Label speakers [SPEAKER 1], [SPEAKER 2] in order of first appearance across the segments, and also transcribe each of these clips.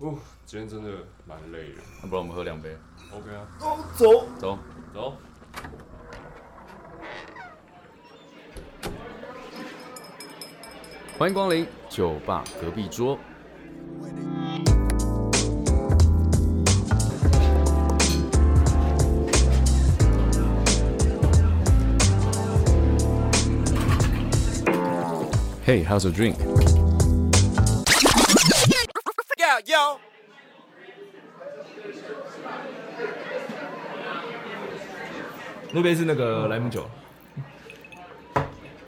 [SPEAKER 1] 哦，今天真的蛮累的。
[SPEAKER 2] 那不然我们喝两杯，
[SPEAKER 1] OK 啊，
[SPEAKER 3] 走，
[SPEAKER 2] 走。
[SPEAKER 1] 走。
[SPEAKER 2] 欢迎光临酒吧隔壁桌。Hey, how's your drink? yo. 那边是那个莱姆酒，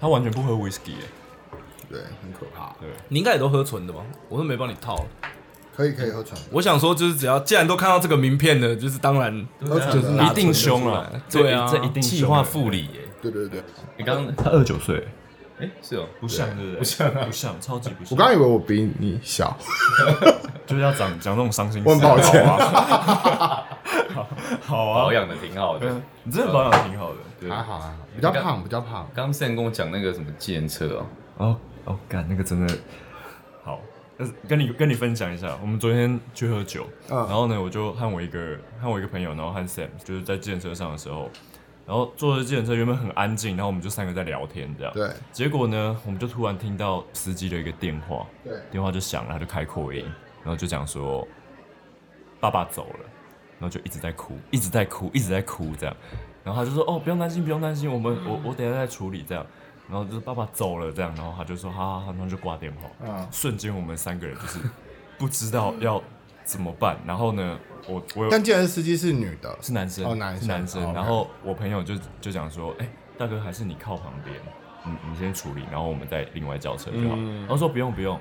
[SPEAKER 1] 他完全不喝 whisky 耶，
[SPEAKER 3] 对，很可怕。
[SPEAKER 4] 你应该也都喝纯的吧？我都没帮你套。
[SPEAKER 3] 可以可以喝纯的，
[SPEAKER 4] 我想说，就是只要既然都看到这个名片的，就是当然
[SPEAKER 3] 喝纯
[SPEAKER 4] 就是
[SPEAKER 3] 的
[SPEAKER 4] 拿
[SPEAKER 3] 啊
[SPEAKER 4] 一定
[SPEAKER 3] 纯的
[SPEAKER 4] 凶了对啊
[SPEAKER 2] 这一定
[SPEAKER 4] 气化复理耶。
[SPEAKER 3] 对对对，
[SPEAKER 2] 你刚刚
[SPEAKER 5] 他二九岁，
[SPEAKER 2] 是哦，
[SPEAKER 5] 不像对不对？不像、
[SPEAKER 1] 啊
[SPEAKER 5] 不像，超级不像。
[SPEAKER 3] 我刚以为我比你小，
[SPEAKER 5] 就是要讲讲这种伤心事。
[SPEAKER 3] 我很抱歉
[SPEAKER 5] 好啊，好
[SPEAKER 2] 保
[SPEAKER 5] 啊，
[SPEAKER 2] 养的挺好的。
[SPEAKER 5] 你真的保养得挺好的。
[SPEAKER 2] 对，
[SPEAKER 3] 还好还好，比较胖比较胖。
[SPEAKER 2] 刚刚 Sam 跟我讲那个什么计程车哦，
[SPEAKER 5] 哦哦，干那个真的好，但是跟你跟你分享一下，我们昨天去喝酒，
[SPEAKER 3] 嗯
[SPEAKER 5] 然后呢，我就和我一个和我一个朋友，然后和 Sam 就是在计程车上的时候，然后坐着计程车原本很安静，然后我们就三个在聊天这样，
[SPEAKER 3] 对
[SPEAKER 5] 结果呢，我们就突然听到司机的一个电话，
[SPEAKER 3] 对，
[SPEAKER 5] 电话就响了，他就开口音，然后就讲说爸爸走了，然后就一直在哭，一直在哭，一直在哭这样，然后他就说哦不用担心不用担心，我们我我等一下再处理这样，然后就是爸爸走了这样，然后他就说好好好，然后就挂电话，
[SPEAKER 3] 嗯
[SPEAKER 5] 瞬间我们三个人就是不知道要怎么办，然后呢我我有
[SPEAKER 3] 但既然司机是女的，
[SPEAKER 5] 是男生，
[SPEAKER 3] 哦男生
[SPEAKER 5] 是男生。
[SPEAKER 3] 哦，OK
[SPEAKER 5] 然后我朋友就就讲说，哎、大哥还是你靠旁边，嗯你你先处理，然后我们再另外叫车就好。
[SPEAKER 3] 嗯
[SPEAKER 5] 然后说不用不用，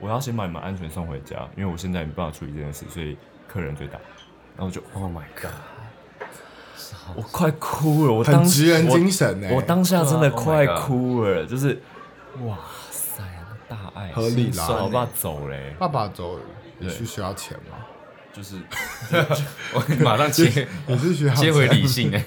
[SPEAKER 5] 我要先把你们安全送回家，因为我现在没办法处理这件事，所以客人最大。然后就 Oh my God，我快哭了，我当
[SPEAKER 3] 很职人
[SPEAKER 5] 我
[SPEAKER 3] 精神欸呢、
[SPEAKER 5] 我当下真的
[SPEAKER 2] 对啊，Oh my
[SPEAKER 5] 快
[SPEAKER 2] God
[SPEAKER 5] 哭了，就是哇塞，那大爱
[SPEAKER 3] 合理啦
[SPEAKER 5] 我爸走嘞、
[SPEAKER 3] 爸爸走了，你
[SPEAKER 5] 对
[SPEAKER 3] 是需要钱吗？
[SPEAKER 5] 就是
[SPEAKER 2] 我 马上 接
[SPEAKER 3] 你是需要
[SPEAKER 2] 接回
[SPEAKER 3] 钱
[SPEAKER 2] 理性哎。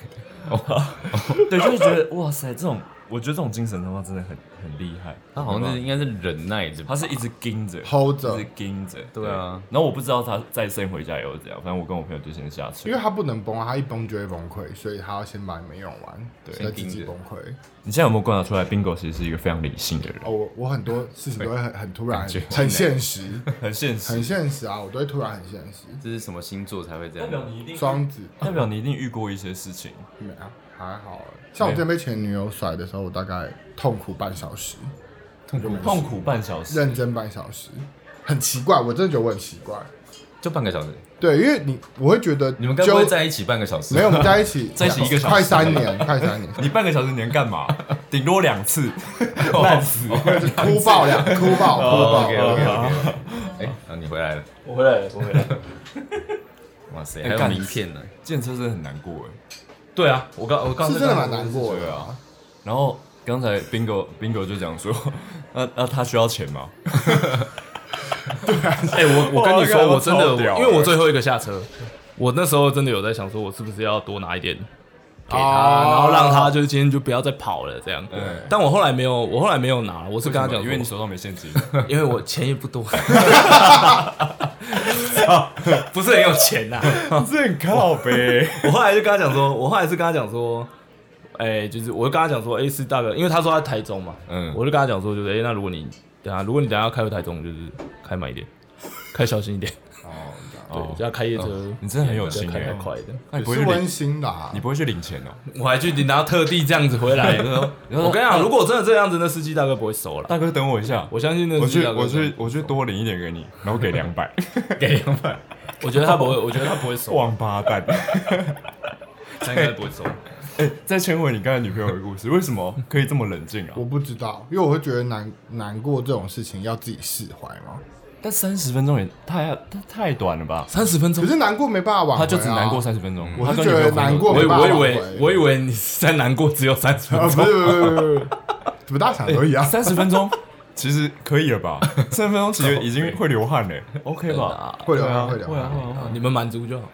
[SPEAKER 5] 对，就是觉得哇塞，这种我觉得这种精神他妈真的很很厉害。
[SPEAKER 2] 他好像是应该是忍耐着吧，
[SPEAKER 5] 他是一直盯着，
[SPEAKER 3] hold
[SPEAKER 5] 一
[SPEAKER 3] 着
[SPEAKER 5] 直，盯着。
[SPEAKER 2] 对啊，
[SPEAKER 5] 然后我不知道他再生回家以后怎样，反正我跟我朋友就先下车
[SPEAKER 3] 因为。他不能崩啊，他一崩就会崩溃，所以他要先把你们用完，
[SPEAKER 2] 对
[SPEAKER 3] 再自己
[SPEAKER 2] 先盯着
[SPEAKER 3] 崩溃。
[SPEAKER 5] 你现在有没有观察出来，Bingo 其实是一个非常理性的人，
[SPEAKER 3] 哦，我我很多事情都会很很突然
[SPEAKER 2] 感觉，
[SPEAKER 3] 很现实，
[SPEAKER 5] 很现实
[SPEAKER 3] 很。现实啊，我都会突然很现实。
[SPEAKER 2] 这是什么星座才会这
[SPEAKER 5] 代
[SPEAKER 2] 样
[SPEAKER 5] 表
[SPEAKER 2] 吗？
[SPEAKER 5] 你一定，
[SPEAKER 3] 双子
[SPEAKER 5] 代表你一定遇过一些事情。
[SPEAKER 3] 没啊，还好欸。像我之前被前女友甩的时候，我大概痛苦半小时，痛苦
[SPEAKER 5] 痛苦半小时，
[SPEAKER 3] 认真半小时，很奇怪，我真的觉得我很奇怪。
[SPEAKER 2] 就半个小时，
[SPEAKER 3] 对，因为你我会觉得
[SPEAKER 2] 你们该不会
[SPEAKER 3] 就
[SPEAKER 2] 在一起半个小时？
[SPEAKER 3] 没有，我们在一起
[SPEAKER 5] 在一起一个小时，
[SPEAKER 3] 快三年，快三年
[SPEAKER 5] 你半个小时你能干嘛？顶多两次，
[SPEAKER 3] 哦
[SPEAKER 5] 烂死。
[SPEAKER 3] 哭爆两哭爆哭爆
[SPEAKER 2] OK OK
[SPEAKER 3] 哦
[SPEAKER 2] OK。哎，啊你回来了，
[SPEAKER 4] 我回来了，我回来了。
[SPEAKER 2] 哇塞，
[SPEAKER 5] 哎
[SPEAKER 2] 还有
[SPEAKER 5] 干
[SPEAKER 2] 名片呢。
[SPEAKER 5] 健车真的很难过哎。
[SPEAKER 2] 对啊，我刚我刚
[SPEAKER 3] 是
[SPEAKER 2] 才
[SPEAKER 3] 真的
[SPEAKER 2] 看
[SPEAKER 3] 蛮难过
[SPEAKER 5] 对
[SPEAKER 3] 的
[SPEAKER 5] 啊
[SPEAKER 3] 啊。
[SPEAKER 5] 然后刚才 Bingo Bingo 就讲说， 那那他需要钱吗？
[SPEAKER 4] 哎、我我跟你说，
[SPEAKER 5] 哇
[SPEAKER 4] 我真的，
[SPEAKER 5] 超屌欸
[SPEAKER 4] 因
[SPEAKER 5] 的
[SPEAKER 4] 为我最后一个下车，我那时候真的有在想说，我是不是要多拿一点给他，
[SPEAKER 3] 哦
[SPEAKER 4] 然后让他就是今天就不要再跑了这样。
[SPEAKER 2] 嗯
[SPEAKER 4] 但我后来没有，我后来没有拿，我是跟他讲说，
[SPEAKER 5] 因为你手上没现金。
[SPEAKER 4] 因为我钱也不 多， 不是很有钱啊呐、
[SPEAKER 5] 这很靠呗。
[SPEAKER 4] 我后来就跟他讲说，我后来是跟他讲说，哎、就是我就跟他讲说，哎、是大哥，因为他说他在台中嘛，
[SPEAKER 2] 嗯
[SPEAKER 4] 我就跟他讲说，就是哎、那如果你等下，如果你等下要开回台中，就是开慢一点，开小心一点，
[SPEAKER 5] 哦
[SPEAKER 4] 就要开夜车，
[SPEAKER 5] 你真的很有
[SPEAKER 4] 不
[SPEAKER 5] 心
[SPEAKER 4] 要开太
[SPEAKER 5] 哎，
[SPEAKER 4] 快一点。
[SPEAKER 5] 那你不会
[SPEAKER 3] 是
[SPEAKER 5] 去
[SPEAKER 3] 温
[SPEAKER 5] 领，
[SPEAKER 3] 馨啦
[SPEAKER 5] 你。不会去领钱哦？
[SPEAKER 4] 我还去，然后特地这样子 回来，我跟你讲，如果真的这样子，那司机大哥不会收了。
[SPEAKER 5] 大哥，等我一下，
[SPEAKER 4] 我相信那
[SPEAKER 5] 我
[SPEAKER 4] 司机
[SPEAKER 5] 去，
[SPEAKER 4] 大哥
[SPEAKER 5] 我去，
[SPEAKER 4] 不会
[SPEAKER 5] 我去多领一点给你，然后给两百，
[SPEAKER 4] 给两百， 我觉得他不会，我觉得他不会收，
[SPEAKER 5] 王八蛋！
[SPEAKER 4] 他应该不会收。
[SPEAKER 5] 再牵回你刚才女朋友的故事，为什么可以这么冷静啊
[SPEAKER 3] 我？不知道，因为我会觉得难难过这种事情要自己释怀嘛。
[SPEAKER 5] 但三十分钟也太太太短了吧？
[SPEAKER 4] 三十分
[SPEAKER 3] 可
[SPEAKER 4] 钟，
[SPEAKER 3] 是难过没办法挽回、
[SPEAKER 5] 他
[SPEAKER 3] 啊，
[SPEAKER 5] 就只难过三十分钟，
[SPEAKER 3] 我
[SPEAKER 5] 他
[SPEAKER 3] 是
[SPEAKER 5] 跟
[SPEAKER 3] 觉
[SPEAKER 5] 女朋
[SPEAKER 3] 得
[SPEAKER 5] 友分
[SPEAKER 3] 难过
[SPEAKER 4] 我
[SPEAKER 3] 没
[SPEAKER 4] 以
[SPEAKER 3] 办法
[SPEAKER 4] 我以
[SPEAKER 3] 挽回。
[SPEAKER 4] 为我以为你是在难过只有三十
[SPEAKER 3] 啊，
[SPEAKER 4] 分钟，
[SPEAKER 3] 不是不是不是不是，怎么大家想都一样。
[SPEAKER 5] 三十分钟其实可以了吧？三十分钟其实已经会流汗了，OK 吧？
[SPEAKER 3] 会
[SPEAKER 5] 对啊，
[SPEAKER 3] 的，
[SPEAKER 5] 会
[SPEAKER 3] 会
[SPEAKER 5] 啊
[SPEAKER 3] 的，
[SPEAKER 5] 会啊，会啊！
[SPEAKER 4] 你们满足就好。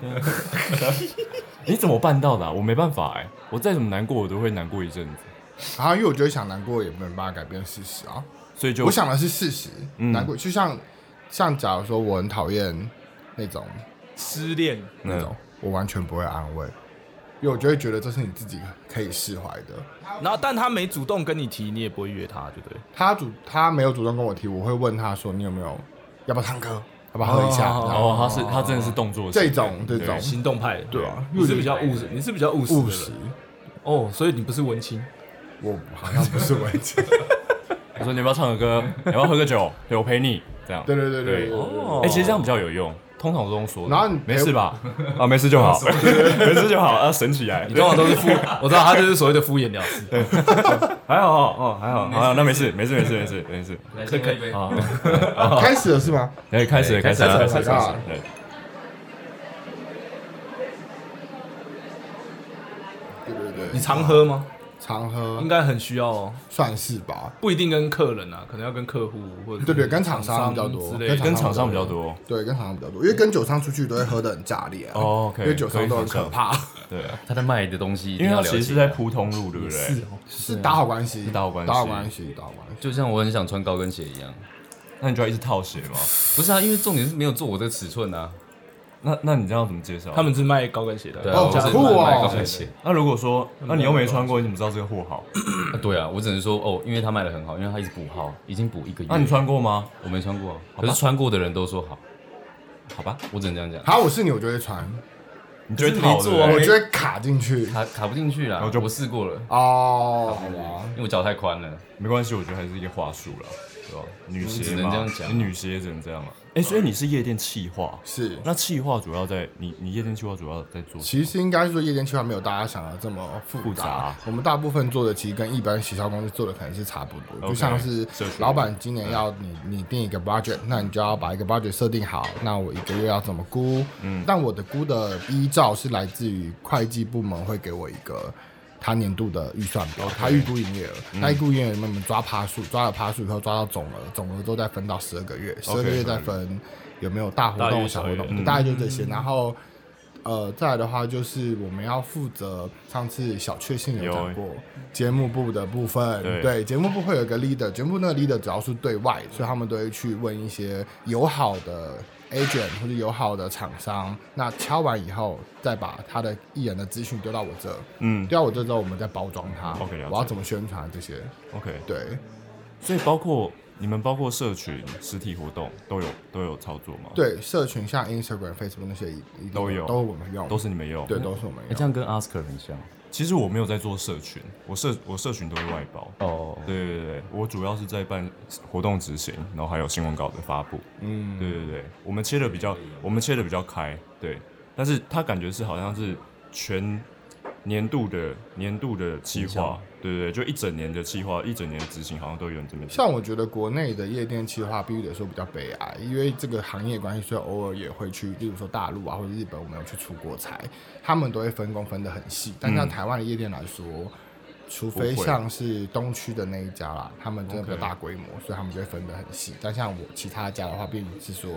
[SPEAKER 5] 你怎么办到的啊？我没办法哎，我再怎么难过，我都会难过一阵子，
[SPEAKER 3] 然后因为我觉得想难过也没有办法改变事实啊。
[SPEAKER 5] 所以就嗯
[SPEAKER 3] 我想的是事实，难过就像像假如说我很讨厌那种
[SPEAKER 4] 失恋，
[SPEAKER 5] 嗯
[SPEAKER 3] 那种，我完全不会安慰，因为我就会觉得这是你自己可以释怀的。
[SPEAKER 4] 然后但他没主动跟你提，你也不会约他，对不对？
[SPEAKER 3] 他主他没有主动跟我提，我会问他说你有没有要不要唱歌，要不要喝一下，
[SPEAKER 4] 哦
[SPEAKER 3] 然后
[SPEAKER 5] 哦，他是他真的是动作
[SPEAKER 3] 这
[SPEAKER 5] 型
[SPEAKER 3] 种这种
[SPEAKER 4] 行动派的，
[SPEAKER 3] 对啊
[SPEAKER 4] 你是比较务实，你是比较务实的人
[SPEAKER 3] 务实，
[SPEAKER 4] 哦，所以你不是文青，
[SPEAKER 3] 我好像不是文 青。
[SPEAKER 5] 我说你要不要唱个歌，你要不要喝个酒，对我陪你这样。
[SPEAKER 3] 对对对对哦
[SPEAKER 5] 对
[SPEAKER 3] 对
[SPEAKER 5] 哎、其实这样比较有用。通常我都用说的，
[SPEAKER 3] 然后你
[SPEAKER 5] 没事吧？啊，没事就 好，没事就好啊，神起来，
[SPEAKER 4] 你通常都是敷，我知道他就是所谓的敷衍了事。
[SPEAKER 5] 还好，哦，还好，好，那没事，没事，没事，没事，没事。
[SPEAKER 2] 来先喝一杯。
[SPEAKER 5] 好，
[SPEAKER 3] 开始了是吗？
[SPEAKER 5] 哎，开始了，
[SPEAKER 2] 开
[SPEAKER 5] 开
[SPEAKER 2] 始
[SPEAKER 5] 始
[SPEAKER 2] 了
[SPEAKER 5] 了，
[SPEAKER 3] 开始了
[SPEAKER 5] 对，
[SPEAKER 3] 对对
[SPEAKER 4] 你
[SPEAKER 3] 对，
[SPEAKER 4] 常喝吗？
[SPEAKER 3] 常喝
[SPEAKER 4] 应该很需要哦，
[SPEAKER 3] 算是吧。
[SPEAKER 4] 不一定跟客人啊，可能要跟客户或者
[SPEAKER 3] 对对，跟
[SPEAKER 4] 厂
[SPEAKER 3] 厂商比较多
[SPEAKER 4] 之，类的。
[SPEAKER 5] 跟厂商比较多。
[SPEAKER 3] 对，跟厂商比较多，因为跟酒商出去都会喝的很炸裂啊。
[SPEAKER 5] 哦，OK，
[SPEAKER 3] 因为酒商都很
[SPEAKER 5] 可以想
[SPEAKER 3] 可
[SPEAKER 5] 象
[SPEAKER 3] 怕，
[SPEAKER 5] 对，啊
[SPEAKER 2] 他在卖的东西一
[SPEAKER 5] 因
[SPEAKER 2] 定
[SPEAKER 5] 为
[SPEAKER 2] 要
[SPEAKER 5] 他
[SPEAKER 2] 了
[SPEAKER 5] 其
[SPEAKER 2] 解。
[SPEAKER 5] 实是在普通路，对不对？
[SPEAKER 4] 哦，
[SPEAKER 3] 是打好关系，
[SPEAKER 5] 打好关系
[SPEAKER 3] 打好关系，打好关系。
[SPEAKER 2] 就像我很想穿高跟鞋一样。
[SPEAKER 5] 那你就要一直套鞋吗？
[SPEAKER 2] 不是啊，因为重点是没有做我这个尺寸啊。
[SPEAKER 5] 那那你这样怎么介绍？
[SPEAKER 4] 他们是卖高跟鞋的，
[SPEAKER 2] 对啊，
[SPEAKER 3] 哦
[SPEAKER 2] 我是
[SPEAKER 3] 好酷哦
[SPEAKER 2] 卖高跟鞋。
[SPEAKER 5] 那如果说，那你又没穿过，你怎么知道这个货好？
[SPEAKER 2] 啊对啊，我只能说哦，因为他卖的很好，因为他一直补号，已经补一个月。
[SPEAKER 5] 那你穿过吗？
[SPEAKER 2] 我没穿过啊，
[SPEAKER 5] 吧
[SPEAKER 2] 可是穿过的人都说好，
[SPEAKER 5] 好吧，
[SPEAKER 2] 我只能这样讲。
[SPEAKER 3] 好，我是你，我就会传，
[SPEAKER 5] 你觉得套
[SPEAKER 2] 就是
[SPEAKER 5] 对不
[SPEAKER 2] 没做啊
[SPEAKER 5] 对
[SPEAKER 3] 我就会卡进去。
[SPEAKER 2] 卡卡不进去啦，
[SPEAKER 5] 后
[SPEAKER 2] 我
[SPEAKER 5] 就
[SPEAKER 2] 我试过了，
[SPEAKER 3] 哦，好吧
[SPEAKER 2] 因为我脚太宽了。
[SPEAKER 5] 没关系，我觉得还是一个话术了，对吧？女
[SPEAKER 2] 只
[SPEAKER 5] 鞋
[SPEAKER 2] 能
[SPEAKER 5] 嘛，
[SPEAKER 2] 这样讲
[SPEAKER 5] 你女鞋也只能这样嘛。哎，所以你是夜店企划，
[SPEAKER 3] 是。
[SPEAKER 5] 那企划主要在你你夜店企划主要在做什么？
[SPEAKER 3] 其实应该是说夜间计划没有大家想的这么复杂。
[SPEAKER 5] 复杂
[SPEAKER 3] 我们大部分做的其实跟一般洗销公司做的可能是差不多
[SPEAKER 5] OK，
[SPEAKER 3] 就像是
[SPEAKER 5] 社区
[SPEAKER 3] 老板今年要你你定一个 budget，那你就要把一个 budget 设定好，那我一个月要怎么估？嗯，但我的估的依照是来自于会计部门会给我一个。他年度的预算表，他预估营业额，那预估营业额那么抓趴数，抓了趴数以后抓到总额，总额之后再分到十二个月，十二个月再分有没有大活
[SPEAKER 4] 大
[SPEAKER 3] 动、
[SPEAKER 4] 约
[SPEAKER 3] 小
[SPEAKER 4] 小
[SPEAKER 3] 活
[SPEAKER 4] 约
[SPEAKER 3] 动，对大概就这
[SPEAKER 5] 嗯
[SPEAKER 3] 些。然后呃，再来的话就是我们要负责上次小确幸有讲过节目部的部分，
[SPEAKER 5] 对
[SPEAKER 3] 节目部会有一个 leader，节目部那个 leader 主要是对外，所以他们都会去问一些友好的呃 agent 或者友好的厂商，那敲完以后再把他的艺人的资讯丢到我这，
[SPEAKER 5] 嗯
[SPEAKER 3] 丢到我这之后我们再包装他
[SPEAKER 5] OK，了解
[SPEAKER 3] 我要怎么宣传这些，
[SPEAKER 5] ，OK，
[SPEAKER 3] 对，
[SPEAKER 5] 所以包括你们包括社群、实体活动都有都有操作吗？，
[SPEAKER 3] 对，社群像 Instagram、Facebook 那些一一定
[SPEAKER 5] 都有
[SPEAKER 3] 都我们用，
[SPEAKER 5] 都是你们用。
[SPEAKER 3] 对，，都是我们
[SPEAKER 2] 哎，
[SPEAKER 3] 用
[SPEAKER 2] 这。样跟 Oscar 很像
[SPEAKER 5] 其实我没有在做社群，我社我社群都会外包。
[SPEAKER 2] 哦。
[SPEAKER 5] 对对对对，我主要是在办活动执行，然后还有新闻稿的发布。嗯，对对对，我们切的比较，我们切的比较开，对。但是他感觉是好像是全年度的年度的计划，对对对，就一整年的计划，一整年的执行，好像都有你这边。
[SPEAKER 3] 像我觉得国内的夜店企划必须得说比较悲哀，因为这个行业关系，所以偶尔也会去，例如说大陆啊或者日本，我们有去出国才，他们都会分工分得很细。但像台湾的夜店来说，除非
[SPEAKER 5] 嗯不会
[SPEAKER 3] 像是东区的那一家啦，他们真的比较
[SPEAKER 5] OK
[SPEAKER 3] 大规模所以他们就会分得很细。但像我其他家的话，并不是说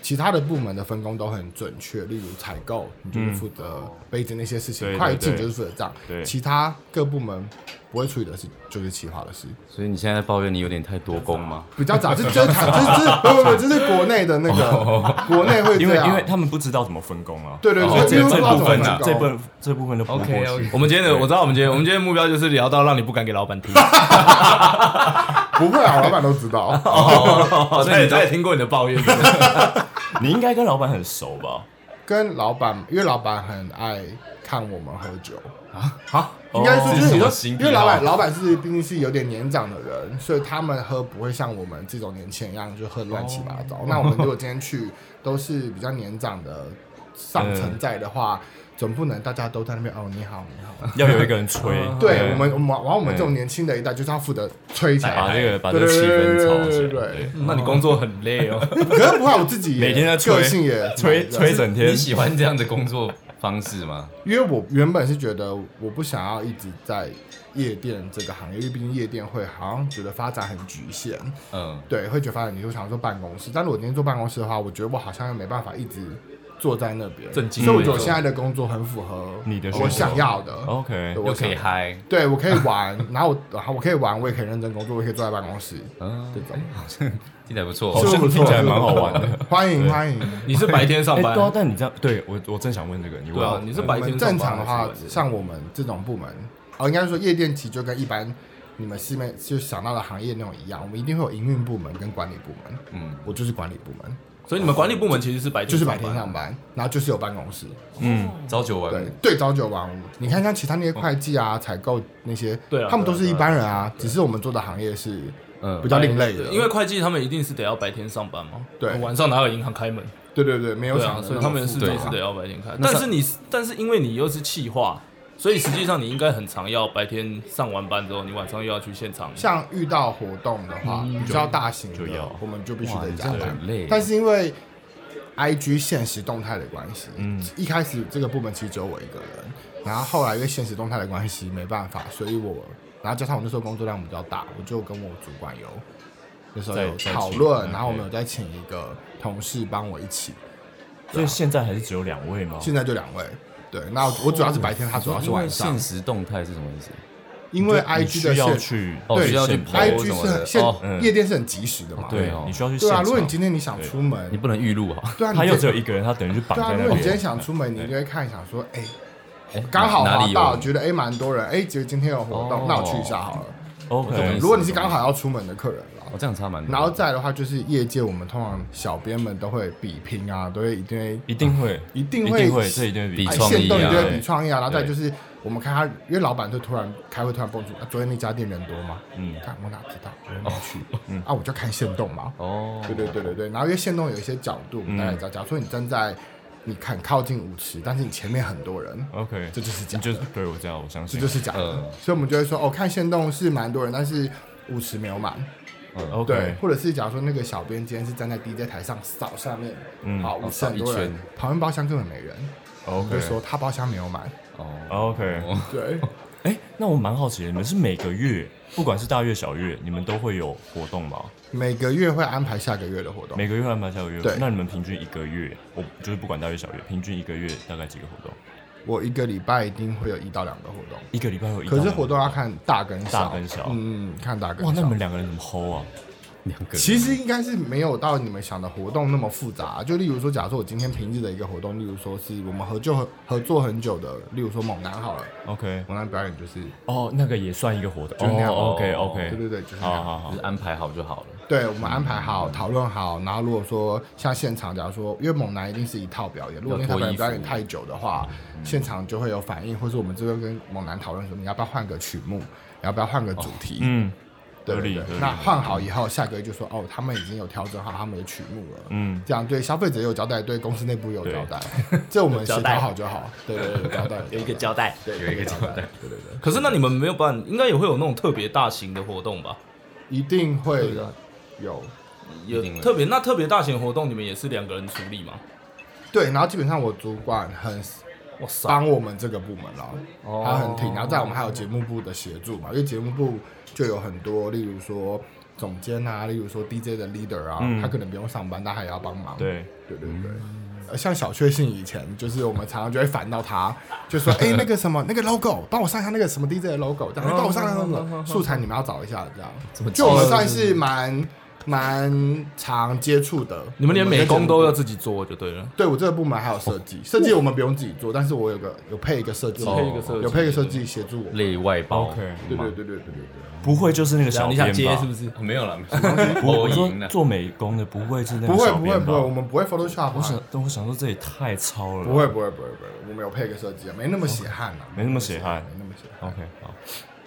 [SPEAKER 3] 其他的部门的分工都很准确，例如采购，你就是负责杯子那些事
[SPEAKER 5] 嗯
[SPEAKER 3] 情；
[SPEAKER 5] 对对
[SPEAKER 3] 会计
[SPEAKER 5] 对
[SPEAKER 3] 就是负责账，
[SPEAKER 5] 对
[SPEAKER 3] 其他各部门不会处理的事就是企划的事。
[SPEAKER 2] 所以你现在在抱怨你有点太多功吗？
[SPEAKER 3] 比较杂，这这台这 这不不不，这是国内的那个，国内会
[SPEAKER 5] 因
[SPEAKER 3] 这
[SPEAKER 5] 为
[SPEAKER 3] 样，
[SPEAKER 5] 哦因为他们不知道怎么分工啊。
[SPEAKER 3] 对对
[SPEAKER 2] 哦
[SPEAKER 3] 对，因为
[SPEAKER 5] 这
[SPEAKER 3] 不知道
[SPEAKER 5] 部分啊，这
[SPEAKER 3] 怎么
[SPEAKER 5] 部
[SPEAKER 3] 分
[SPEAKER 5] 分这部分都不过
[SPEAKER 2] OK，OK
[SPEAKER 5] 去。
[SPEAKER 4] 我们今天的我知道，我们今天我们今天的目标就是聊到让你不敢给老板听。
[SPEAKER 3] 不会啊，老板都知道，
[SPEAKER 4] 哦，他也他也听过你的抱怨，对不对
[SPEAKER 5] 你应该跟老板很熟吧？
[SPEAKER 3] 跟老板，因为老板很爱看我们喝酒，
[SPEAKER 5] 啊
[SPEAKER 4] 好，
[SPEAKER 3] 应该
[SPEAKER 5] 哦
[SPEAKER 3] 说就是你
[SPEAKER 2] 这是什么
[SPEAKER 3] 说，
[SPEAKER 2] 新
[SPEAKER 3] 因
[SPEAKER 2] 癖好
[SPEAKER 3] 为老板老板是毕竟是有点年长的人，所以他们喝不会像我们这种年轻人一样就喝乱七八
[SPEAKER 5] 哦
[SPEAKER 3] 糟。那我们如果今天去都是比较年长的上
[SPEAKER 5] 嗯
[SPEAKER 3] 层在的话，总不能大家都在那边哦你好你好，
[SPEAKER 5] 要有一个人吹。
[SPEAKER 3] 对我们，我们往往我们这种年轻的一代，就是要负责吹起来，
[SPEAKER 5] 哎
[SPEAKER 4] 啊
[SPEAKER 5] 把这个把这
[SPEAKER 3] 对
[SPEAKER 5] 个
[SPEAKER 3] 对
[SPEAKER 5] 气
[SPEAKER 3] 对
[SPEAKER 5] 氛炒
[SPEAKER 3] 对
[SPEAKER 5] 起
[SPEAKER 3] 对
[SPEAKER 5] 来。
[SPEAKER 3] 对
[SPEAKER 5] 对，
[SPEAKER 4] 嗯那你工作很累哦。
[SPEAKER 3] 对。可是不怕我自己也
[SPEAKER 5] 每天在吹
[SPEAKER 3] 个性 也
[SPEAKER 5] 吹吹，整天
[SPEAKER 2] 你。喜欢这样的工作方式吗？
[SPEAKER 3] 因为我原本是觉得我不想要一直在夜店这个行业，因为毕竟夜店会好像觉得发展很局限，
[SPEAKER 2] 嗯，
[SPEAKER 3] 对，会觉得发展局限，我想做办公室。但是我今天做办公室的话，我觉得我好像又没办法一直坐在那边，
[SPEAKER 2] 正襟
[SPEAKER 3] 所以我
[SPEAKER 2] 危
[SPEAKER 3] 觉得我
[SPEAKER 2] 坐
[SPEAKER 3] 现在的工作很符合
[SPEAKER 5] 你的选择哦
[SPEAKER 3] 我想要的，
[SPEAKER 5] OK，
[SPEAKER 3] 对
[SPEAKER 2] 又
[SPEAKER 3] 我
[SPEAKER 2] 可以
[SPEAKER 3] 想
[SPEAKER 2] 嗨，
[SPEAKER 3] 对我可以玩，然后我然后我可以玩，我也可以认真工作，我也可以坐在办公室，
[SPEAKER 2] 嗯，
[SPEAKER 3] 这种
[SPEAKER 2] 听起来不错
[SPEAKER 5] 好
[SPEAKER 3] 是
[SPEAKER 5] 像
[SPEAKER 3] 不错
[SPEAKER 5] 听起来蛮好玩的。
[SPEAKER 3] 欢迎
[SPEAKER 5] 对
[SPEAKER 3] 欢迎。
[SPEAKER 4] 你是白天上
[SPEAKER 5] 哎，
[SPEAKER 4] 班
[SPEAKER 5] 对，啊，但你这样，对我我正想问这个，你问
[SPEAKER 4] 对啊
[SPEAKER 5] 我，
[SPEAKER 4] 你是
[SPEAKER 3] 我
[SPEAKER 4] 白
[SPEAKER 3] 们
[SPEAKER 4] 天上
[SPEAKER 3] 正
[SPEAKER 4] 班
[SPEAKER 3] 常的
[SPEAKER 4] 还
[SPEAKER 3] 话
[SPEAKER 4] 是晚，上
[SPEAKER 3] 像我们这种部门，哦，应该说夜店其实就跟一般你们西面就想到的行业那种一样，我们一定会有营运部门跟管理部门。
[SPEAKER 2] 嗯，
[SPEAKER 3] 我就是管理部门，
[SPEAKER 4] 所以你们管理部门其实是白天
[SPEAKER 3] 就是
[SPEAKER 4] 班
[SPEAKER 3] 白天上班，然后就是有办公室。
[SPEAKER 2] 朝九晚
[SPEAKER 3] 对
[SPEAKER 2] 五，
[SPEAKER 3] 对，朝九晚五。你看像其他那些会计啊、采购那些，
[SPEAKER 4] 对啊
[SPEAKER 3] 他们都是
[SPEAKER 4] 对啊
[SPEAKER 3] 一般人啊，只是我们做的行业是
[SPEAKER 2] 嗯
[SPEAKER 3] 比，较另类
[SPEAKER 4] 对
[SPEAKER 3] 的，
[SPEAKER 4] 因为会计他们一定是得要白天上班嘛，
[SPEAKER 3] 对
[SPEAKER 4] 晚上哪有银行开门？
[SPEAKER 3] 对对对，没有
[SPEAKER 4] 对
[SPEAKER 3] 想
[SPEAKER 4] 啊，
[SPEAKER 3] 的
[SPEAKER 4] 所以
[SPEAKER 3] 那
[SPEAKER 4] 他
[SPEAKER 3] 么
[SPEAKER 4] 们是
[SPEAKER 3] 复
[SPEAKER 4] 都
[SPEAKER 3] 杂
[SPEAKER 4] 是得要白天
[SPEAKER 3] 啊
[SPEAKER 4] 开。
[SPEAKER 2] 那
[SPEAKER 4] 但
[SPEAKER 2] 上
[SPEAKER 4] 是你，但是因为你又是气化，所以实际上你应该很常要白天上完班之后，你晚上又要去现场。
[SPEAKER 3] 像遇到活动的话，比较大型的
[SPEAKER 5] 就要，
[SPEAKER 3] 我们就必须
[SPEAKER 2] 哇
[SPEAKER 3] 得
[SPEAKER 2] 你这
[SPEAKER 3] 加
[SPEAKER 2] 样
[SPEAKER 3] 班
[SPEAKER 2] 很累。
[SPEAKER 3] 但是因为 I G 现实动态的关系，
[SPEAKER 5] 嗯
[SPEAKER 3] 一开始这个部门其实只有我一个人，然后后来因为现实动态的关系没办法，所以我然后加上我那时候工作量比较大，我就跟我主管有那时候
[SPEAKER 5] 在
[SPEAKER 3] 有
[SPEAKER 5] 在
[SPEAKER 3] 讨
[SPEAKER 5] 请
[SPEAKER 3] 论，
[SPEAKER 5] ，OK
[SPEAKER 3] 然后我们有再请一个同事帮我一起，
[SPEAKER 5] 所以现在还是只有两位吗？
[SPEAKER 3] 现在就两位。对，那我我主要是白天，他主要是晚
[SPEAKER 2] 因
[SPEAKER 3] 上
[SPEAKER 2] 为现，实动态是什么意思？
[SPEAKER 3] 因为
[SPEAKER 5] 就你
[SPEAKER 3] I G 的
[SPEAKER 5] 需要
[SPEAKER 3] 现
[SPEAKER 5] 去
[SPEAKER 2] 哦
[SPEAKER 3] 对
[SPEAKER 2] 需要去
[SPEAKER 5] 现
[SPEAKER 2] po
[SPEAKER 3] I G
[SPEAKER 2] 什
[SPEAKER 3] 是
[SPEAKER 2] 么的
[SPEAKER 3] 很现
[SPEAKER 2] 哦
[SPEAKER 5] 嗯
[SPEAKER 3] 夜店是很及时的嘛，
[SPEAKER 5] 对
[SPEAKER 2] 哦，
[SPEAKER 5] 你需要去
[SPEAKER 3] 对啊。
[SPEAKER 5] 现
[SPEAKER 3] 如果你
[SPEAKER 5] 场
[SPEAKER 3] 今天你想出门
[SPEAKER 2] 你，不能预录啊。
[SPEAKER 3] 对啊，你
[SPEAKER 5] 他又
[SPEAKER 3] 今
[SPEAKER 5] 只有一个人，他等于就绑
[SPEAKER 3] 对啊，
[SPEAKER 5] 在
[SPEAKER 3] 如
[SPEAKER 5] 那
[SPEAKER 3] 果
[SPEAKER 5] 边。
[SPEAKER 3] 你今天想出门，你就会看想说，哎、
[SPEAKER 2] 哎
[SPEAKER 3] 刚好
[SPEAKER 2] 哪
[SPEAKER 3] 滑
[SPEAKER 2] 里
[SPEAKER 3] 到，
[SPEAKER 2] 有？
[SPEAKER 3] 觉得哎蛮多人，哎，觉得今天有活动，
[SPEAKER 2] 哦
[SPEAKER 3] 那我去一下好了。
[SPEAKER 2] 对
[SPEAKER 5] OK，
[SPEAKER 3] 如果你是刚好要出门的客人了，
[SPEAKER 2] 哦，这样差蛮多。
[SPEAKER 3] 然后再来的话就是业界，我们通常小编们都会比拼啊，都会一定会
[SPEAKER 5] 一定会，
[SPEAKER 3] 一
[SPEAKER 5] 一
[SPEAKER 3] 定会
[SPEAKER 5] 定会，这一定会
[SPEAKER 2] 比
[SPEAKER 5] 比
[SPEAKER 3] 哎
[SPEAKER 2] 创意啊
[SPEAKER 3] 限动一定会
[SPEAKER 5] 对
[SPEAKER 3] 比创意啊，然后再来就是我们看他，因为老板就突然开会突然蹦出，啊昨天那家店人多吗？
[SPEAKER 5] 嗯
[SPEAKER 3] 看我哪知道，我没去，啊我就看限动嘛，
[SPEAKER 2] 哦，
[SPEAKER 3] 对对对对对，然后因为线动有一些角度，大家知道，假如说你站在你很靠近舞池，但是你前面很多人，
[SPEAKER 5] OK，
[SPEAKER 3] 这就是假
[SPEAKER 5] 你就
[SPEAKER 3] 的，
[SPEAKER 5] 对我这样，我相
[SPEAKER 3] 这
[SPEAKER 5] 信
[SPEAKER 3] 就。是假的。所以我们就会说，哦，看线动是蛮多人，但是舞池没有满，对
[SPEAKER 5] OK，，
[SPEAKER 3] 或者是假如说那个小编今天是站在 DJ 台上扫下面，
[SPEAKER 5] 嗯
[SPEAKER 3] 好，舞池很多
[SPEAKER 2] 扫一
[SPEAKER 3] 人
[SPEAKER 2] 圈，
[SPEAKER 3] 旁边包厢根本没人，我
[SPEAKER 5] OK
[SPEAKER 3] 就说他包厢没有满，
[SPEAKER 2] 哦，
[SPEAKER 5] OK，
[SPEAKER 3] 对，
[SPEAKER 5] 哎，那我蛮好奇的，你们是每个月，不管是大月小月，你们都会有活动吗？
[SPEAKER 3] 每个月会安排下个月的活动，
[SPEAKER 5] 每个月安排下个月？
[SPEAKER 3] 对
[SPEAKER 5] 那你们平均一个月，我就是不管大月小月，平均一个月大概几个活动？
[SPEAKER 3] 我一个礼拜一定会有一到两个活动。
[SPEAKER 5] 一个礼拜有一到
[SPEAKER 3] 可
[SPEAKER 5] 两
[SPEAKER 3] 是
[SPEAKER 5] 个
[SPEAKER 3] 活动要看大跟小，
[SPEAKER 5] 大跟小
[SPEAKER 3] 嗯，看大跟小。
[SPEAKER 5] 哇，那你们两个人怎么 hold 啊？
[SPEAKER 2] 两个人
[SPEAKER 3] 其实应该是没有到你们想的活动那么复杂、就例如说，假如说我今天平日的一个活动，例如说是我们合作合作很久的，例如说猛男好了，
[SPEAKER 5] OK，
[SPEAKER 3] 猛男表演就是，
[SPEAKER 5] 哦，那个也算一个活动，
[SPEAKER 3] 就那样
[SPEAKER 5] 哦，OK OK，
[SPEAKER 3] 对对对，就是那
[SPEAKER 5] 好
[SPEAKER 3] 样。
[SPEAKER 5] 好好
[SPEAKER 2] 就是安排好就好了。
[SPEAKER 3] 对，我们安排好，讨论好，然后如果说像现场，假如说，因为猛男一定是一套表演，如果那套表演表演太久的话，现场就会有反应，或是我们这边跟猛男讨论说，你要不要换个曲目，你要不要换个主题，
[SPEAKER 5] 嗯，
[SPEAKER 3] 对
[SPEAKER 5] 合
[SPEAKER 3] 对
[SPEAKER 5] 理
[SPEAKER 3] 对
[SPEAKER 5] 合理
[SPEAKER 3] 那换好以后，下个月就说哦，他们已经有调整好他们的曲目了，
[SPEAKER 5] 嗯，
[SPEAKER 3] 这样对消费者也有交代，对公司内部也有交代，这我们协调好就好。对对对，有交代有一个交
[SPEAKER 4] 代。
[SPEAKER 3] 对有一个交代，对对对，
[SPEAKER 4] 可是那你们没有办，应该也会有那种特别大型的活动吧？
[SPEAKER 3] 一定会有。
[SPEAKER 4] 有
[SPEAKER 2] 一定会
[SPEAKER 4] 特别那特别大型活动，你们也是两个人处理吗？
[SPEAKER 3] 对，然后基本上我主管很
[SPEAKER 4] 哇塞，
[SPEAKER 3] 帮我们这个部门了，他很挺。然后在我们还有节目部的协助嘛，因为节目部就有很多，例如说总监啊，例如说 DJ 的 leader 啊，
[SPEAKER 5] 嗯
[SPEAKER 3] 他可能不用上班，但他也要帮忙。
[SPEAKER 5] 对，
[SPEAKER 3] 对对对。呃，像小确幸以前，就是我们常常就会烦到他，就说：“哎、那个什么，那个 logo，帮我上一下那个什么 DJ 的 logo，这样帮我上一下
[SPEAKER 4] 哦
[SPEAKER 3] 那个素材，你们要找一下，这样。”
[SPEAKER 4] 啊
[SPEAKER 3] 就我们算是蛮蛮常接触的。
[SPEAKER 4] 你们连美工都
[SPEAKER 3] 有？
[SPEAKER 4] 要自己做就对了。
[SPEAKER 3] 对我这个部门还有设计，设计我们不用自己做，但是我有个有配一个设计，
[SPEAKER 4] 有配一个设计
[SPEAKER 3] 有配一个设计协助我。
[SPEAKER 2] 内外包
[SPEAKER 5] OK
[SPEAKER 3] 对对对对对对
[SPEAKER 5] 不会就是那个小
[SPEAKER 4] 你
[SPEAKER 5] 编
[SPEAKER 4] 想
[SPEAKER 5] 吧？
[SPEAKER 4] 接是不是？
[SPEAKER 2] 没有了，
[SPEAKER 5] 不我
[SPEAKER 2] 我赢
[SPEAKER 5] 说
[SPEAKER 2] 了。
[SPEAKER 5] 做美工的不会是那
[SPEAKER 3] 对，不
[SPEAKER 5] 个
[SPEAKER 3] 会
[SPEAKER 5] 小
[SPEAKER 3] 不会
[SPEAKER 5] 编
[SPEAKER 3] 不
[SPEAKER 5] 吧？
[SPEAKER 3] 会，我们不会 Photoshop，
[SPEAKER 5] 我想
[SPEAKER 3] 啊，
[SPEAKER 5] 我想说这也太超了。
[SPEAKER 3] 不会不会不会不会，我们有配一个设计啊，没那么血汗啊，
[SPEAKER 5] 没那么血汗
[SPEAKER 3] 没那么血汗。
[SPEAKER 5] ，OK，好。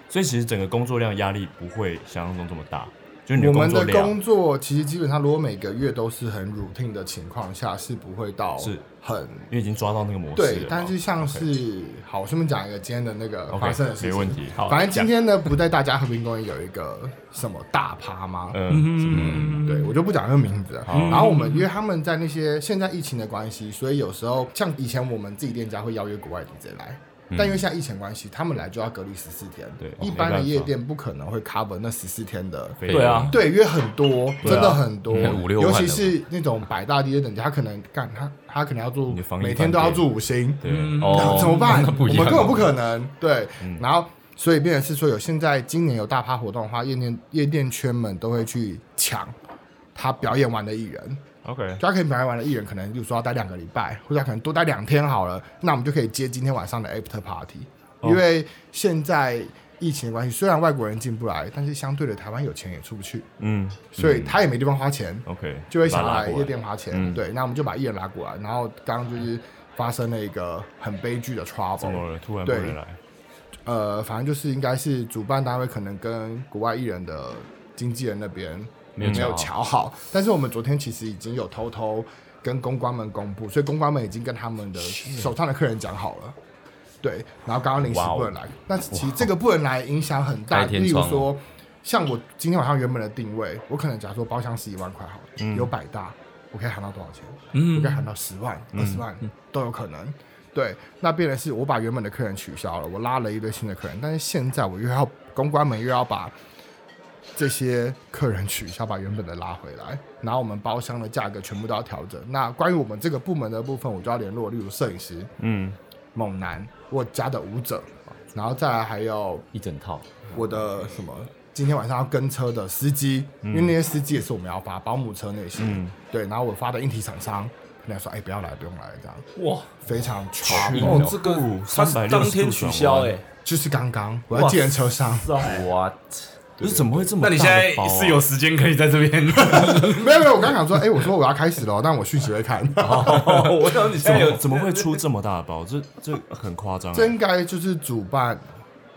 [SPEAKER 5] 所以其实整个工作量压力不会想象中这么大，就是你
[SPEAKER 3] 我
[SPEAKER 5] 工
[SPEAKER 3] 们
[SPEAKER 5] 作
[SPEAKER 3] 的
[SPEAKER 5] 量
[SPEAKER 3] 工作其实基本上，如果每个月都是很 routine 的情况下，是不会到
[SPEAKER 5] 是
[SPEAKER 3] 很
[SPEAKER 5] 因为已经抓到那个模式了
[SPEAKER 3] 对
[SPEAKER 5] 嘛。。
[SPEAKER 3] 但是像是好，我顺便讲一个今天的那个
[SPEAKER 5] OK，
[SPEAKER 3] 发生的事情。
[SPEAKER 5] 没问题。好，
[SPEAKER 3] 反正今
[SPEAKER 5] 讲
[SPEAKER 3] 天呢，不在大家和平公园有一个什么大趴吗？
[SPEAKER 5] 嗯
[SPEAKER 4] 嗯，
[SPEAKER 3] 对，我就不讲那个名字了。然后我们因为他们在那些现在疫情的关系，所以有时候像以前我们自己店家会邀约国外 DJ 来，但因为现在疫情关系，他们来就要隔离十四天。
[SPEAKER 5] 嗯对哦
[SPEAKER 3] 一般的夜店不可能会 cover 那十四天的。
[SPEAKER 5] 非
[SPEAKER 4] 对啊，
[SPEAKER 3] 对，因为很多，真的很多，
[SPEAKER 2] 嗯五六
[SPEAKER 3] 尤
[SPEAKER 2] 万
[SPEAKER 3] 其
[SPEAKER 2] 的吧
[SPEAKER 3] 是那种百大 DJ 等级，他可能干他他可能要住
[SPEAKER 5] 你的防疫
[SPEAKER 3] 每天都要
[SPEAKER 5] 饭店
[SPEAKER 3] 住五星，
[SPEAKER 5] 对
[SPEAKER 4] 嗯
[SPEAKER 2] 哦
[SPEAKER 3] 怎么办？
[SPEAKER 2] 那不一样
[SPEAKER 3] 我们根本不可能。对，
[SPEAKER 5] 嗯
[SPEAKER 3] 然后所以变成是说，有现在今年有大趴活动的话，夜店夜店圈们都会去抢他表演完的艺人，
[SPEAKER 4] 啊嗯
[SPEAKER 5] ，OK，
[SPEAKER 3] 就他可以表演完的艺人，可能比如说要待两个礼拜，或者他可能多待两天好了，那我们就可以接今天晚上的 after party，、
[SPEAKER 5] 哦
[SPEAKER 3] 因为现在。疫情的关系，虽然外国人进不来，但是相对的台湾有钱也出不去，
[SPEAKER 5] 嗯
[SPEAKER 3] 所以他也没地方花钱，
[SPEAKER 5] ，OK，
[SPEAKER 3] 就会想
[SPEAKER 5] 把它
[SPEAKER 3] 要
[SPEAKER 5] 拉
[SPEAKER 3] 来
[SPEAKER 5] 过
[SPEAKER 3] 夜店花钱。
[SPEAKER 5] 嗯
[SPEAKER 3] 对，那我们就把艺人拉过来，然后刚刚就是发生了一个很悲剧的 trouble，
[SPEAKER 5] 怎么了？突然不能来，
[SPEAKER 3] 呃，反正就是应该是主办单位可能跟国外艺人的经纪人那边
[SPEAKER 2] 没有
[SPEAKER 3] 没有
[SPEAKER 2] 瞧
[SPEAKER 3] 瞧好，但是我们昨天其实已经有偷偷跟公关们公布，所以公关们已经跟他们的手上的客人讲好了。对，然后刚刚临时
[SPEAKER 2] 哇哦
[SPEAKER 3] 不能来，那其实这个不能来影响很大，
[SPEAKER 2] 开天
[SPEAKER 3] 例如
[SPEAKER 2] 窗啊
[SPEAKER 3] 说，像我今天晚上原本的定位，我可能假如说包厢是一万块好了，
[SPEAKER 2] 嗯
[SPEAKER 3] 有百大，我可以喊到多少钱？我
[SPEAKER 4] 嗯
[SPEAKER 3] 可以，喊到十万、二十
[SPEAKER 2] 嗯
[SPEAKER 3] 万都有可能。对，那变的是我把原本的客人取消了，我拉了一堆新的客人，但是现在我又要公关们又要把这些客人取消，把原本的拉回来，然后我们包厢的价格全部都要调整。那关于我们这个部门的部分，我就要联络，例如摄影师
[SPEAKER 5] 嗯，
[SPEAKER 3] 猛男，我家的舞者，然后再来还有
[SPEAKER 2] 一整套，
[SPEAKER 3] 我的什么。今天晚上要跟车的司机，因为那些司机也是我们要发保姆车那些，
[SPEAKER 5] 嗯
[SPEAKER 3] 对，然后我发的硬体厂商，人家说哎、不要来，不用来这样，
[SPEAKER 4] 哇，
[SPEAKER 3] 非常差，
[SPEAKER 4] 哦，这个
[SPEAKER 5] 哦
[SPEAKER 4] 他是当天取消哎、
[SPEAKER 3] 就是刚刚我在计程车上，
[SPEAKER 4] 是啊
[SPEAKER 2] 哇，
[SPEAKER 5] 不是怎么会这么
[SPEAKER 4] 那
[SPEAKER 5] 大
[SPEAKER 4] 你
[SPEAKER 5] 的
[SPEAKER 4] 现在
[SPEAKER 5] 包啊？
[SPEAKER 4] 是有时间可以在这边？
[SPEAKER 3] 没有没有，我刚想说，哎、我说我要开始了，但我讯息会看，
[SPEAKER 4] 哦，我想你现
[SPEAKER 5] 怎
[SPEAKER 4] 在有
[SPEAKER 5] 么怎么会出这么大的包？这这很夸张啊，
[SPEAKER 3] 这应该就是主办，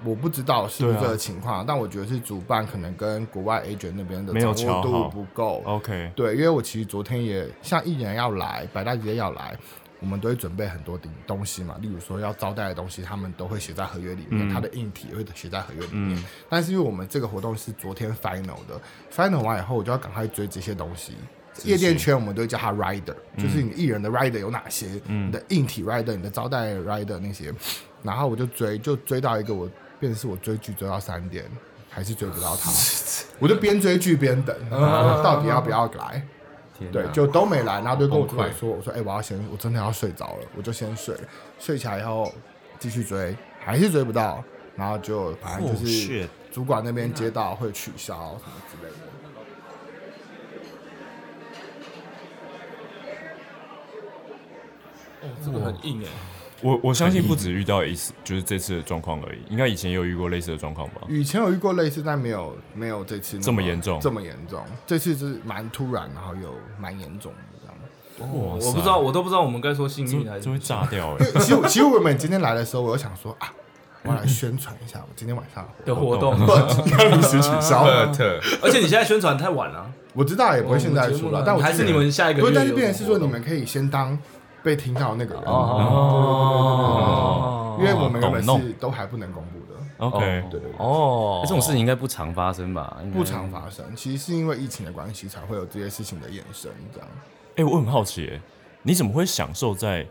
[SPEAKER 3] 我不知道是不是
[SPEAKER 5] 对啊
[SPEAKER 3] 这个情况，但我觉得是主办可能跟国外 agent 那边的
[SPEAKER 5] 没有哦
[SPEAKER 3] 掌握
[SPEAKER 5] 瞧好
[SPEAKER 3] 度不够，
[SPEAKER 5] OK，
[SPEAKER 3] 对，因为我其实昨天也像艺人要来，百大姐要来，我们都会准备很多东东西嘛，例如说要招待的东西，他们都会写在合约里面，他的硬体也会写在合约里面。但是因为我们这个活动是昨天 final 的，final 完以后，我就要赶快追这些东西。夜店圈我们都会叫它 rider，、就是你艺人的 rider 有哪些，你的硬体 rider、你的招待 rider 那些，然后我就追，就追到一个我，便是我追剧追到三点，还是追不到他，我就边追剧边等，到底要不要来？
[SPEAKER 2] 天
[SPEAKER 3] 对
[SPEAKER 2] 哪，
[SPEAKER 3] 就都没来，然后就跟我
[SPEAKER 2] 好
[SPEAKER 3] 主
[SPEAKER 2] 崩溃
[SPEAKER 3] 管说，我说，哎、我要先，我真的要睡着了，我就先睡了，睡起来以后继续追，还是追不到，然后就反正就
[SPEAKER 5] Oh,
[SPEAKER 3] 是
[SPEAKER 5] shit
[SPEAKER 3] 主管那边接到会取消什么之类的。
[SPEAKER 4] 这个很硬哎、
[SPEAKER 5] 我我相信不止遇到一次，就是这次的状况而已，应该以前也有遇过类似的状况吧？
[SPEAKER 4] 嗯
[SPEAKER 3] 以前有遇过类似，但没有没有这次那
[SPEAKER 5] 这么严重
[SPEAKER 3] 这么严重。这次是蛮突然，然后又蛮严重的这样。
[SPEAKER 5] 哇
[SPEAKER 4] 我
[SPEAKER 5] 塞
[SPEAKER 4] 不知道，我都不知道我们该说幸运还
[SPEAKER 5] 这
[SPEAKER 4] 是
[SPEAKER 5] 这会炸掉哎
[SPEAKER 3] 因！为其实我其实我们今天来的时候，我就想说啊，我要来宣传一下我今天晚上
[SPEAKER 4] 的活动。
[SPEAKER 3] 要临时取消，
[SPEAKER 1] 特
[SPEAKER 4] 而且你现在宣传太晚了，啊
[SPEAKER 3] 我知道也不会现在出了，但我
[SPEAKER 4] 还
[SPEAKER 3] 记
[SPEAKER 4] 是
[SPEAKER 3] 得
[SPEAKER 4] 你们下一个
[SPEAKER 3] 不
[SPEAKER 4] 月
[SPEAKER 3] 是，
[SPEAKER 4] 有什么活动。
[SPEAKER 3] 但是变成是说你们可以先当被听到那个人，
[SPEAKER 5] 哦
[SPEAKER 3] 因为我们原本
[SPEAKER 5] 懂
[SPEAKER 3] 是
[SPEAKER 5] 弄
[SPEAKER 3] 都还不能公布的，
[SPEAKER 5] ，OK，
[SPEAKER 3] 对对对，
[SPEAKER 4] 哦
[SPEAKER 2] 这种事情应该不常发生吧？应该
[SPEAKER 3] 不常发生。其实是因为疫情的关系才会有这些事情的衍生，这样。
[SPEAKER 5] 哎，我很好奇哎，你怎么会享受在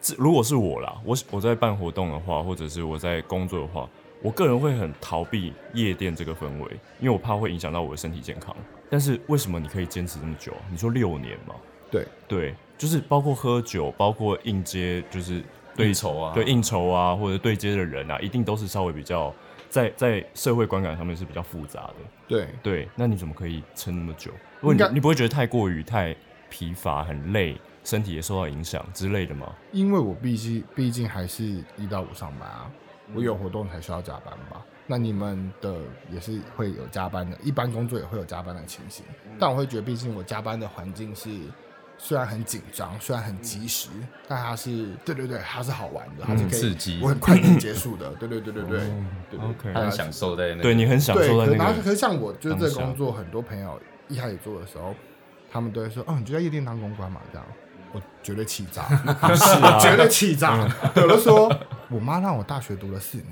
[SPEAKER 5] 这？如果是我啦，我我在办活动的话，或者是我在工作的话，我个人会很逃避夜店这个氛围，因为我怕会影响到我的身体健康。但是为什么你可以坚持这么久啊？你说六年嘛？
[SPEAKER 3] 对，
[SPEAKER 5] 对，就是包括喝酒，包括应接，就是对
[SPEAKER 2] 应酬啊
[SPEAKER 5] 对应酬啊，或者对接的人啊，一定都是稍微比较在在社会观感上面是比较复杂的。
[SPEAKER 3] 对，
[SPEAKER 5] 对，那你怎么可以撑那么久？如果你
[SPEAKER 3] 应该
[SPEAKER 5] 你不会觉得太过于太疲乏、很累，身体也受到影响之类的吗？
[SPEAKER 3] 因为我毕竟毕竟还是一到五上班啊，
[SPEAKER 2] 嗯
[SPEAKER 3] 我有活动才需要加班吧。那你们的也是会有加班的，一般工作也会有加班的情形。
[SPEAKER 2] 嗯
[SPEAKER 3] 但我会觉得，毕竟我加班的环境是虽然很紧张，虽然很及
[SPEAKER 2] 嗯
[SPEAKER 3] 时，但它是对对对，它是好玩的，它是可以
[SPEAKER 2] 刺激哦
[SPEAKER 3] 我很快就结束的。对对对对对对对
[SPEAKER 5] OK
[SPEAKER 2] 他很享受在那个
[SPEAKER 5] 对你很享
[SPEAKER 3] 啊对，
[SPEAKER 5] 受
[SPEAKER 3] 可
[SPEAKER 5] 在
[SPEAKER 3] 是
[SPEAKER 5] 那
[SPEAKER 3] 然后
[SPEAKER 5] 个
[SPEAKER 3] 可是像我就是这个
[SPEAKER 5] 当下
[SPEAKER 3] 工作，很多朋友一开始做的时候，他们都会说：“哦，你就在夜店当公关嘛。”这样，我绝对气
[SPEAKER 4] 啊嗯
[SPEAKER 3] 炸，是绝对气炸。有的说，我妈让我大学读了四年，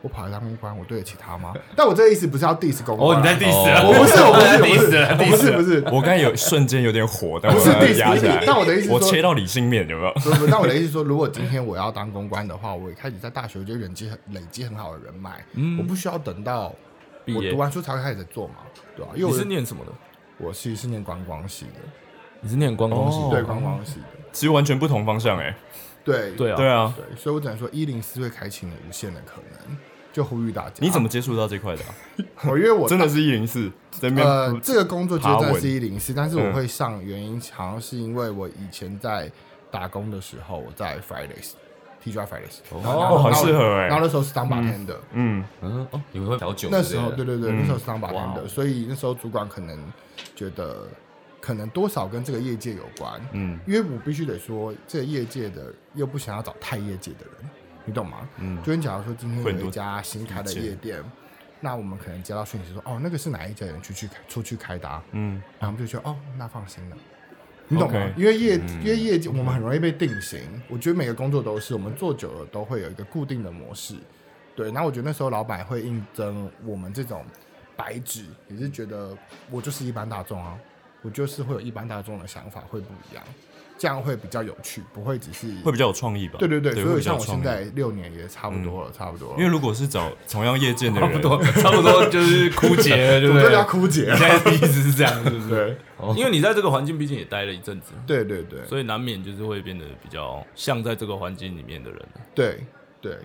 [SPEAKER 3] 我跑来当公关，我对得起他吗？但我这个意思不是要 diss 公关
[SPEAKER 4] 哦，
[SPEAKER 3] 啊，
[SPEAKER 4] 你在 diss 啊？
[SPEAKER 3] 我不是，我不是，
[SPEAKER 4] 在
[SPEAKER 3] 我不
[SPEAKER 4] diss
[SPEAKER 3] 是，
[SPEAKER 4] 啊
[SPEAKER 3] 我不是，不是，
[SPEAKER 5] 我刚才有瞬间有点火，但
[SPEAKER 3] 不
[SPEAKER 5] 我
[SPEAKER 3] 是
[SPEAKER 5] 把它
[SPEAKER 3] diss，
[SPEAKER 5] 压下
[SPEAKER 3] 不是但我的意思是
[SPEAKER 5] 我
[SPEAKER 3] 说
[SPEAKER 5] 切到理性面有没有？
[SPEAKER 3] 不不，但我的意思是说，如果今天我要当公关的话，我一开始在大学就累积很累积很好的人脉，我不需要等到
[SPEAKER 4] 嗯毕
[SPEAKER 3] 我
[SPEAKER 4] 业
[SPEAKER 3] 读完书才会开始做嘛，对吧、因为
[SPEAKER 4] 你
[SPEAKER 3] 我
[SPEAKER 4] 是念什么的？
[SPEAKER 3] 我其实是念观光系的，
[SPEAKER 4] 你是念观光系？
[SPEAKER 5] 哦
[SPEAKER 3] 对观光系的，
[SPEAKER 5] 其实完全不同方向哎、
[SPEAKER 3] 对
[SPEAKER 4] 对啊，
[SPEAKER 5] 对啊，
[SPEAKER 3] 对，所以我只能说一零四会开启你无限的可能，就呼吁大家。
[SPEAKER 5] 你怎么接触到这块的、啊？
[SPEAKER 3] 我因为 我
[SPEAKER 5] 真的是一零四在那边
[SPEAKER 3] 呃，这个工作阶
[SPEAKER 5] 爬
[SPEAKER 3] 段
[SPEAKER 5] 文
[SPEAKER 3] 是一零四，但是我
[SPEAKER 5] 嗯
[SPEAKER 3] 会上原因好像是因为我以前在打工的时候，我在 Fridays。T J Fridays，哦，然后
[SPEAKER 5] 哦好适合欸
[SPEAKER 3] 然后那时候是当把天的，
[SPEAKER 5] 嗯，
[SPEAKER 2] 嗯哦，你们会调酒之类
[SPEAKER 3] 那
[SPEAKER 2] 的？
[SPEAKER 3] 时候对对对，
[SPEAKER 5] 嗯
[SPEAKER 3] 那时候是当把天
[SPEAKER 2] 哇
[SPEAKER 3] 的，
[SPEAKER 2] 哦
[SPEAKER 3] 所以那时候主管可能觉得，可能多少跟这个业界有关，
[SPEAKER 5] 嗯，
[SPEAKER 3] 因为我必须得说，这个业界的又不想要找太业界的人，你懂吗？嗯，就你假如说今
[SPEAKER 5] 会
[SPEAKER 3] 天
[SPEAKER 5] 很
[SPEAKER 3] 有
[SPEAKER 5] 多
[SPEAKER 3] 一家新开的
[SPEAKER 5] 意见
[SPEAKER 3] 夜店，那我们可能接到讯息说，哦，那个是哪一家人出去开出去开的、啊，
[SPEAKER 5] 嗯，
[SPEAKER 3] 然后我们就觉得哦，那放心了。你懂吗
[SPEAKER 5] OK 嗯
[SPEAKER 3] 因为业、因为业界我们很容易被定型，我觉得每个工作都是，我们做久了都会有一个固定的模式。对，然后我觉得那时候老板会应征我们这种白纸，也是觉得我就是一般大众啊，我就是会有一般大众的想法会不一样，这样会比较有趣，不会只是
[SPEAKER 5] 会比较有创意吧？
[SPEAKER 3] 对对对，所
[SPEAKER 5] 会
[SPEAKER 3] 以
[SPEAKER 5] 比较
[SPEAKER 3] 像
[SPEAKER 5] 有
[SPEAKER 3] 我
[SPEAKER 5] 创
[SPEAKER 3] 现
[SPEAKER 5] 意
[SPEAKER 3] 在六年也差不多了，差不多了，
[SPEAKER 5] 因为如果是找同样业界的
[SPEAKER 4] 差
[SPEAKER 5] 人，
[SPEAKER 4] 不多，差不多就是枯竭了，对不
[SPEAKER 3] 我们就
[SPEAKER 4] 对
[SPEAKER 3] 要？枯竭
[SPEAKER 4] 你
[SPEAKER 3] 了，
[SPEAKER 4] 现在的意思是这样， 是不是？
[SPEAKER 3] 对
[SPEAKER 4] 因为你在这个环境毕竟也待了一阵子，
[SPEAKER 3] 对对对
[SPEAKER 4] 所以难免就是会变得比较像在这个环境里面的人。
[SPEAKER 3] 对对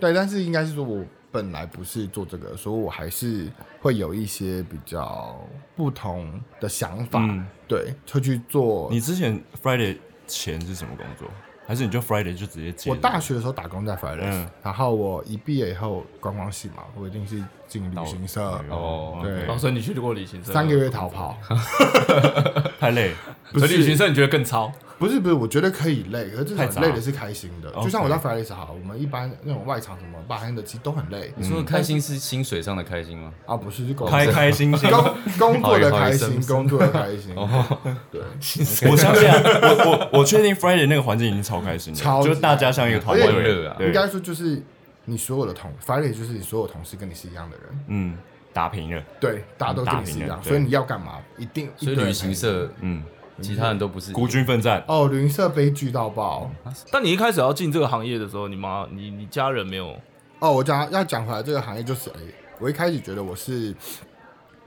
[SPEAKER 3] 对，但是应该是说我本来不是做这个，所以我还是会有一些比较不同的想法，
[SPEAKER 5] 嗯
[SPEAKER 3] 对，会去做。
[SPEAKER 5] 你之前 Friday 前是什么工作？还是你就 Friday 就直接接？
[SPEAKER 3] 我大学的时候打工在 Fridays，、
[SPEAKER 5] 嗯
[SPEAKER 3] 然后我一毕业以后观光系嘛，我一定是进旅行社，
[SPEAKER 5] 哦，
[SPEAKER 3] 对
[SPEAKER 4] 哦，所以你去过旅行社
[SPEAKER 3] 三个，月逃跑，
[SPEAKER 5] 太累，
[SPEAKER 4] 所以旅行社你觉得更超？
[SPEAKER 3] 不是不是，我觉得可以累，可是这
[SPEAKER 5] 太
[SPEAKER 3] 种
[SPEAKER 5] 杂
[SPEAKER 3] 累的是开心的。
[SPEAKER 5] OK
[SPEAKER 3] 就像我在 Fridays 好了，我们一般那种外场什么巴 a 的，其实都很累
[SPEAKER 2] 你说的开心是薪水上的开心吗？
[SPEAKER 3] 啊，不是就工作
[SPEAKER 5] 嗯开开心心。
[SPEAKER 3] 工工作的
[SPEAKER 2] 好哦
[SPEAKER 3] 开
[SPEAKER 2] 意思
[SPEAKER 3] 心，工作的开 心，对，
[SPEAKER 5] 我相信啊，我我我确定 Friday 那个环境已经超开心的，
[SPEAKER 3] 超级
[SPEAKER 5] 就大家像一个团
[SPEAKER 3] 而且
[SPEAKER 5] 队
[SPEAKER 2] 而且
[SPEAKER 5] 对
[SPEAKER 3] 应，该说就是你所有的同，Friday 就是你所有同事跟你是一样的人，
[SPEAKER 5] 嗯，打平了，
[SPEAKER 3] 对，大家都跟你是一
[SPEAKER 5] 打
[SPEAKER 3] 样，
[SPEAKER 5] 平的
[SPEAKER 3] 所以你要干嘛，一定。
[SPEAKER 2] 啊所以
[SPEAKER 3] 一堆人
[SPEAKER 2] 旅行社，
[SPEAKER 5] 嗯，
[SPEAKER 2] 其他人都不是
[SPEAKER 5] 孤军奋战，
[SPEAKER 3] 哦，旅行社悲剧到爆
[SPEAKER 4] 但你一开始要进这个行业的时候，你妈、你、你家人没有
[SPEAKER 3] 哦！我讲要讲回来这个行业就是，哎，我一开始觉得我是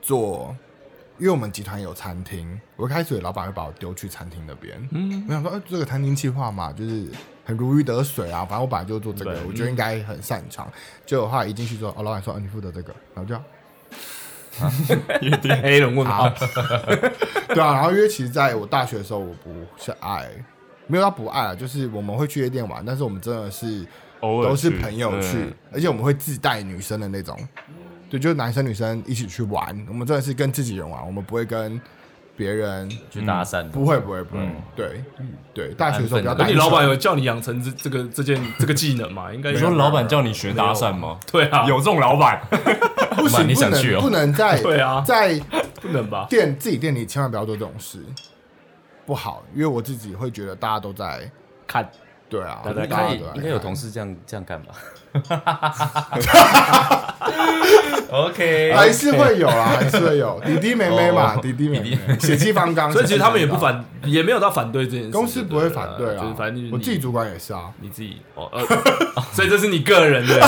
[SPEAKER 3] 做，因为我们集团有餐厅，我一开始老板会把我丢去餐厅那边，嗯，我想说，呃，这个餐厅计划嘛，就是很如鱼得水啊，反正我本来就做这个，我觉得应该很擅长。结果后来一进去之后，哦，老板说，哦，你负责这个，然后就。
[SPEAKER 4] 黑人问 号？
[SPEAKER 3] 对啊，然后因为其实在我大学的时候，我不是爱，没有到不爱啊，就是我们会去夜店玩，但是我们真的是
[SPEAKER 5] 偶尔
[SPEAKER 3] 都是
[SPEAKER 5] 去
[SPEAKER 3] 朋友去，
[SPEAKER 5] 嗯
[SPEAKER 3] 而且我们会自带女生的那种，对，就是男生女生一起去玩，我们真的是跟自己人玩，我们不会跟别人，
[SPEAKER 4] 嗯
[SPEAKER 2] 去搭讪，
[SPEAKER 3] 嗯不会不会不会，对对，大学的时候比较
[SPEAKER 2] 安
[SPEAKER 3] 单
[SPEAKER 4] 那
[SPEAKER 2] 分的
[SPEAKER 4] 你
[SPEAKER 3] 纯
[SPEAKER 4] 老板有叫你养成这这个这件 这个技能吗？应该
[SPEAKER 5] 你
[SPEAKER 4] 有
[SPEAKER 5] 说老板叫你学搭讪吗？
[SPEAKER 4] 对啊，
[SPEAKER 5] 有这种老板，
[SPEAKER 3] 不行，
[SPEAKER 2] 哇你想
[SPEAKER 3] 不能
[SPEAKER 2] 去哦
[SPEAKER 3] 不能在
[SPEAKER 4] 对啊
[SPEAKER 3] 在
[SPEAKER 4] 不能吧？
[SPEAKER 3] 店自己店里千万不要做这种事，不好，因为我自己会觉得大家都在。
[SPEAKER 4] 看，
[SPEAKER 3] 对啊，
[SPEAKER 2] 哦应该
[SPEAKER 3] 大家
[SPEAKER 2] 应
[SPEAKER 3] 都在
[SPEAKER 2] 该应该有
[SPEAKER 3] 看
[SPEAKER 2] 同事这样这样干吧？OK，
[SPEAKER 3] 还是会有 啊，还是会有弟弟妹妹
[SPEAKER 4] 哦
[SPEAKER 3] 嘛，弟弟妹妹血气方刚，
[SPEAKER 4] 所以其实他们也
[SPEAKER 3] 血气
[SPEAKER 4] 不
[SPEAKER 3] 方刚，
[SPEAKER 4] 反，也没有到反对这件事。
[SPEAKER 3] 公司不会反对
[SPEAKER 4] 啊，就是反正
[SPEAKER 3] 我自己
[SPEAKER 4] 主
[SPEAKER 3] 主管也是啊，
[SPEAKER 4] 你自己哦，呃所以这是你个人的，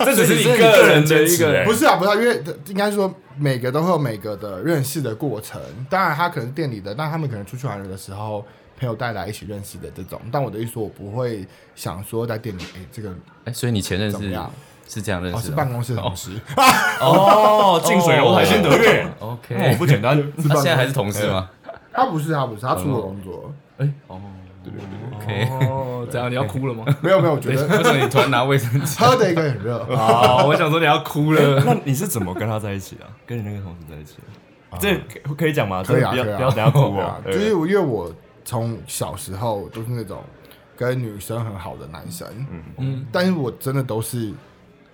[SPEAKER 4] 这只是你个
[SPEAKER 5] 个
[SPEAKER 4] 人
[SPEAKER 5] 人
[SPEAKER 4] 的
[SPEAKER 5] 坚
[SPEAKER 4] 一
[SPEAKER 5] 持
[SPEAKER 4] 个
[SPEAKER 5] 欸
[SPEAKER 3] 不是啊，不是啊，因为应该说每个都会有每个的认识的过程，当然他可能是店里的，但他们可能出去玩的时候。朋友带来一起认识的这种，但我的意思说，我不会想说在店里，哎、这个
[SPEAKER 2] 哎，所以你前任
[SPEAKER 3] 怎么
[SPEAKER 2] 是
[SPEAKER 3] 样
[SPEAKER 2] 是这样认
[SPEAKER 4] 啊
[SPEAKER 3] 哦
[SPEAKER 2] 识
[SPEAKER 3] 是
[SPEAKER 2] 的
[SPEAKER 3] 办公室同事，
[SPEAKER 5] 哦，近水楼台先得月，哦
[SPEAKER 2] ？OK，
[SPEAKER 5] 不简单，
[SPEAKER 2] 他现在还是同事吗
[SPEAKER 3] 他不是他啊不是他出国工作，
[SPEAKER 2] ？OK，
[SPEAKER 4] 哦，怎样？你要哭 了吗？
[SPEAKER 3] 没有没有，我觉得
[SPEAKER 2] 为什么你突然拿卫生纸？
[SPEAKER 3] 喝的一个很热，
[SPEAKER 4] 哦，我想说你要哭了。
[SPEAKER 5] 那你是怎么跟他在一起的啊？跟你那个同事在一起的？这可可以讲吗？
[SPEAKER 3] 可以啊
[SPEAKER 5] 这不
[SPEAKER 3] 可以啊
[SPEAKER 5] 要不要等下哭
[SPEAKER 3] 对
[SPEAKER 5] 哦
[SPEAKER 3] 啊。，就是因为我从小时候都是那种跟女生很好的男生，嗯嗯，但是我真的都是，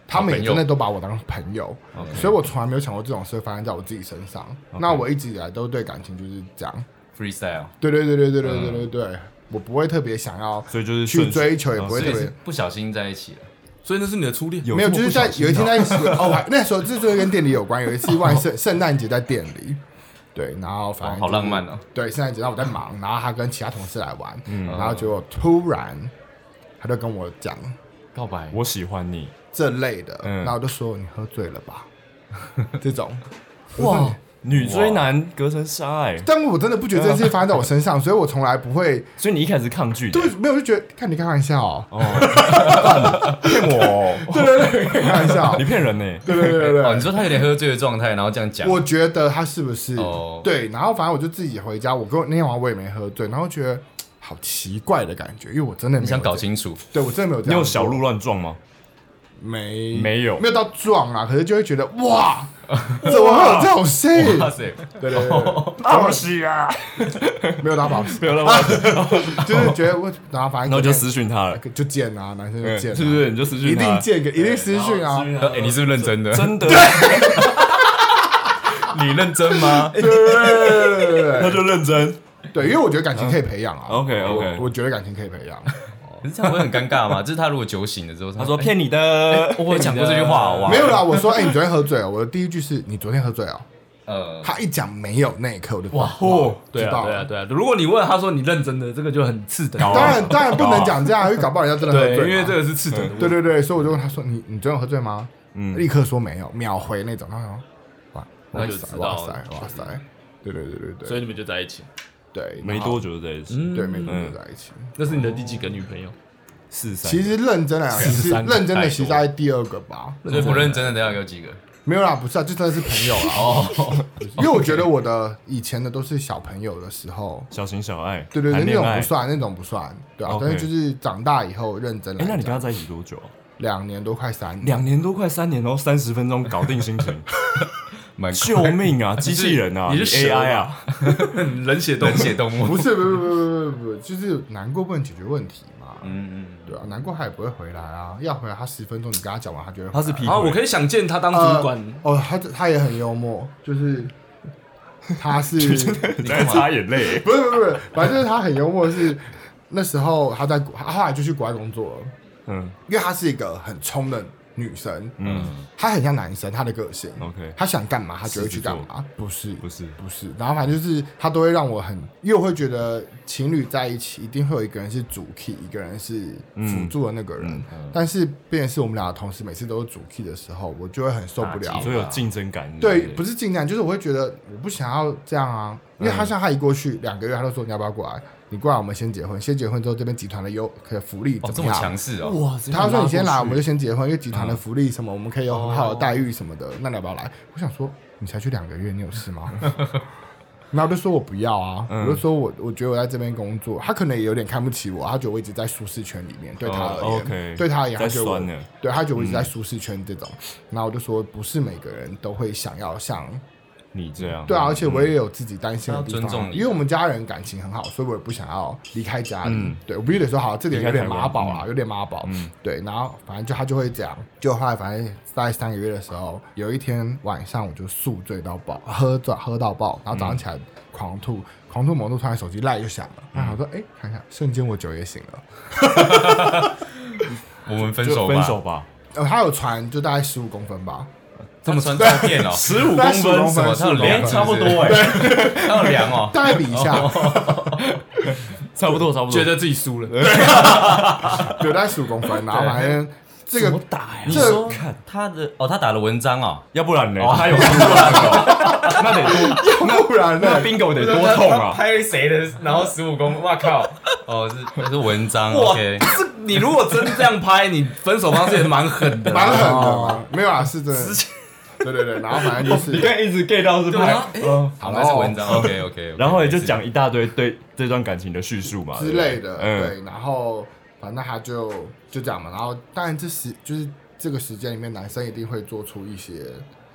[SPEAKER 3] 他们也真的都把我当朋友，所以我从来没有想过这种事发生在我自己身上。那我一直以来都对感情就是这样，
[SPEAKER 2] freestyle，
[SPEAKER 3] 对对对对对对对对对，我不会特别想要
[SPEAKER 5] 所以就是
[SPEAKER 3] 去
[SPEAKER 5] 顺
[SPEAKER 3] 追求，也不会
[SPEAKER 2] 所
[SPEAKER 3] 特
[SPEAKER 2] 以
[SPEAKER 3] 别
[SPEAKER 2] 是不小心在一起了。
[SPEAKER 4] 所以那是你的初恋。
[SPEAKER 3] 没有，就是在有一天在有哦，还那时候这就跟店里有关。有一次万圣圣诞节在店里，对，然后反正、
[SPEAKER 2] 好浪漫哦。
[SPEAKER 3] 对，圣诞节，然后我在忙，然后他跟其他同事来玩，然后结果突然他就跟我讲
[SPEAKER 2] 告白，
[SPEAKER 5] 我喜欢你，
[SPEAKER 3] 这类的，
[SPEAKER 5] 嗯
[SPEAKER 3] 然后我就说你喝醉了吧， 这种。
[SPEAKER 5] 哇，女追男隔层纱哎，
[SPEAKER 3] 但我真的不觉得这件事情发生在我身上，所以我从来不会
[SPEAKER 5] 所以你一开始抗拒的
[SPEAKER 3] 对，没有就觉得看你开玩笑哦，
[SPEAKER 5] 骗我，
[SPEAKER 3] 对啊对对，开玩笑，
[SPEAKER 5] 你
[SPEAKER 3] 对
[SPEAKER 5] 骗人欸呢，
[SPEAKER 3] 对对对对啊
[SPEAKER 2] 哦，你说他有点喝醉的状态，然后这样讲，
[SPEAKER 3] 我觉得他是不是、
[SPEAKER 2] 哦
[SPEAKER 3] 对？然后反正我就自己回家，我跟我那天晚上我也没喝醉，然后觉得嘖好奇怪的感觉，因为我真的没
[SPEAKER 2] 你
[SPEAKER 3] 有
[SPEAKER 2] 想搞
[SPEAKER 3] 这，
[SPEAKER 2] 清楚，
[SPEAKER 3] 对我真的没有这
[SPEAKER 5] 你
[SPEAKER 3] 样
[SPEAKER 5] 有
[SPEAKER 3] 过。
[SPEAKER 5] 小鹿乱撞吗？
[SPEAKER 3] 没
[SPEAKER 5] 没有
[SPEAKER 3] 没有到撞啊，可是就会觉得哇，怎么会有这种事？
[SPEAKER 2] 哇塞，
[SPEAKER 3] 对对对对，
[SPEAKER 5] 不是啊，
[SPEAKER 3] 没有打保时，
[SPEAKER 5] 没有那么，
[SPEAKER 3] 啊就是觉得我，然后反
[SPEAKER 5] 然
[SPEAKER 3] 正
[SPEAKER 5] 后就私讯他了，
[SPEAKER 3] 就见啊，男生就见、啊，
[SPEAKER 5] 嗯是不是？你就私
[SPEAKER 3] 一
[SPEAKER 5] 讯他，
[SPEAKER 3] 定见个，一定私讯啊。
[SPEAKER 2] 哎、你是不是 认真的？
[SPEAKER 5] 真的，
[SPEAKER 2] 你认真吗？
[SPEAKER 3] 对对对对 对
[SPEAKER 5] 他
[SPEAKER 3] 对
[SPEAKER 5] 就认真。
[SPEAKER 3] 对，因为我觉得感情可以培养啊。
[SPEAKER 5] OK，OK
[SPEAKER 3] 我我觉得感情可以培养。
[SPEAKER 2] 可是这样不会很尴尬吗？就是他如果酒醒了之后，
[SPEAKER 5] 他说骗你的，
[SPEAKER 3] 哎
[SPEAKER 2] 我有讲过这句话哇
[SPEAKER 3] 没有啦，我说，哎、你昨天喝醉了。我的第一句是你昨天喝醉哦。
[SPEAKER 2] 呃，
[SPEAKER 3] 他一讲没有那一刻，我就哇，
[SPEAKER 4] 对
[SPEAKER 3] 知
[SPEAKER 4] 啊，
[SPEAKER 3] 道
[SPEAKER 4] 对啊，
[SPEAKER 3] 了。
[SPEAKER 4] 对啊。如果你问他说你认真的，这个就很次等。
[SPEAKER 3] 当然，当然不能讲这样，因为搞不好人家真的喝
[SPEAKER 4] 对，
[SPEAKER 3] 醉嘛。
[SPEAKER 4] 因为这个是次等的问题。
[SPEAKER 3] 对对对，所以我就问他说：“你你昨天有喝醉吗？”
[SPEAKER 5] 嗯
[SPEAKER 3] 立刻说没有，秒回那种。他说：“哇，
[SPEAKER 4] 那
[SPEAKER 3] 哇
[SPEAKER 4] 就
[SPEAKER 3] 塞，
[SPEAKER 4] 知道
[SPEAKER 3] 哇
[SPEAKER 4] 了
[SPEAKER 3] 塞，哇塞！”对对对对对，
[SPEAKER 4] 所以你们就在一起。
[SPEAKER 3] 对
[SPEAKER 5] 没多，久就在一起，
[SPEAKER 3] 然后对没多
[SPEAKER 5] 嗯
[SPEAKER 3] 久在一起。
[SPEAKER 4] 那是你的第几个女朋友？
[SPEAKER 5] 四三。
[SPEAKER 3] 其实认真来讲，
[SPEAKER 4] 十
[SPEAKER 3] 是
[SPEAKER 4] 三
[SPEAKER 3] 认真
[SPEAKER 4] 太
[SPEAKER 3] 的，
[SPEAKER 4] 多
[SPEAKER 3] 其实大概第二个吧。
[SPEAKER 2] 所以不认真的等下有几个？
[SPEAKER 3] 没有啦，不是啊，就真的是朋友啦。哦，因为我觉得我的以前的都是小朋友的时候，
[SPEAKER 5] 小情小爱，
[SPEAKER 3] 对对对，
[SPEAKER 5] 谈
[SPEAKER 3] 那
[SPEAKER 5] 恋
[SPEAKER 3] 种
[SPEAKER 5] 爱
[SPEAKER 3] 不。算，那种不算，对啊。
[SPEAKER 5] OK
[SPEAKER 3] 但是就是长大以后认真来
[SPEAKER 5] 哎，那
[SPEAKER 3] 讲，
[SPEAKER 5] 你跟他在一起多久啊？
[SPEAKER 3] 两年多快三年，
[SPEAKER 5] 两年多，快三年，然后三十分钟搞定心情，
[SPEAKER 2] 蛮
[SPEAKER 5] 救命啊！机器人啊，
[SPEAKER 4] 你是蛇
[SPEAKER 5] AI 啊？
[SPEAKER 4] 冷血动
[SPEAKER 2] 冷
[SPEAKER 4] 物。
[SPEAKER 2] 血动物。
[SPEAKER 3] 不是，不是，不是，不是，不是，就是难过不能解决问题嘛，
[SPEAKER 2] 嗯嗯，
[SPEAKER 3] 对啊，难过他也不会回来啊，要回来他十分钟你跟他讲完，他就会回来。
[SPEAKER 5] 他是劈
[SPEAKER 4] 啊，我
[SPEAKER 5] 腿，
[SPEAKER 4] 可以想见他当主管。
[SPEAKER 3] 呃哦，他他也很幽默，就是 他是
[SPEAKER 5] 你在擦眼泪。
[SPEAKER 3] 不是不是不是，反正就是他很幽默的是，那时候他在国他后来就去国外工作了，
[SPEAKER 5] 嗯
[SPEAKER 3] 因为她是一个很冲的女生，
[SPEAKER 5] 嗯
[SPEAKER 3] 她很像男生，她的个性。
[SPEAKER 5] ，OK，
[SPEAKER 3] 她想干嘛，她就会去干
[SPEAKER 5] 狮子
[SPEAKER 3] 嘛。不是，
[SPEAKER 5] 不是
[SPEAKER 3] 不是。然后反正就是，她都会让我很，因为我会觉得情侣在一起一定会有一个人是主 key，一个人是辅
[SPEAKER 5] 嗯
[SPEAKER 3] 助的那个人。但是，变成是我们俩的同时每次都是主 key 的时候，我就会很受不了。
[SPEAKER 5] 所以有竞争感。
[SPEAKER 3] 对，不
[SPEAKER 5] 是
[SPEAKER 3] 是进展，就是我会觉得我不想要这样啊，因为他像他一过去两个月，他就说你要不要过来，你过来我们先结婚，先结婚之后这边集团的优可福利
[SPEAKER 2] 哦，
[SPEAKER 3] 怎
[SPEAKER 2] 这
[SPEAKER 3] 么
[SPEAKER 2] 么
[SPEAKER 3] 样？
[SPEAKER 2] 强势哦，
[SPEAKER 5] 哇，
[SPEAKER 3] 他说：“你先来，我们就先结婚，因为集团
[SPEAKER 5] 嗯
[SPEAKER 3] 的福利什么，我们可以有很
[SPEAKER 5] 哦
[SPEAKER 3] 好的待遇什么的。那你要不要来？”我想说，你才去两个月，你有事吗？ 然后我就说我不要啊，
[SPEAKER 5] 嗯
[SPEAKER 3] 我就说我我觉得我在这边工作，他可能也有点看不起我，他觉得我一直在舒适圈里面，对他而言，
[SPEAKER 5] 哦，OK
[SPEAKER 3] 对他而言，
[SPEAKER 5] 在
[SPEAKER 3] 他觉得我
[SPEAKER 5] 酸呢，嗯
[SPEAKER 3] 对他觉得我一直在舒适圈这种。然后我就说，不是每个人都会想要像
[SPEAKER 5] 你这样。
[SPEAKER 3] 对啊，而且
[SPEAKER 5] 嗯
[SPEAKER 3] 我也有自己担心的
[SPEAKER 2] 他要
[SPEAKER 3] 地方啊，
[SPEAKER 2] 尊重你
[SPEAKER 3] 因为我们家人感情很好，所以我也不想要离开家里。
[SPEAKER 5] 嗯
[SPEAKER 3] 对我必须得说好，这点有点妈宝
[SPEAKER 5] 离开台
[SPEAKER 3] 啊，有点妈宝。
[SPEAKER 5] 嗯
[SPEAKER 3] 对，然后反正就他就会这样，就后来反正在三个月的时候，有一天晚上我就宿醉到爆，喝醉喝到爆，然后早上起来狂吐，狂吐猛吐，突然手机赖就响了，
[SPEAKER 5] 嗯
[SPEAKER 3] 然后我说哎、看一下，瞬间我酒也醒了。
[SPEAKER 2] 我们分
[SPEAKER 5] 就
[SPEAKER 2] 手吧，
[SPEAKER 5] 分手吧，
[SPEAKER 3] 呃，他有传就大概十五公分吧，
[SPEAKER 2] 这么穿照片哦，
[SPEAKER 5] 十五
[SPEAKER 3] 大概15
[SPEAKER 5] 公
[SPEAKER 2] 什
[SPEAKER 5] 分，
[SPEAKER 2] 么他有
[SPEAKER 5] 哎
[SPEAKER 2] 量，
[SPEAKER 5] 差不多哎，
[SPEAKER 2] 哎， 他有 量哦，
[SPEAKER 3] 大概比 一下，
[SPEAKER 5] 差不多差不多。
[SPEAKER 4] 觉得自己输了，
[SPEAKER 3] 有大概十五公分，然后反正这
[SPEAKER 5] 怎
[SPEAKER 3] 个
[SPEAKER 5] 么打呀？
[SPEAKER 2] 你
[SPEAKER 3] 这
[SPEAKER 2] 说他的哦，他打了文章哦，
[SPEAKER 5] 要不然呢？他有多烂哦，那得多，
[SPEAKER 3] 不然欸呢
[SPEAKER 5] 那 bingo 得多痛
[SPEAKER 2] 他
[SPEAKER 5] 啊！
[SPEAKER 2] 拍谁的？然后十五公分，哇靠！哦，是是文章
[SPEAKER 4] 哇
[SPEAKER 2] ，OK，
[SPEAKER 4] 这你如果真这样拍，你分手方式也蛮狠的啦，
[SPEAKER 3] 蛮狠的嘛，没有啊，是真的。对对对，然后反正就是
[SPEAKER 5] 你看一直 get 到是
[SPEAKER 2] 对啊
[SPEAKER 5] 拍，嗯
[SPEAKER 2] 好，那是文章 ，OK OK，
[SPEAKER 5] 然后也就讲一大堆对这段感情的叙述嘛
[SPEAKER 3] 哦之类的，
[SPEAKER 5] 嗯
[SPEAKER 3] 对，然后反正他就就这样嘛，然后当然这时就是这个时间里面，男生一定会做出一些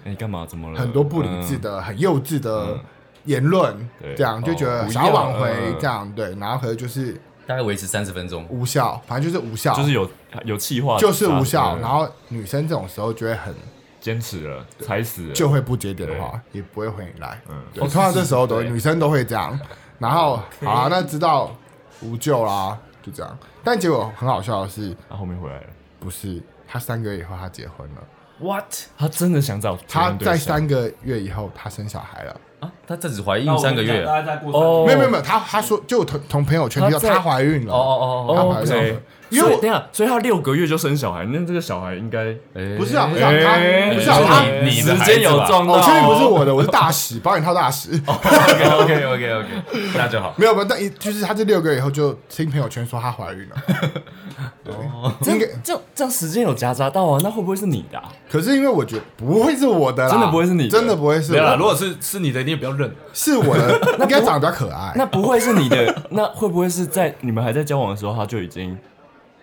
[SPEAKER 5] 哎你干嘛？怎么了？
[SPEAKER 3] 很多不理智
[SPEAKER 5] 嗯，
[SPEAKER 3] 的、很幼稚的
[SPEAKER 5] 嗯
[SPEAKER 3] 言论，
[SPEAKER 5] 对
[SPEAKER 3] 这样就觉
[SPEAKER 5] 哦
[SPEAKER 3] 得
[SPEAKER 5] 不
[SPEAKER 3] 想要
[SPEAKER 5] 要
[SPEAKER 3] 挽回
[SPEAKER 5] 嗯
[SPEAKER 3] 这样，对，然后可能就是
[SPEAKER 2] 大概维持三十分钟，
[SPEAKER 3] 无效，反正就是无效，
[SPEAKER 5] 嗯就是有有气话，
[SPEAKER 3] 就是无效，
[SPEAKER 5] 嗯
[SPEAKER 3] 然后女生这种时候就会很
[SPEAKER 5] 坚持了，踩死了，
[SPEAKER 3] 就会不接电话，也不会回你来。嗯
[SPEAKER 5] 嗯，
[SPEAKER 3] 我通常这时候都会
[SPEAKER 2] 对
[SPEAKER 3] 女生都会这样，然后好啊，那知道无救啦，就这样。但结果很好笑的是，
[SPEAKER 5] 他后面回来了，
[SPEAKER 3] 不是他三个月以后他结婚了，
[SPEAKER 5] What？他真的想找结
[SPEAKER 3] 他
[SPEAKER 5] 婚对
[SPEAKER 3] 在
[SPEAKER 5] 象
[SPEAKER 3] 三个月以后他生小孩了，
[SPEAKER 2] 啊，她这只怀孕三个月
[SPEAKER 4] 大
[SPEAKER 2] 啊，
[SPEAKER 4] 家再过
[SPEAKER 5] 哦
[SPEAKER 4] 哦，
[SPEAKER 3] 没有没有没有，他他说就我同同朋友圈听到
[SPEAKER 5] 他在
[SPEAKER 3] 她怀孕了，
[SPEAKER 2] 哦哦哦
[SPEAKER 3] 他
[SPEAKER 2] 哦，
[SPEAKER 3] 怀孕了
[SPEAKER 5] OK，，
[SPEAKER 3] 因
[SPEAKER 5] 所
[SPEAKER 3] 为
[SPEAKER 5] 以
[SPEAKER 3] 我
[SPEAKER 5] 等一下，所以他六个月就生小孩，那这个小孩应该
[SPEAKER 2] 哎
[SPEAKER 3] 不是啊不是啊他
[SPEAKER 5] 哎
[SPEAKER 3] 不是啊
[SPEAKER 2] 是
[SPEAKER 3] 他。
[SPEAKER 2] 你你的
[SPEAKER 5] 时
[SPEAKER 2] 孩
[SPEAKER 5] 间
[SPEAKER 2] 子
[SPEAKER 5] 有
[SPEAKER 2] 吧
[SPEAKER 5] 撞到，
[SPEAKER 3] 哦，确定不是我的，我是大使，保险套大使。
[SPEAKER 2] OK OK OK OK，那就好。
[SPEAKER 3] 没有吧？但一就是她这六个月以后就听朋友圈说她怀孕了。对，应该
[SPEAKER 5] 这样这样时间有夹杂到啊，那会不会是你的、啊？
[SPEAKER 3] 可是因为我觉得不会是我的啦，
[SPEAKER 5] 真的不会是你的
[SPEAKER 3] 真的不会是
[SPEAKER 4] 没有啦，如
[SPEAKER 3] 我，
[SPEAKER 4] 果是是你的，你也不要认。
[SPEAKER 3] 是我的，应该长得比较可爱。
[SPEAKER 5] 那不会是你的， 那会不会是在你们还在交往的时候他就已经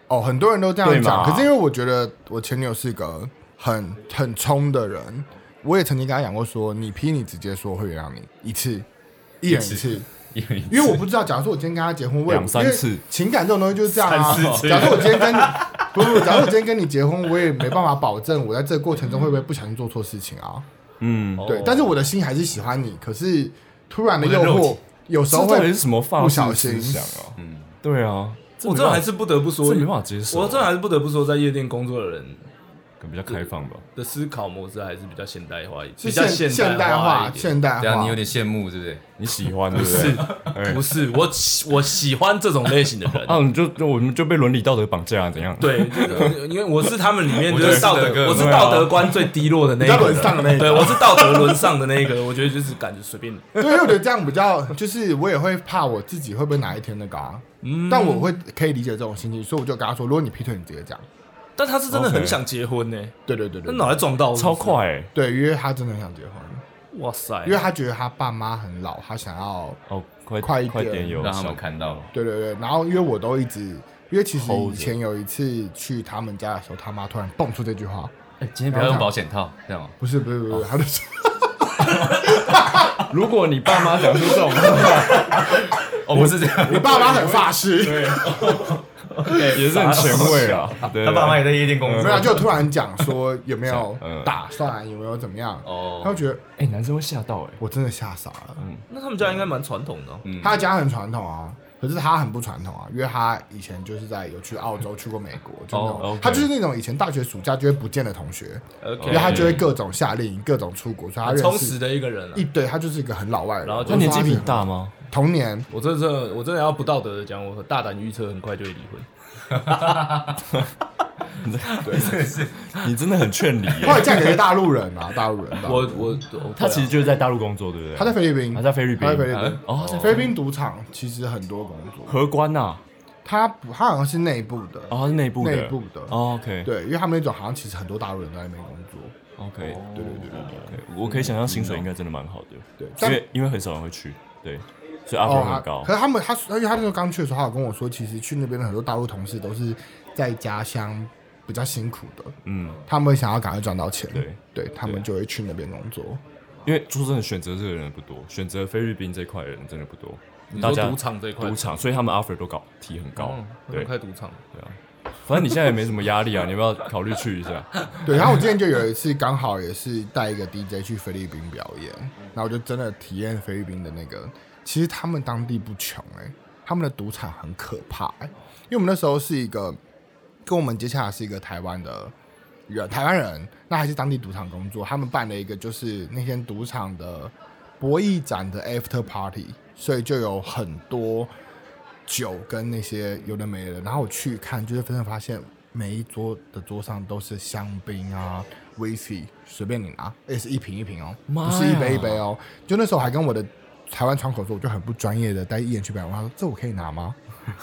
[SPEAKER 3] 哦，很多人都这
[SPEAKER 5] 对
[SPEAKER 3] 样
[SPEAKER 5] 嘛
[SPEAKER 3] 讲，可是因为我觉得我前女友是个很很冲的人，我也曾经跟她讲过说，你劈你直接说会原谅你一次，一人一次。
[SPEAKER 2] 因为
[SPEAKER 3] 因为我不知道，假如说我今天跟他结婚，我也
[SPEAKER 5] 两三
[SPEAKER 3] 因为
[SPEAKER 5] 次
[SPEAKER 3] 情感这种东西就是这样啊
[SPEAKER 1] 三四。次
[SPEAKER 3] 假如说我今天跟你不不，假如我今天跟你结婚，我也没办法保证我在这个过程中会不会不小心做错事情啊。
[SPEAKER 5] 嗯？
[SPEAKER 3] 对，但是我的心还是喜欢你，可是突然的诱
[SPEAKER 4] 哦我的肉
[SPEAKER 3] 惑
[SPEAKER 4] 体，
[SPEAKER 3] 有时
[SPEAKER 5] 这
[SPEAKER 3] 候
[SPEAKER 5] 到底
[SPEAKER 3] 会
[SPEAKER 5] 是什么发
[SPEAKER 3] 不小
[SPEAKER 5] 式
[SPEAKER 3] 心
[SPEAKER 5] 思想啊？嗯，对啊，
[SPEAKER 4] 我真的还是不得不说，
[SPEAKER 5] 这没办法接受啊
[SPEAKER 4] 我真的还是不得不说，在夜店工作的人
[SPEAKER 5] 可能比较开放吧。
[SPEAKER 4] 的思考模式还是比较现代化一，
[SPEAKER 3] 是
[SPEAKER 4] 比较
[SPEAKER 3] 现
[SPEAKER 4] 现
[SPEAKER 3] 代
[SPEAKER 4] 化
[SPEAKER 3] 化
[SPEAKER 4] 一，点。
[SPEAKER 3] 现代
[SPEAKER 2] 等一下
[SPEAKER 3] 化
[SPEAKER 2] 啊你有。点羡慕是不是？
[SPEAKER 5] 你喜 欢对不
[SPEAKER 4] 是
[SPEAKER 5] 对？哎
[SPEAKER 4] 不是我喜我喜欢这种类型的 人。
[SPEAKER 5] 啊，你就就我们就被伦理道德绑架啊？怎样？，
[SPEAKER 4] 对，就是因为我是他们里面
[SPEAKER 2] 我
[SPEAKER 4] 就
[SPEAKER 2] 就是
[SPEAKER 4] 是道
[SPEAKER 2] 这
[SPEAKER 4] 德，
[SPEAKER 2] 个
[SPEAKER 4] 我是
[SPEAKER 5] 对啊
[SPEAKER 4] 道德观最低落的那一
[SPEAKER 3] 比较
[SPEAKER 4] 个，
[SPEAKER 3] 沦丧的那一个
[SPEAKER 4] 对，我是道德沦丧的那一个。我觉得就是感觉随便你，
[SPEAKER 3] 对，因为我觉得这样比较，就是我也会怕我自己会不会哪一天那个啊。
[SPEAKER 5] 嗯
[SPEAKER 3] 但我会可以理解这种心情，所以我就跟他说，如果你劈腿，你直接讲。
[SPEAKER 4] 但他是真的
[SPEAKER 5] OK
[SPEAKER 4] 很想结婚呢，
[SPEAKER 3] 对对对
[SPEAKER 4] 他
[SPEAKER 3] 对对，
[SPEAKER 4] 脑袋撞到，
[SPEAKER 5] 超，快、欸，
[SPEAKER 3] 对，因为他真的很想结婚。
[SPEAKER 5] 哎
[SPEAKER 4] 哇塞
[SPEAKER 3] 因！为他觉得他爸妈很老，他想要
[SPEAKER 5] 哦，快
[SPEAKER 3] 快一点
[SPEAKER 5] 快点有
[SPEAKER 2] 让他们看到，
[SPEAKER 3] 对对对，然后因为我都一直，因为其实
[SPEAKER 5] Hold 着
[SPEAKER 3] 以前有一次去他们家的时候，他妈突然蹦出这句话，
[SPEAKER 2] 哎，今天不要用保险套，这样吗？
[SPEAKER 3] 不是不是不
[SPEAKER 5] 哦
[SPEAKER 3] 是，他 就说，
[SPEAKER 5] 如果你爸妈讲出这种 话，
[SPEAKER 2] 哦，不是这样，
[SPEAKER 3] 你爸妈很法式，
[SPEAKER 5] 也是很前卫啊。对，
[SPEAKER 2] 他爸妈也在夜店 工
[SPEAKER 3] 没
[SPEAKER 2] 作。
[SPEAKER 3] 有啊就突然讲说有没有
[SPEAKER 5] 嗯
[SPEAKER 3] 打算，有没有怎么样，
[SPEAKER 2] 哦
[SPEAKER 3] 他就觉得
[SPEAKER 5] 哎、男生会吓到哎、
[SPEAKER 3] 我真的吓傻了。
[SPEAKER 4] 那他们家应该蛮传统的哦，
[SPEAKER 5] 嗯
[SPEAKER 3] 他的家很传统啊，可是他很不传统啊，因为他以前就是在有去澳洲、去过美国，就那
[SPEAKER 5] 哦
[SPEAKER 3] 种
[SPEAKER 5] ，OK
[SPEAKER 3] 他就是那种以前大学暑假就会不见的同学，
[SPEAKER 4] OK
[SPEAKER 3] 因为他就会各种夏令营、各种出国，所以他
[SPEAKER 4] 很啊充
[SPEAKER 3] 认
[SPEAKER 4] 实
[SPEAKER 3] 识
[SPEAKER 4] 的一个人啊
[SPEAKER 3] 一。堆，他就是一个很老外的人。
[SPEAKER 4] 然后就
[SPEAKER 5] 他
[SPEAKER 3] 我
[SPEAKER 5] 年
[SPEAKER 3] 说
[SPEAKER 5] 纪比
[SPEAKER 3] 是
[SPEAKER 5] 你大吗？
[SPEAKER 3] 同年，
[SPEAKER 4] 我真的真的我真的要不道德的讲，我大胆预测很快就会离婚。
[SPEAKER 5] 你真的很劝离、
[SPEAKER 3] 后来
[SPEAKER 5] 欸。
[SPEAKER 3] 嫁给一个大陆人啊，大陆人。大陆
[SPEAKER 4] 我
[SPEAKER 3] 人
[SPEAKER 4] 我啊 我
[SPEAKER 5] 他其实就是在大陆工作，对不对？
[SPEAKER 3] 他在菲律宾，
[SPEAKER 5] 他在菲律宾
[SPEAKER 3] 他在菲律宾。
[SPEAKER 5] 哦，他在
[SPEAKER 3] 菲律宾赌场其实很多工作，
[SPEAKER 5] 荷官呐、啊，
[SPEAKER 3] 他不他好像是内部的，
[SPEAKER 5] 哦，他是内部的，
[SPEAKER 3] 内部的
[SPEAKER 5] 哦，OK，
[SPEAKER 3] 对，因为他们那种好像其实很多大陆人都在那边工作，
[SPEAKER 5] ，OK，
[SPEAKER 3] 哦对对对对对
[SPEAKER 5] 对，我可以想象薪水应该真的蛮好的，
[SPEAKER 3] 对，
[SPEAKER 5] 因
[SPEAKER 3] 但
[SPEAKER 5] 为因为很少人会去，对，所以 u
[SPEAKER 3] 哦
[SPEAKER 5] p 很
[SPEAKER 3] 他
[SPEAKER 5] 高
[SPEAKER 3] 可，是他们他而且他那时候刚去的时候，他有跟我说，其实去那边的很多大陆同事都是在家乡比较辛苦的，
[SPEAKER 5] 嗯，
[SPEAKER 3] 他们想要赶快赚到钱，
[SPEAKER 5] 对，
[SPEAKER 3] 对他们就会去那边工作。
[SPEAKER 5] 因为说真的，选择这个人不多，选择菲律宾这块的人真的不多，
[SPEAKER 4] 你
[SPEAKER 5] 大
[SPEAKER 4] 说
[SPEAKER 5] 家
[SPEAKER 4] 赌场这一块，
[SPEAKER 5] 赌场，所以他们 offer 都高，提很高
[SPEAKER 4] 嗯，
[SPEAKER 5] 对，
[SPEAKER 4] 开赌场，
[SPEAKER 5] 反正你现在也没什么压力啊，你要不要考虑去一下？
[SPEAKER 3] 对，然后我之前就有一次刚好也是带一个 DJ 去菲律宾表演，然后我就真的体验菲律宾的那个，其实他们当地不穷哎、他们的赌场很可怕哎、因为我们那时候是一个跟我们接洽的是一个台湾的人，台湾人，那还是当地赌场工作，他们办了一个就是那天赌场的博弈展的 after party，所以就有很多酒跟那些有的没的，然后我去看，就是真的发现每一桌的桌上都是香槟啊、威士忌，随便你拿，也是一瓶一瓶哦，
[SPEAKER 5] 妈呀
[SPEAKER 3] 不是一杯一杯哦。就那时候还跟我的台湾窗口说，我就很不专业的带一眼去表演，我说这我可以拿吗？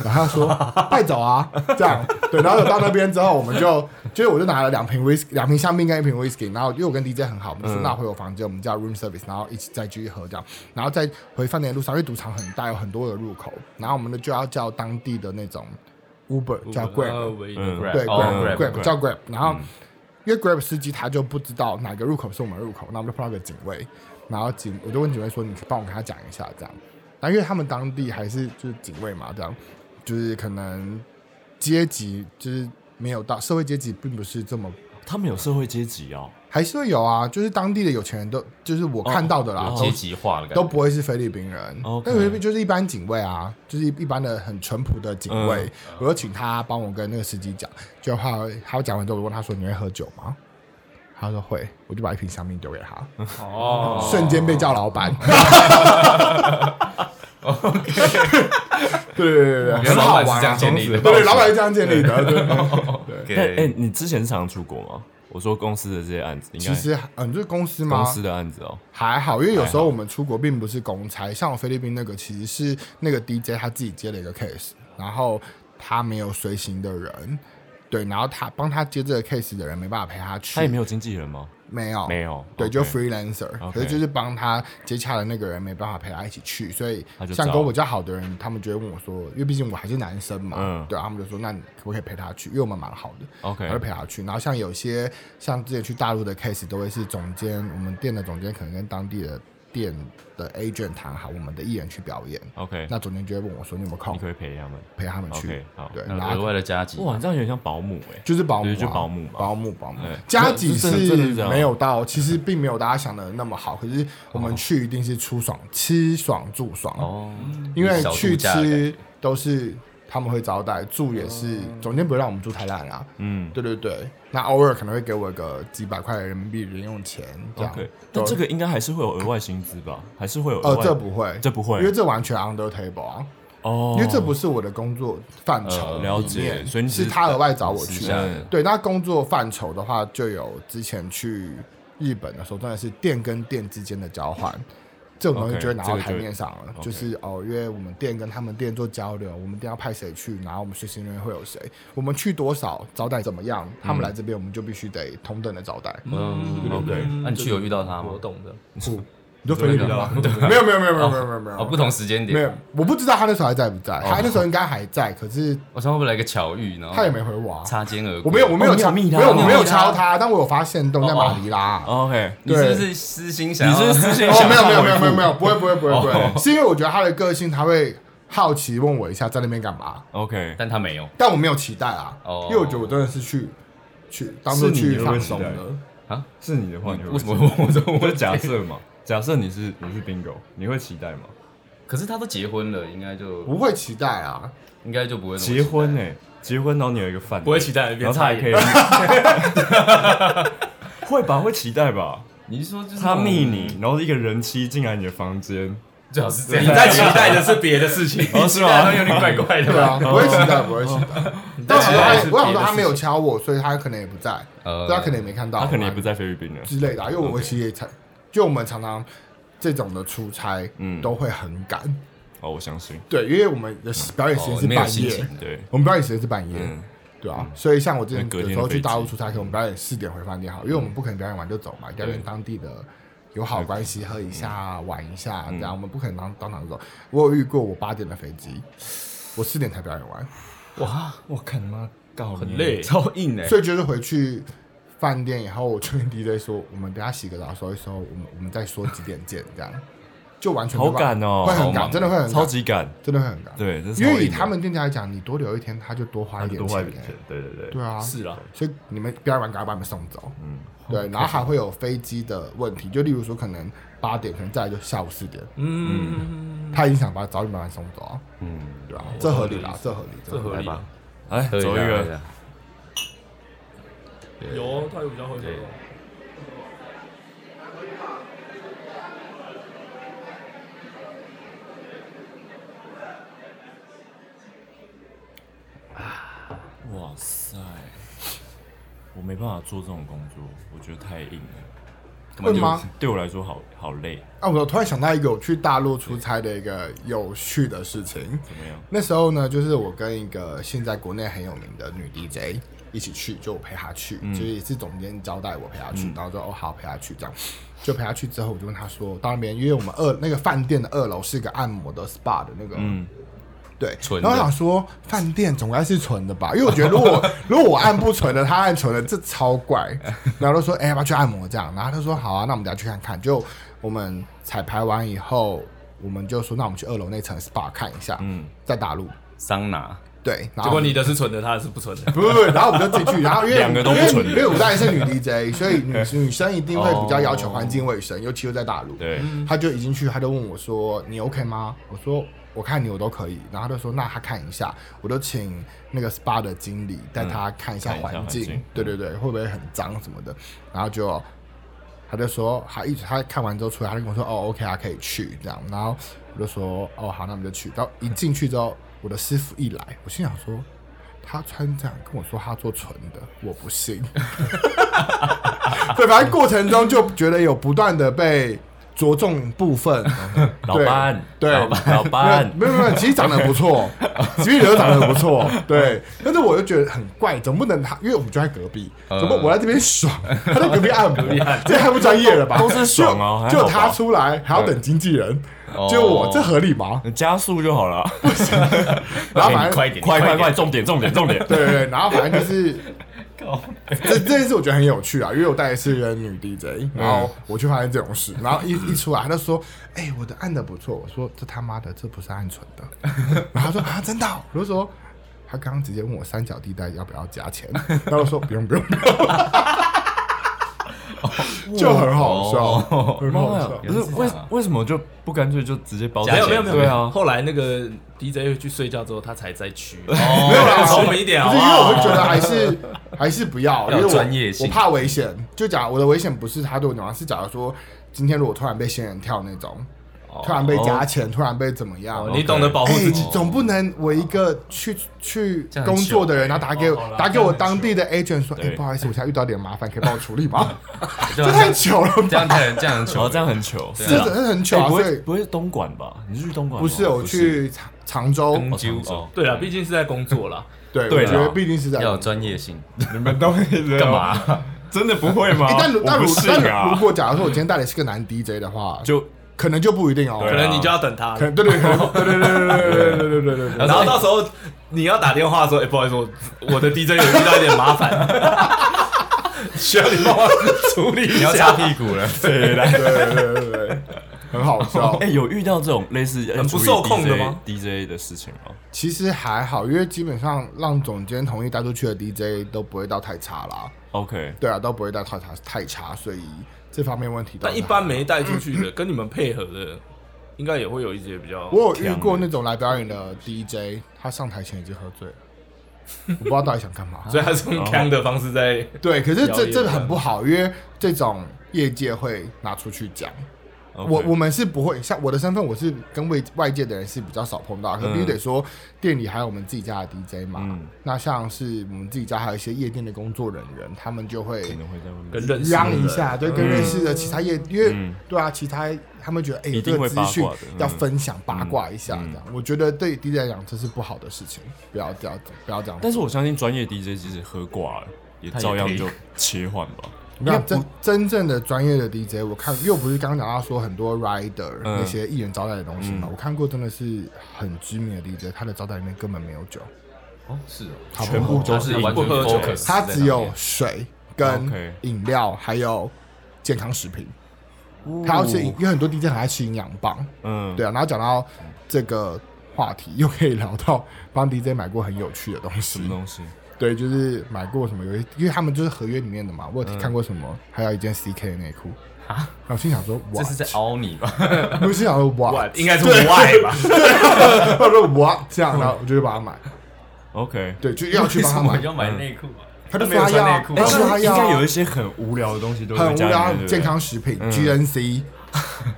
[SPEAKER 3] 然后他说带走啊，这样对。然后到那边之后，我们就就是我就拿了两瓶 whisky，两瓶香槟跟一瓶 whisky，然后因为我跟 DJ 很好，我们就说那回我房间，我们叫 room service，然后一起再继续喝这样。然后在回饭店的路上，因为赌场很大，有很多的入口，然后我们呢就要叫当地的那种 Uber 叫 Grab，
[SPEAKER 5] 嗯
[SPEAKER 4] 嗯，
[SPEAKER 3] 对
[SPEAKER 2] Grab，
[SPEAKER 3] Grab
[SPEAKER 2] 哦 Grab，嗯
[SPEAKER 3] Grab 叫 Grab，然后因为 Grab 司机他就不知道哪个入口是我们的入口，那我们就碰到个警卫，然后警我就问警卫说：“你帮我跟他讲一下这样。”然后因为他们当地还是就是警卫嘛，这样就是可能阶级就是没有到社会阶级并不是这么
[SPEAKER 5] 他们有社会阶级哦，
[SPEAKER 3] 还是会有啊，就是当地的有钱人都，就是我看到的啦，
[SPEAKER 2] 哦有
[SPEAKER 3] 都
[SPEAKER 2] 阶级化的感
[SPEAKER 3] 都
[SPEAKER 2] 觉。
[SPEAKER 3] 不会是菲律宾人
[SPEAKER 5] OK
[SPEAKER 3] 但菲律宾就是一般警卫啊，就是一一般的很淳朴的警卫。
[SPEAKER 2] 嗯
[SPEAKER 3] 我就请他帮我跟那个司机讲，就他他讲完之后，我问他说：“你会喝酒吗？”他说会，我就把一瓶香槟丢给他，
[SPEAKER 4] 哦，
[SPEAKER 3] 瞬间被叫老板。 对对对对，
[SPEAKER 2] 原来
[SPEAKER 3] 很
[SPEAKER 2] 老
[SPEAKER 3] 好
[SPEAKER 2] 板
[SPEAKER 3] 玩
[SPEAKER 2] 是这
[SPEAKER 3] 啊
[SPEAKER 2] 样。建立的，
[SPEAKER 3] 对，老板是这样建立的。对，
[SPEAKER 5] 但哎、
[SPEAKER 2] 给
[SPEAKER 5] 你之前是常出国吗？我说公司的这些案子，应该
[SPEAKER 3] 其实嗯，就是公司吗？
[SPEAKER 5] 公司的案子哦、
[SPEAKER 3] 还好，因为有时候我们出国并不是公差，像我菲律宾那个其实是那个 DJ 他自己接了一个 case，然后他没有随行的人，对，然后他帮他接这个 case 的人没办法陪他去，
[SPEAKER 5] 他也没有经纪人吗？
[SPEAKER 3] 没有
[SPEAKER 5] 没有，
[SPEAKER 3] 对
[SPEAKER 5] OK
[SPEAKER 3] 就 freelancer，、
[SPEAKER 5] OK
[SPEAKER 3] 可是就是帮他接洽的那个人没办法陪他一起去，所以
[SPEAKER 5] 他就
[SPEAKER 3] 像
[SPEAKER 5] 找
[SPEAKER 3] 跟我比较好的人，他们就会问我说，因为毕竟我还是男生嘛，
[SPEAKER 5] 嗯
[SPEAKER 3] 对，他们就说那你可不可以陪他去？因为我们蛮好的，
[SPEAKER 5] OK
[SPEAKER 3] 我会陪他去。然后像有些像之前去大陆的 case，都会是总监，我们店的总监可能跟当地的店的 agent 谈好，我们的艺人去表演，
[SPEAKER 5] OK，
[SPEAKER 3] 那总监就会问我说你有没有空
[SPEAKER 5] 你可以陪他们。
[SPEAKER 3] 陪他们去
[SPEAKER 5] OK，好
[SPEAKER 3] 对，然
[SPEAKER 2] 那嗯额
[SPEAKER 3] 后
[SPEAKER 2] 外的加急，
[SPEAKER 5] 哇，这样有点像保姆哎、
[SPEAKER 3] 就是保姆、啊，
[SPEAKER 5] 对就保姆嘛
[SPEAKER 3] 保姆，保姆
[SPEAKER 5] 对。
[SPEAKER 3] 加几
[SPEAKER 5] 这这
[SPEAKER 3] 是
[SPEAKER 5] 真的是这样啊
[SPEAKER 3] 没有到，其实并没有大家想的那么好。可是我
[SPEAKER 5] 哦
[SPEAKER 3] 们去一定是出爽、吃爽、住爽，
[SPEAKER 2] 哦，
[SPEAKER 3] 因为
[SPEAKER 2] 小度
[SPEAKER 3] 去
[SPEAKER 2] 假的感
[SPEAKER 3] 吃
[SPEAKER 2] 觉
[SPEAKER 3] 都是他们会招待，住也是，总监不会让我们住太烂啦。
[SPEAKER 5] 嗯
[SPEAKER 3] 对对对，那偶尔可能会给我个几百块人民币零用钱这样
[SPEAKER 5] ，OK，。
[SPEAKER 3] 啊对
[SPEAKER 5] 但这个应该还是会有额外薪资吧？还是会有额
[SPEAKER 3] 呃，
[SPEAKER 5] 外？
[SPEAKER 3] 这不会，
[SPEAKER 5] 这不会
[SPEAKER 3] 因为这完全 under table 啊，
[SPEAKER 5] 哦，
[SPEAKER 3] 因为这不是我的工作范畴
[SPEAKER 5] 呃
[SPEAKER 3] 里面，
[SPEAKER 5] 了解所以你只
[SPEAKER 3] 是
[SPEAKER 5] 是
[SPEAKER 3] 他额外找我去
[SPEAKER 5] 私下的
[SPEAKER 3] 对，那工作范畴的话，就有之前去日本的时候，真的是店跟店之间的交换，这种东西
[SPEAKER 5] OK，
[SPEAKER 3] 就会拿
[SPEAKER 5] 这
[SPEAKER 3] 到
[SPEAKER 5] 个就
[SPEAKER 3] 台面上了。
[SPEAKER 5] OK
[SPEAKER 3] 就是哦，因为我们店跟他们店做交流，我们店要派谁去，然后我们随行人员会有谁，我们去多少，招待怎么样，他
[SPEAKER 5] 嗯
[SPEAKER 3] 们来这边我们就必须得同等的招待。
[SPEAKER 2] 嗯
[SPEAKER 3] 对对
[SPEAKER 2] 那你去有遇到他吗
[SPEAKER 4] 我？懂的，
[SPEAKER 3] 你说菲律宾吗？ 没有没有没有没有没有没有没
[SPEAKER 2] 哦，
[SPEAKER 3] 有
[SPEAKER 2] 不同时间
[SPEAKER 3] 没
[SPEAKER 2] 点
[SPEAKER 3] 有，，我不知道他那时候还在不在，他
[SPEAKER 5] 哦
[SPEAKER 3] 那时候应该还在，可是
[SPEAKER 2] 我想会不会来个巧遇，然后
[SPEAKER 3] 他也没回我啊。
[SPEAKER 2] 擦肩而过？
[SPEAKER 3] 我没有，我没有
[SPEAKER 5] 哦你
[SPEAKER 3] 敲，
[SPEAKER 5] 有
[SPEAKER 3] 没
[SPEAKER 5] 密他
[SPEAKER 3] 有，
[SPEAKER 5] 你
[SPEAKER 3] 我
[SPEAKER 5] 有
[SPEAKER 3] 没有
[SPEAKER 2] 密他
[SPEAKER 3] 敲他，但我有发现动在马尼
[SPEAKER 5] 哦
[SPEAKER 3] 拉。
[SPEAKER 5] OK，
[SPEAKER 2] 你是
[SPEAKER 3] 对
[SPEAKER 2] 不是私心想
[SPEAKER 5] 你
[SPEAKER 2] 要？
[SPEAKER 5] 是私信
[SPEAKER 3] 哦，
[SPEAKER 5] 想
[SPEAKER 3] 没有没有
[SPEAKER 5] 看
[SPEAKER 3] 没有
[SPEAKER 5] 回
[SPEAKER 3] 没有没
[SPEAKER 5] 复
[SPEAKER 3] 有，不会不会不会不
[SPEAKER 5] 哦
[SPEAKER 3] 会，是因为我觉得他的个性，他会好奇问我一下在那边干嘛，
[SPEAKER 5] ，OK，
[SPEAKER 2] 但他没有
[SPEAKER 3] 但我没有期待啊，
[SPEAKER 2] 哦
[SPEAKER 3] 因为我觉得我真的是去去当做
[SPEAKER 5] 是你
[SPEAKER 3] 去
[SPEAKER 5] 有
[SPEAKER 3] 放
[SPEAKER 5] 期
[SPEAKER 3] 松
[SPEAKER 5] 待
[SPEAKER 3] 的。
[SPEAKER 4] 嗯
[SPEAKER 5] 是你的话，你
[SPEAKER 2] 为什么问我这
[SPEAKER 5] 我 就假设嘛，假设你是你是 Bingo，你会期待吗？
[SPEAKER 2] 可是他都结婚了，应该就
[SPEAKER 3] 不会期待啊，
[SPEAKER 2] 应该就不会那么
[SPEAKER 5] 结婚哎、结婚然后你有一个饭店，
[SPEAKER 4] 不会期待
[SPEAKER 5] 然
[SPEAKER 4] 变
[SPEAKER 5] 后他
[SPEAKER 4] 差
[SPEAKER 5] 还可
[SPEAKER 4] 异。
[SPEAKER 5] 以， 会吧？会期待吧？
[SPEAKER 2] 你是说就是
[SPEAKER 5] 他密你，然后一个人妻进来你的房 间，
[SPEAKER 2] 最好是这样。
[SPEAKER 4] 你在期待的是别的事情，
[SPEAKER 5] 哦 是吗？
[SPEAKER 2] 有点怪怪的
[SPEAKER 3] 对
[SPEAKER 2] 吧？
[SPEAKER 3] 啊，
[SPEAKER 5] 哦
[SPEAKER 3] 不会期待，不会期待。但我想说
[SPEAKER 4] 期待
[SPEAKER 3] 他
[SPEAKER 4] 的是，
[SPEAKER 3] 我想
[SPEAKER 4] 别
[SPEAKER 3] 说
[SPEAKER 4] 的
[SPEAKER 3] 他没有敲我，所以他可能也不在，
[SPEAKER 2] 呃
[SPEAKER 3] 所以他可能也没看到，
[SPEAKER 5] 他可能也不在菲律宾了。
[SPEAKER 3] 之类的啊、因为我其实也常，就我们常常这种的出差，
[SPEAKER 5] 嗯
[SPEAKER 3] 都会很赶，
[SPEAKER 5] 哦，我相信，
[SPEAKER 3] 对，因为我们的
[SPEAKER 5] 嗯
[SPEAKER 3] 表演时间
[SPEAKER 2] 哦
[SPEAKER 3] 是
[SPEAKER 2] 没有
[SPEAKER 3] 半
[SPEAKER 2] 心
[SPEAKER 3] 夜
[SPEAKER 2] 情，的，
[SPEAKER 5] 对，
[SPEAKER 3] 我们表演时间是半夜，
[SPEAKER 5] 嗯，
[SPEAKER 3] 对啊，所以像我之前
[SPEAKER 5] 那隔
[SPEAKER 3] 有
[SPEAKER 5] 天
[SPEAKER 3] 时候
[SPEAKER 5] 的飞
[SPEAKER 3] 去
[SPEAKER 5] 机嗯
[SPEAKER 3] 大陆出差，可能我们表演四点回饭店好，因为我们不可能表演完就走嘛，一定要跟当地的友好关系喝一
[SPEAKER 5] 嗯
[SPEAKER 3] 下、玩一下，这样我们不可能当当场就走。我有遇过我八点的飞机，我四点才表演完，
[SPEAKER 5] 哇，我看妈告
[SPEAKER 4] 很累
[SPEAKER 5] 超硬哎
[SPEAKER 3] 所以就是回去饭店以后，我就跟 DJ 说，我们等下洗个澡收一收，我们我们再说几点见，这样就完全没
[SPEAKER 5] 好
[SPEAKER 3] 办法
[SPEAKER 5] 赶哦
[SPEAKER 3] 会很
[SPEAKER 2] 好
[SPEAKER 3] 赶，
[SPEAKER 2] 忙
[SPEAKER 3] 真的会很
[SPEAKER 5] 超
[SPEAKER 3] 赶，
[SPEAKER 5] 级赶，
[SPEAKER 3] 真的会很赶。
[SPEAKER 5] 对，这是
[SPEAKER 3] 因
[SPEAKER 5] 超
[SPEAKER 3] 为以
[SPEAKER 5] 硬的
[SPEAKER 3] 他们店家来讲，你多留一天，他就多花
[SPEAKER 5] 他
[SPEAKER 3] 一
[SPEAKER 5] 就
[SPEAKER 3] 点
[SPEAKER 5] 多花一
[SPEAKER 3] 钱
[SPEAKER 5] 点
[SPEAKER 3] 欸
[SPEAKER 5] 钱，，对对对，
[SPEAKER 3] 对啊，
[SPEAKER 4] 是啦，
[SPEAKER 3] 所以你们表演完赶快把你们送走。
[SPEAKER 5] 嗯，
[SPEAKER 3] 对，然后还会有飞机的问题，就例如说可能八点，可能再来就下午四点，
[SPEAKER 4] 嗯，
[SPEAKER 3] 他已经想把早点把他送走啊，嗯，对啊，这合理啦，这合理，
[SPEAKER 4] 这合
[SPEAKER 2] 来
[SPEAKER 4] 理啊
[SPEAKER 2] 吧。
[SPEAKER 5] 哎，
[SPEAKER 2] 喝一下
[SPEAKER 5] 走一
[SPEAKER 2] 喝一
[SPEAKER 5] 个
[SPEAKER 2] 下
[SPEAKER 4] 有，啊他有比较会酒
[SPEAKER 2] 对
[SPEAKER 5] 哇塞，我没办法做这种工作，我觉得太硬了，哎
[SPEAKER 2] 根本
[SPEAKER 3] 会
[SPEAKER 2] 就
[SPEAKER 3] 吗
[SPEAKER 5] 对我来说好好累，
[SPEAKER 3] 哎啊，我突然想到一个我去大陆出差的一个有趣的事情。
[SPEAKER 5] 怎么样？
[SPEAKER 3] 那时候呢，就是我跟一个现在国内很有名的女 DJ 一起去，就我陪她去，就是也是总监交代我陪她去，然后说哦好陪她去这样，就陪她去之后，我就问她说到那边，因为我们二那个饭店的二楼是一个按摩的 SPA 的那个，
[SPEAKER 5] 嗯
[SPEAKER 3] 对，
[SPEAKER 2] 纯的
[SPEAKER 3] 然后我想说饭店总该是纯的吧，因为我觉得如果如果我按不纯的，他按纯的，这超怪。然后就说哎、要不要去按摩这样，然后他说好啊，那我们等下去看看。就我们彩排完以后，我们就说那我们去二楼那层 SPA 看一下，嗯
[SPEAKER 5] 嗯，
[SPEAKER 3] 在大陆。
[SPEAKER 2] 桑拿，
[SPEAKER 3] 对，
[SPEAKER 4] 结
[SPEAKER 3] 然后
[SPEAKER 4] 果你的是纯的，他的是不纯的。
[SPEAKER 3] 不不不，然后我们就进去，然后因为
[SPEAKER 5] 两个都不纯
[SPEAKER 3] 因为因为我大也是女 DJ，所以女女生一定会比较要求环境卫生，尤其又在大陆。
[SPEAKER 5] 哦对，
[SPEAKER 3] 他就已经去，他就问我说：“你 OK 吗？”我说：“我看你我都可以。”然后他就说：“那他看一下。”我就请那个 SPA 的经理带他看一下
[SPEAKER 5] 嗯看一下
[SPEAKER 3] 环
[SPEAKER 5] 环
[SPEAKER 3] 境，
[SPEAKER 5] 境嗯
[SPEAKER 3] 对对对，会不会很脏什么的。然后就他就说：“他一直他看完之后出来，他就跟我说：‘哦，OK 啊，可以去。’这样，然后我就说：‘哦，好，那我们就去。’到一进去之后，我的师傅一来，我心想说。他穿这样跟我说他做纯的，我不信。 对，反正过程中就觉得有不断的被着重部分，
[SPEAKER 5] 老班，
[SPEAKER 3] 对
[SPEAKER 5] 老班老班，
[SPEAKER 3] 没有没有，没有其实长得 不错，其实人长得不错，对。但是我又觉得很怪，总不能他，因为我们就在隔壁，
[SPEAKER 5] 嗯
[SPEAKER 3] 怎么我在这边爽，他在隔 壁按摩，这太不专业了吧？
[SPEAKER 5] 都是爽哦还
[SPEAKER 3] 就
[SPEAKER 5] 好
[SPEAKER 3] 就
[SPEAKER 5] 吧哦
[SPEAKER 3] 他出来还要等经纪人，就我这合理吗？
[SPEAKER 5] 加速就好了，
[SPEAKER 3] 然后反
[SPEAKER 2] 哎你
[SPEAKER 3] 正
[SPEAKER 2] 快
[SPEAKER 5] 嗯
[SPEAKER 2] 点，
[SPEAKER 5] 快快
[SPEAKER 2] 你快
[SPEAKER 5] 快，重点重点重点，
[SPEAKER 3] 对对对，然后反正就是。这这件事我觉得很有趣啊，因为我带的是一个女 DJ，然后我就发现这种事，然后一一出来，她就说：“哎、我的按的不错。”我说：“这他妈的，这不是按纯的。”然后她说：“啊，真的哦、我就说：“她刚刚直接问我三角地带要不要加钱，然后我说：“不用不用。不用” 就很好笑，很好
[SPEAKER 5] 妈呀
[SPEAKER 3] 笑！
[SPEAKER 5] 哦不是为为什么就不干脆就直接包
[SPEAKER 2] 加
[SPEAKER 4] 没
[SPEAKER 5] 起来
[SPEAKER 4] 有
[SPEAKER 2] 钱
[SPEAKER 4] 没有没有，
[SPEAKER 5] 对啊，
[SPEAKER 4] 后来那个 DJ 去睡觉之后，他才再去。
[SPEAKER 2] 哦
[SPEAKER 4] 没有啦，聪明一点好
[SPEAKER 3] 不
[SPEAKER 4] 不
[SPEAKER 3] 是因为我会
[SPEAKER 4] 好？
[SPEAKER 3] 觉得还是 还是不要，因
[SPEAKER 2] 要有
[SPEAKER 3] 为我
[SPEAKER 2] 专业性
[SPEAKER 3] 我怕危险。就假如我的危险不是他对我讲，是假如说今天如果突然被仙人跳那种，突然被加钱，突然被怎么样
[SPEAKER 4] 哦，你懂得保护
[SPEAKER 3] 哎
[SPEAKER 4] 自己。
[SPEAKER 3] 总不能我一个去去
[SPEAKER 2] 这样
[SPEAKER 3] 工
[SPEAKER 2] 很
[SPEAKER 3] 作的
[SPEAKER 2] 糗
[SPEAKER 3] 人，然后打给我
[SPEAKER 4] 哦好啦
[SPEAKER 3] 打给我当地的 agent 说，哎，
[SPEAKER 5] 对
[SPEAKER 3] 不好意思，我现在遇到点麻烦，可以帮我处 理吗？
[SPEAKER 2] 这
[SPEAKER 4] 啊
[SPEAKER 3] 这
[SPEAKER 2] 样
[SPEAKER 3] 太糗了吧，
[SPEAKER 2] 这样太这样
[SPEAKER 5] 然后
[SPEAKER 2] 很糗
[SPEAKER 5] 这。样很糗，
[SPEAKER 3] 这真的很糗
[SPEAKER 5] 哎
[SPEAKER 3] 啊！
[SPEAKER 5] 不
[SPEAKER 3] 所
[SPEAKER 5] 会
[SPEAKER 3] 以
[SPEAKER 5] 不会是东莞吧？你是去东莞吗？
[SPEAKER 3] 不是我去常常州，
[SPEAKER 2] 公
[SPEAKER 5] 哦
[SPEAKER 2] 纠
[SPEAKER 5] 哦
[SPEAKER 2] 哦，
[SPEAKER 4] 对了，毕竟是在工作啦。
[SPEAKER 3] 对，我
[SPEAKER 5] 对
[SPEAKER 3] 觉
[SPEAKER 5] 啦
[SPEAKER 3] 得毕竟是在
[SPEAKER 2] 要有专业性。
[SPEAKER 5] 你们都干
[SPEAKER 2] 干？嘛？
[SPEAKER 5] 真的不会吗
[SPEAKER 3] 哎， 但如但
[SPEAKER 5] 啊我
[SPEAKER 3] 如
[SPEAKER 5] 不信
[SPEAKER 3] 但如
[SPEAKER 5] 啊，
[SPEAKER 3] 果假如说我今天带的是个男 DJ 的话，
[SPEAKER 5] 就
[SPEAKER 3] 可能就不一定哦。
[SPEAKER 5] 对啊
[SPEAKER 4] 可能你就要等他
[SPEAKER 3] 可，能对对可能对对对对对对对对对
[SPEAKER 4] 然后到时候你要打电话说：“哎，不好意思，我我的 DJ 有遇到一点麻烦，需要你帮我处理一
[SPEAKER 2] 你要
[SPEAKER 4] 下
[SPEAKER 2] 擦。屁股了。
[SPEAKER 5] 对来。
[SPEAKER 3] 对对对对对，很好笑
[SPEAKER 5] 哎、。有遇到这种类似呃
[SPEAKER 4] 很不受控的吗
[SPEAKER 5] ？DJ 的事情吗？
[SPEAKER 3] 其实还好，因为基本上让总监同意带出去的 DJ 都不会到太差啦。
[SPEAKER 5] OK，
[SPEAKER 3] 对啊，都不会到太差太差，所以这方面问题倒是还好。
[SPEAKER 4] 但一般没带出去的，跟你们配合的，应该也会有一些比较。
[SPEAKER 3] 我有遇过那种来表演的 DJ，他上台前已经喝醉了，我不知道到底想干嘛。
[SPEAKER 4] 所以他是用腔的方式在
[SPEAKER 3] 对，可是
[SPEAKER 4] 表
[SPEAKER 3] 这
[SPEAKER 4] 演这
[SPEAKER 3] 这
[SPEAKER 4] 样
[SPEAKER 3] 很不好，因为这种业界会拿出去讲。我
[SPEAKER 5] OK
[SPEAKER 3] 我们是不会像我的身份，我是跟外外界的人是比较少碰到的，可必须得说店里还有我们自己家的 DJ 嘛。
[SPEAKER 5] 嗯
[SPEAKER 3] 那像是我们自己家还有一些夜店的工作人员，他们就
[SPEAKER 5] 可
[SPEAKER 3] 会
[SPEAKER 5] 能会在外面
[SPEAKER 4] 跟 认识的
[SPEAKER 3] 嚷
[SPEAKER 4] 人
[SPEAKER 3] 一下，对，跟认识的其他夜，因为、对啊，其他他们觉得哎、
[SPEAKER 5] 嗯一
[SPEAKER 3] 这
[SPEAKER 5] 定
[SPEAKER 3] 个
[SPEAKER 5] 会
[SPEAKER 3] 资讯
[SPEAKER 5] 八卦的嗯
[SPEAKER 3] 要分享八卦一下，这样、我觉得对 DJ 来讲这是不好的事情，不要这样，不要这样。
[SPEAKER 5] 但是我相信专业 DJ 即使喝挂了，也
[SPEAKER 2] 也
[SPEAKER 5] 照
[SPEAKER 2] 可
[SPEAKER 5] 样
[SPEAKER 2] 以
[SPEAKER 5] 就切换吧。
[SPEAKER 3] 你看真真正的专业的 DJ，我看又不是刚讲到说很多 rider、
[SPEAKER 5] 嗯
[SPEAKER 3] 那些艺人招待的东西嘛，我看过真的是很知名的 DJ，他的招待里面根本没有酒，
[SPEAKER 2] 哦，是哦，
[SPEAKER 3] 他不
[SPEAKER 5] 全部都是
[SPEAKER 2] 他完全
[SPEAKER 4] 不喝酒
[SPEAKER 2] focus
[SPEAKER 3] 他
[SPEAKER 2] 在
[SPEAKER 3] 只
[SPEAKER 2] 那
[SPEAKER 3] 有
[SPEAKER 2] 边
[SPEAKER 3] 水跟
[SPEAKER 5] 哦 OK
[SPEAKER 3] 饮料，还有健康食品。他要吃，因为很多 DJ 很爱吃营养棒，
[SPEAKER 5] 哦嗯，
[SPEAKER 3] 对啊。然后讲到这个话题，又可以聊到帮 DJ 买过很有趣的东
[SPEAKER 5] 什
[SPEAKER 3] 西
[SPEAKER 5] 么，东西？
[SPEAKER 3] 对，就是买过什么有一，因为他们就是合约里面的嘛，我
[SPEAKER 2] 嗯
[SPEAKER 3] 有看过什么，还有一件 CK 的内裤啊，然后我心想说，
[SPEAKER 2] 这
[SPEAKER 3] 哇，
[SPEAKER 2] 是在凹你吧？
[SPEAKER 3] 我心想说哇
[SPEAKER 4] 外，，应该是外吧？
[SPEAKER 3] 他说哇这样，然后我就去把它买，
[SPEAKER 5] OK，
[SPEAKER 3] 对， 就要去
[SPEAKER 2] 为
[SPEAKER 3] 帮
[SPEAKER 2] 什
[SPEAKER 3] 他
[SPEAKER 2] 么
[SPEAKER 3] 买，
[SPEAKER 2] 要买内裤啊？
[SPEAKER 3] 他就
[SPEAKER 2] 没有
[SPEAKER 3] 说他
[SPEAKER 2] 穿
[SPEAKER 3] 要
[SPEAKER 2] 内裤，
[SPEAKER 3] 他
[SPEAKER 2] 哎
[SPEAKER 3] 说他
[SPEAKER 5] 应该有
[SPEAKER 3] 要
[SPEAKER 5] 一，些很无聊的东西都会
[SPEAKER 3] 很无
[SPEAKER 5] 加
[SPEAKER 3] 聊
[SPEAKER 5] 里面，对不对嗯
[SPEAKER 3] 健康食品 GNC，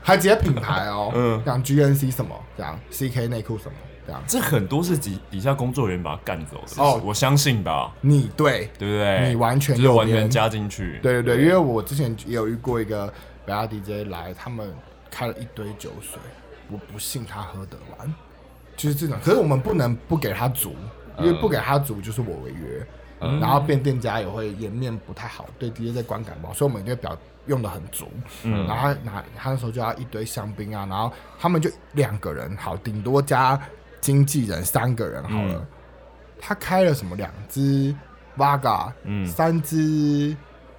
[SPEAKER 3] 还直接品牌哦，讲 GNC 什么，这样 CK 内裤什么，这样，
[SPEAKER 5] 这很多是底底下工作人员把他干走的
[SPEAKER 3] 哦
[SPEAKER 5] 我相信吧，
[SPEAKER 3] 你对，
[SPEAKER 5] 对不对？
[SPEAKER 3] 你完全
[SPEAKER 5] 就是完
[SPEAKER 3] 有
[SPEAKER 5] 全
[SPEAKER 3] 缘
[SPEAKER 5] 加进去，
[SPEAKER 3] 对对对，因为我之前也有遇过一个北亚 DJ 来，他们开了一堆酒水，我不信他喝得完，就是这种。可是我们不能不给他足，因为不给他足就是我违约，然后变店家也会颜面不太好，对 DJ 在观感不好，所以我们一定会表用的很足。嗯，然后他拿他那时候就要一堆香槟啊，然后他们就两个人好，顶多加经纪人三个人好了。他开了什么两支 Vaga，嗯，三支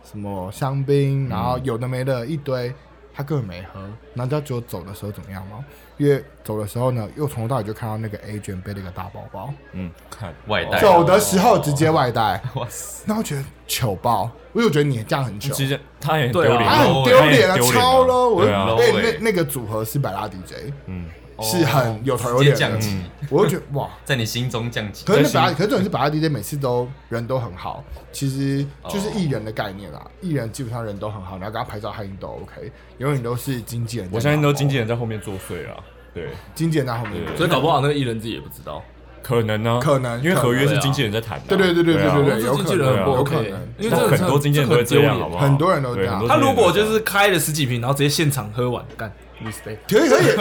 [SPEAKER 3] 什么香槟，然后有的没的一堆，他根本没喝。难道只有走的时候怎么样吗？因为走的时候呢，又从头到尾就看到那个 A 卷背了一个大包包，
[SPEAKER 5] 嗯，看
[SPEAKER 2] 外带啊
[SPEAKER 3] 走的时候直接外带，
[SPEAKER 2] 哎 哇塞，
[SPEAKER 3] 那我觉得糗爆，我就觉得你这样很糗。
[SPEAKER 5] 其实他也很丢
[SPEAKER 4] 对啊
[SPEAKER 5] 脸，
[SPEAKER 3] 他很
[SPEAKER 4] low
[SPEAKER 3] 丢
[SPEAKER 5] 欸
[SPEAKER 3] 脸啊，
[SPEAKER 5] 他也很丢脸啊
[SPEAKER 3] 超 low！我
[SPEAKER 5] 对啊
[SPEAKER 3] 哎
[SPEAKER 2] low 欸
[SPEAKER 3] 那那个组合是百拉 DJ，
[SPEAKER 5] 嗯，
[SPEAKER 3] 是很有头有脸
[SPEAKER 2] 哦直接降
[SPEAKER 3] 的
[SPEAKER 2] 级，
[SPEAKER 3] 我就觉得哇，
[SPEAKER 2] 在你心中降级
[SPEAKER 3] 可是那百拉，可是重点是百拉 DJ 每次都人都很好，其实
[SPEAKER 5] 哦
[SPEAKER 3] 就是艺人的概念啦，艺人基本上人都很好，然后给他拍照他一定都 OK，永远都是经纪人在拿包，
[SPEAKER 5] 我相信都经纪人在后面作祟了，对，
[SPEAKER 3] 经纪人在后面，
[SPEAKER 4] 所以搞不好那个艺人自己也不知道，
[SPEAKER 5] 可能呢，
[SPEAKER 3] 可能
[SPEAKER 5] 因为合约
[SPEAKER 4] 可
[SPEAKER 5] 是
[SPEAKER 4] 能
[SPEAKER 5] 经纪人在谈的啊，
[SPEAKER 3] 对对对对对
[SPEAKER 5] 啊
[SPEAKER 3] 对对，
[SPEAKER 4] 这
[SPEAKER 3] 有
[SPEAKER 4] 经
[SPEAKER 3] 可
[SPEAKER 4] 纪人很
[SPEAKER 3] 能，
[SPEAKER 4] 不
[SPEAKER 3] 有
[SPEAKER 4] OK，
[SPEAKER 3] 可能，
[SPEAKER 4] 因为
[SPEAKER 5] 但
[SPEAKER 4] 这个
[SPEAKER 5] 很多经纪人都会这样，好不好？
[SPEAKER 3] 很丢脸很多人都这样
[SPEAKER 5] 对
[SPEAKER 4] 他如果就是开了十几瓶，然后直接现场喝完，干 respect，
[SPEAKER 3] 可以可以，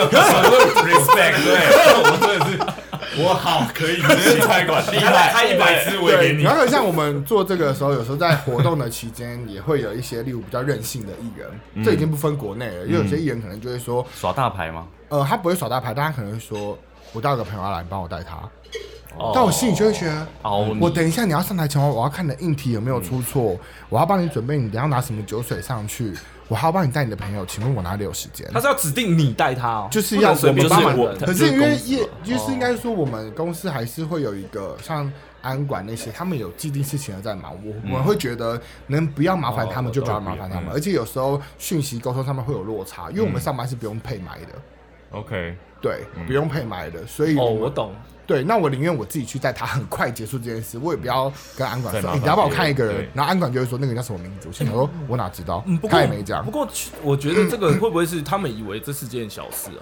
[SPEAKER 5] respect，对，我 真的是，我好可以，你是菜馆厉害，开一百支 我也给
[SPEAKER 3] 对，
[SPEAKER 5] 你
[SPEAKER 3] 然，后像我们做这个的时候，有时候在活动的期间也会有一些，例如比较任性的艺
[SPEAKER 5] 嗯
[SPEAKER 3] 人，这已经不分国内了，因为有些艺人可能就会说，
[SPEAKER 2] 耍大牌吗？
[SPEAKER 3] 呃，他不会耍大牌，但他可能会说，我带我个朋友要来，你帮我带他。
[SPEAKER 2] 哦
[SPEAKER 3] 但我心里就会觉得，
[SPEAKER 2] 熬
[SPEAKER 4] 哦
[SPEAKER 2] 你
[SPEAKER 3] 我等一下你要上台前，我要看你的硬题有没有
[SPEAKER 4] 嗯
[SPEAKER 3] 出错，我要帮你准备，你等一下拿什么酒水上去，我还要帮你带你的朋友，请问我哪里有时间？
[SPEAKER 4] 他是要指定你带他哦，
[SPEAKER 3] 就是要
[SPEAKER 4] 不能随
[SPEAKER 3] 我
[SPEAKER 4] 便
[SPEAKER 3] 们
[SPEAKER 4] 就是
[SPEAKER 3] 帮忙
[SPEAKER 5] 我
[SPEAKER 3] 可是因为业
[SPEAKER 4] 就
[SPEAKER 3] 就
[SPEAKER 4] 公
[SPEAKER 3] 是
[SPEAKER 4] 司哦
[SPEAKER 3] 是应该说我们公司还是会有一个像安管那些，他们有既定事情的在忙，我
[SPEAKER 4] 嗯
[SPEAKER 3] 我们会觉得能不要麻烦
[SPEAKER 4] 哦
[SPEAKER 3] 他们就不要麻烦他们，而且有时候讯息沟通上面会有落差，因为我
[SPEAKER 4] 嗯
[SPEAKER 3] 们上班是不用配麦的，
[SPEAKER 5] OK，
[SPEAKER 3] 对，不用配麦的，所以
[SPEAKER 4] 哦，
[SPEAKER 3] 我们
[SPEAKER 4] 我懂，
[SPEAKER 3] 对，那我宁愿我自己去带他很快结束这件事，我也不要跟安管
[SPEAKER 5] 再
[SPEAKER 3] 说，
[SPEAKER 5] 麻
[SPEAKER 3] 欸
[SPEAKER 5] 烦
[SPEAKER 3] 你要帮我看一个
[SPEAKER 5] 别
[SPEAKER 3] 人
[SPEAKER 5] 人，
[SPEAKER 3] 然后安管就会说那个人叫什么名字，我心想说我哪知道
[SPEAKER 4] 嗯，不，过
[SPEAKER 3] 他也没讲
[SPEAKER 4] 不。过去我觉得这个会不会是他们以为这是件小事啊？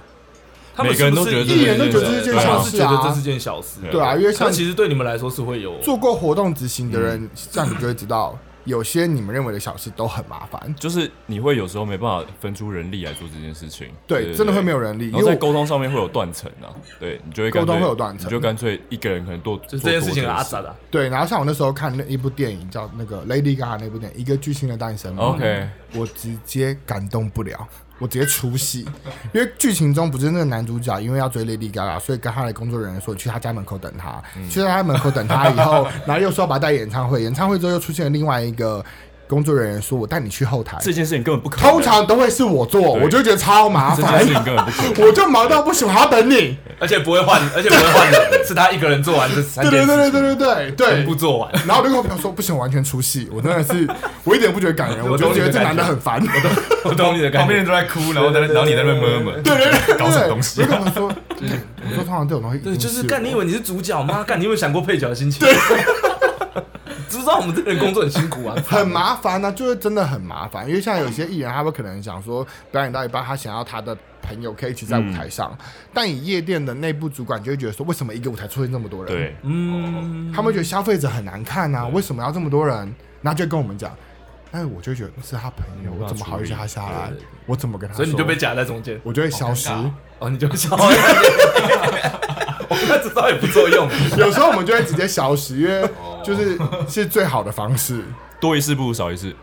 [SPEAKER 4] 他们
[SPEAKER 5] 每个人都觉得这是
[SPEAKER 3] 艺人都觉得这是
[SPEAKER 4] 是
[SPEAKER 3] 件
[SPEAKER 4] 不是
[SPEAKER 3] 小
[SPEAKER 4] 是
[SPEAKER 3] 事
[SPEAKER 4] 觉得这
[SPEAKER 3] 啊
[SPEAKER 4] 是，件小事，
[SPEAKER 5] 对
[SPEAKER 3] 对啊，因为
[SPEAKER 4] 但
[SPEAKER 3] 像
[SPEAKER 4] 其实嗯对你们来说是会有
[SPEAKER 3] 做过活动执行的人，这样你就会知道，有些你们认为的小事都很麻烦。
[SPEAKER 5] 就是你会有时候没办法分出人力来做这件事情，
[SPEAKER 3] 对，真的会没有人力，因
[SPEAKER 5] 然后在
[SPEAKER 3] 为
[SPEAKER 5] 沟通上面会有断层啊，对你就会
[SPEAKER 3] 沟通
[SPEAKER 5] 干脆
[SPEAKER 3] 会有断层
[SPEAKER 5] 你就干脆一个人可能多
[SPEAKER 4] 就是这件事情很阿
[SPEAKER 5] 傻
[SPEAKER 4] 杂的啊。
[SPEAKER 3] 对。然后像我那时候看那一部电影叫那个 Lady Gaga 那部电影《一个巨星的诞生》
[SPEAKER 5] OK
[SPEAKER 3] 我直接感动不了。我直接出戏，因为剧情中不是那个男主角因为要追 Lady Gaga，所以跟他的工作人员说你去他家门口等他，
[SPEAKER 5] 嗯
[SPEAKER 3] 去到他门口等他以后， 然后又说要把他带演唱会，演唱会之后又出现了另外一个工作人员说我带你去后台，
[SPEAKER 5] 这件事情根本不可能，
[SPEAKER 3] 通常都会是我做，我就觉得超麻
[SPEAKER 5] 这件
[SPEAKER 3] 烦
[SPEAKER 5] 事，情根本不可能。
[SPEAKER 3] 我就忙到不行，我还要等 你。
[SPEAKER 4] 而且不会换，而且不会换人，是他一个人做完这三
[SPEAKER 3] 对
[SPEAKER 4] 件
[SPEAKER 3] 对
[SPEAKER 4] 事，
[SPEAKER 3] 对对对对对
[SPEAKER 4] 全部
[SPEAKER 3] 对。
[SPEAKER 4] 做完。
[SPEAKER 3] 然后我就跟我朋友说，不行，我完全出戏，我真的是，我一点不觉得感人，我
[SPEAKER 4] 我懂
[SPEAKER 3] 就觉
[SPEAKER 4] 你
[SPEAKER 3] 得
[SPEAKER 4] 的
[SPEAKER 3] 这
[SPEAKER 4] 感
[SPEAKER 3] 男的
[SPEAKER 4] 觉
[SPEAKER 3] 很烦。对
[SPEAKER 4] 我懂你的感
[SPEAKER 5] 旁边人
[SPEAKER 4] 觉，
[SPEAKER 5] 都在哭，然后在那然后你在那边摸摸，
[SPEAKER 3] 对对对，
[SPEAKER 5] 搞什么东西
[SPEAKER 3] 我就跟我说， 对我说通常这种东西一定
[SPEAKER 4] 对，就是
[SPEAKER 3] 我
[SPEAKER 4] 干，你以为你是主角吗？干，你有没有想过配角的心情？对， 知不知道我们这边工作很辛苦啊？
[SPEAKER 3] 很麻烦呢、就是真的很麻烦。因为像有些艺人，他会可能想说，表演到一半，他想要他的朋友可以一起在舞
[SPEAKER 4] 嗯
[SPEAKER 3] 台上，但以夜店的内部主管就会觉得说，为什么一个舞台出现这么多人？
[SPEAKER 5] 对，
[SPEAKER 4] 嗯，
[SPEAKER 3] 他们觉得消费者很难看啊，为什么要这么多人？然后就跟我们讲，但是我就觉得是他朋
[SPEAKER 4] 嗯
[SPEAKER 3] 友，我怎么好意思他下来？我怎么跟他说？
[SPEAKER 4] 所以你就被，夹在中间，
[SPEAKER 3] 我就会消失。
[SPEAKER 4] 哦，你就笑。我看这招也不作 用，
[SPEAKER 3] 有时候我们就会直接消失，因为就是是最好的方式。
[SPEAKER 5] 多一事不如少一事。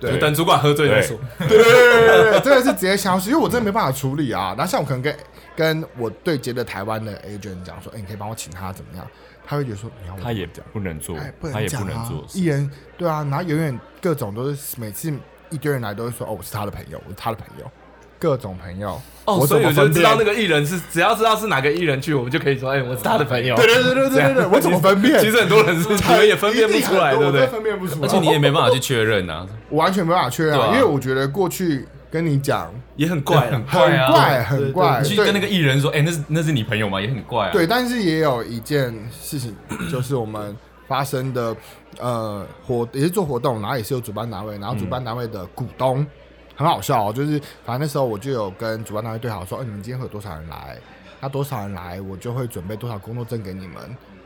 [SPEAKER 4] 就等主管喝醉再说。
[SPEAKER 3] 对对对对对，真的是直接消失，因为我真的没办法处理啊。然后像我可能跟跟我对接的台湾的 agent 讲说，哎、你可以帮我请他怎么样？他会觉得说你要我
[SPEAKER 5] 他也
[SPEAKER 3] 怎么讲
[SPEAKER 5] 不能做
[SPEAKER 3] 哎，，
[SPEAKER 5] 他也不
[SPEAKER 3] 讲
[SPEAKER 5] 能
[SPEAKER 3] 啊
[SPEAKER 5] 做，，
[SPEAKER 3] 艺人对啊，然后永远各种都是每次一堆人来都会说哦，我是他的朋友，我是他的朋友，各种朋友。
[SPEAKER 4] 哦，
[SPEAKER 3] 我
[SPEAKER 4] 所
[SPEAKER 3] 怎
[SPEAKER 4] 以
[SPEAKER 3] 么
[SPEAKER 4] 我就
[SPEAKER 3] 分
[SPEAKER 4] 知
[SPEAKER 3] 辨？
[SPEAKER 4] 道那个艺人是，只要知道是哪个艺人去，我们就可以说，哎，我是他的朋友。
[SPEAKER 3] 对对对对对对对，我怎么分辨？
[SPEAKER 4] 其实很多人是你们也分辨不出来，
[SPEAKER 3] 一定
[SPEAKER 4] 对不
[SPEAKER 3] 很多我真
[SPEAKER 4] 对
[SPEAKER 3] 的？分辨不出来，
[SPEAKER 2] 而且你也没办法去确认啊，
[SPEAKER 3] 我完全没办法确认啊，
[SPEAKER 2] 对啊
[SPEAKER 3] 因为我觉得过去跟你讲
[SPEAKER 4] 也很怪啊。
[SPEAKER 3] 很
[SPEAKER 2] 怪啊
[SPEAKER 3] 怪，很怪，
[SPEAKER 2] 你去跟那
[SPEAKER 3] 对
[SPEAKER 2] 个艺人说，哎，那是那是你朋友吗？也很怪啊。
[SPEAKER 3] 对，但是也有一件事情，就是我们发生的呃活也是做活动，然后也是有主办单位，然后主办单位的股东。很好笑哦，就是反正那时候我就有跟主办单位对好说，嗯、你们今天会有多少人来？那多少人来，我就会准备多少工作证给你们。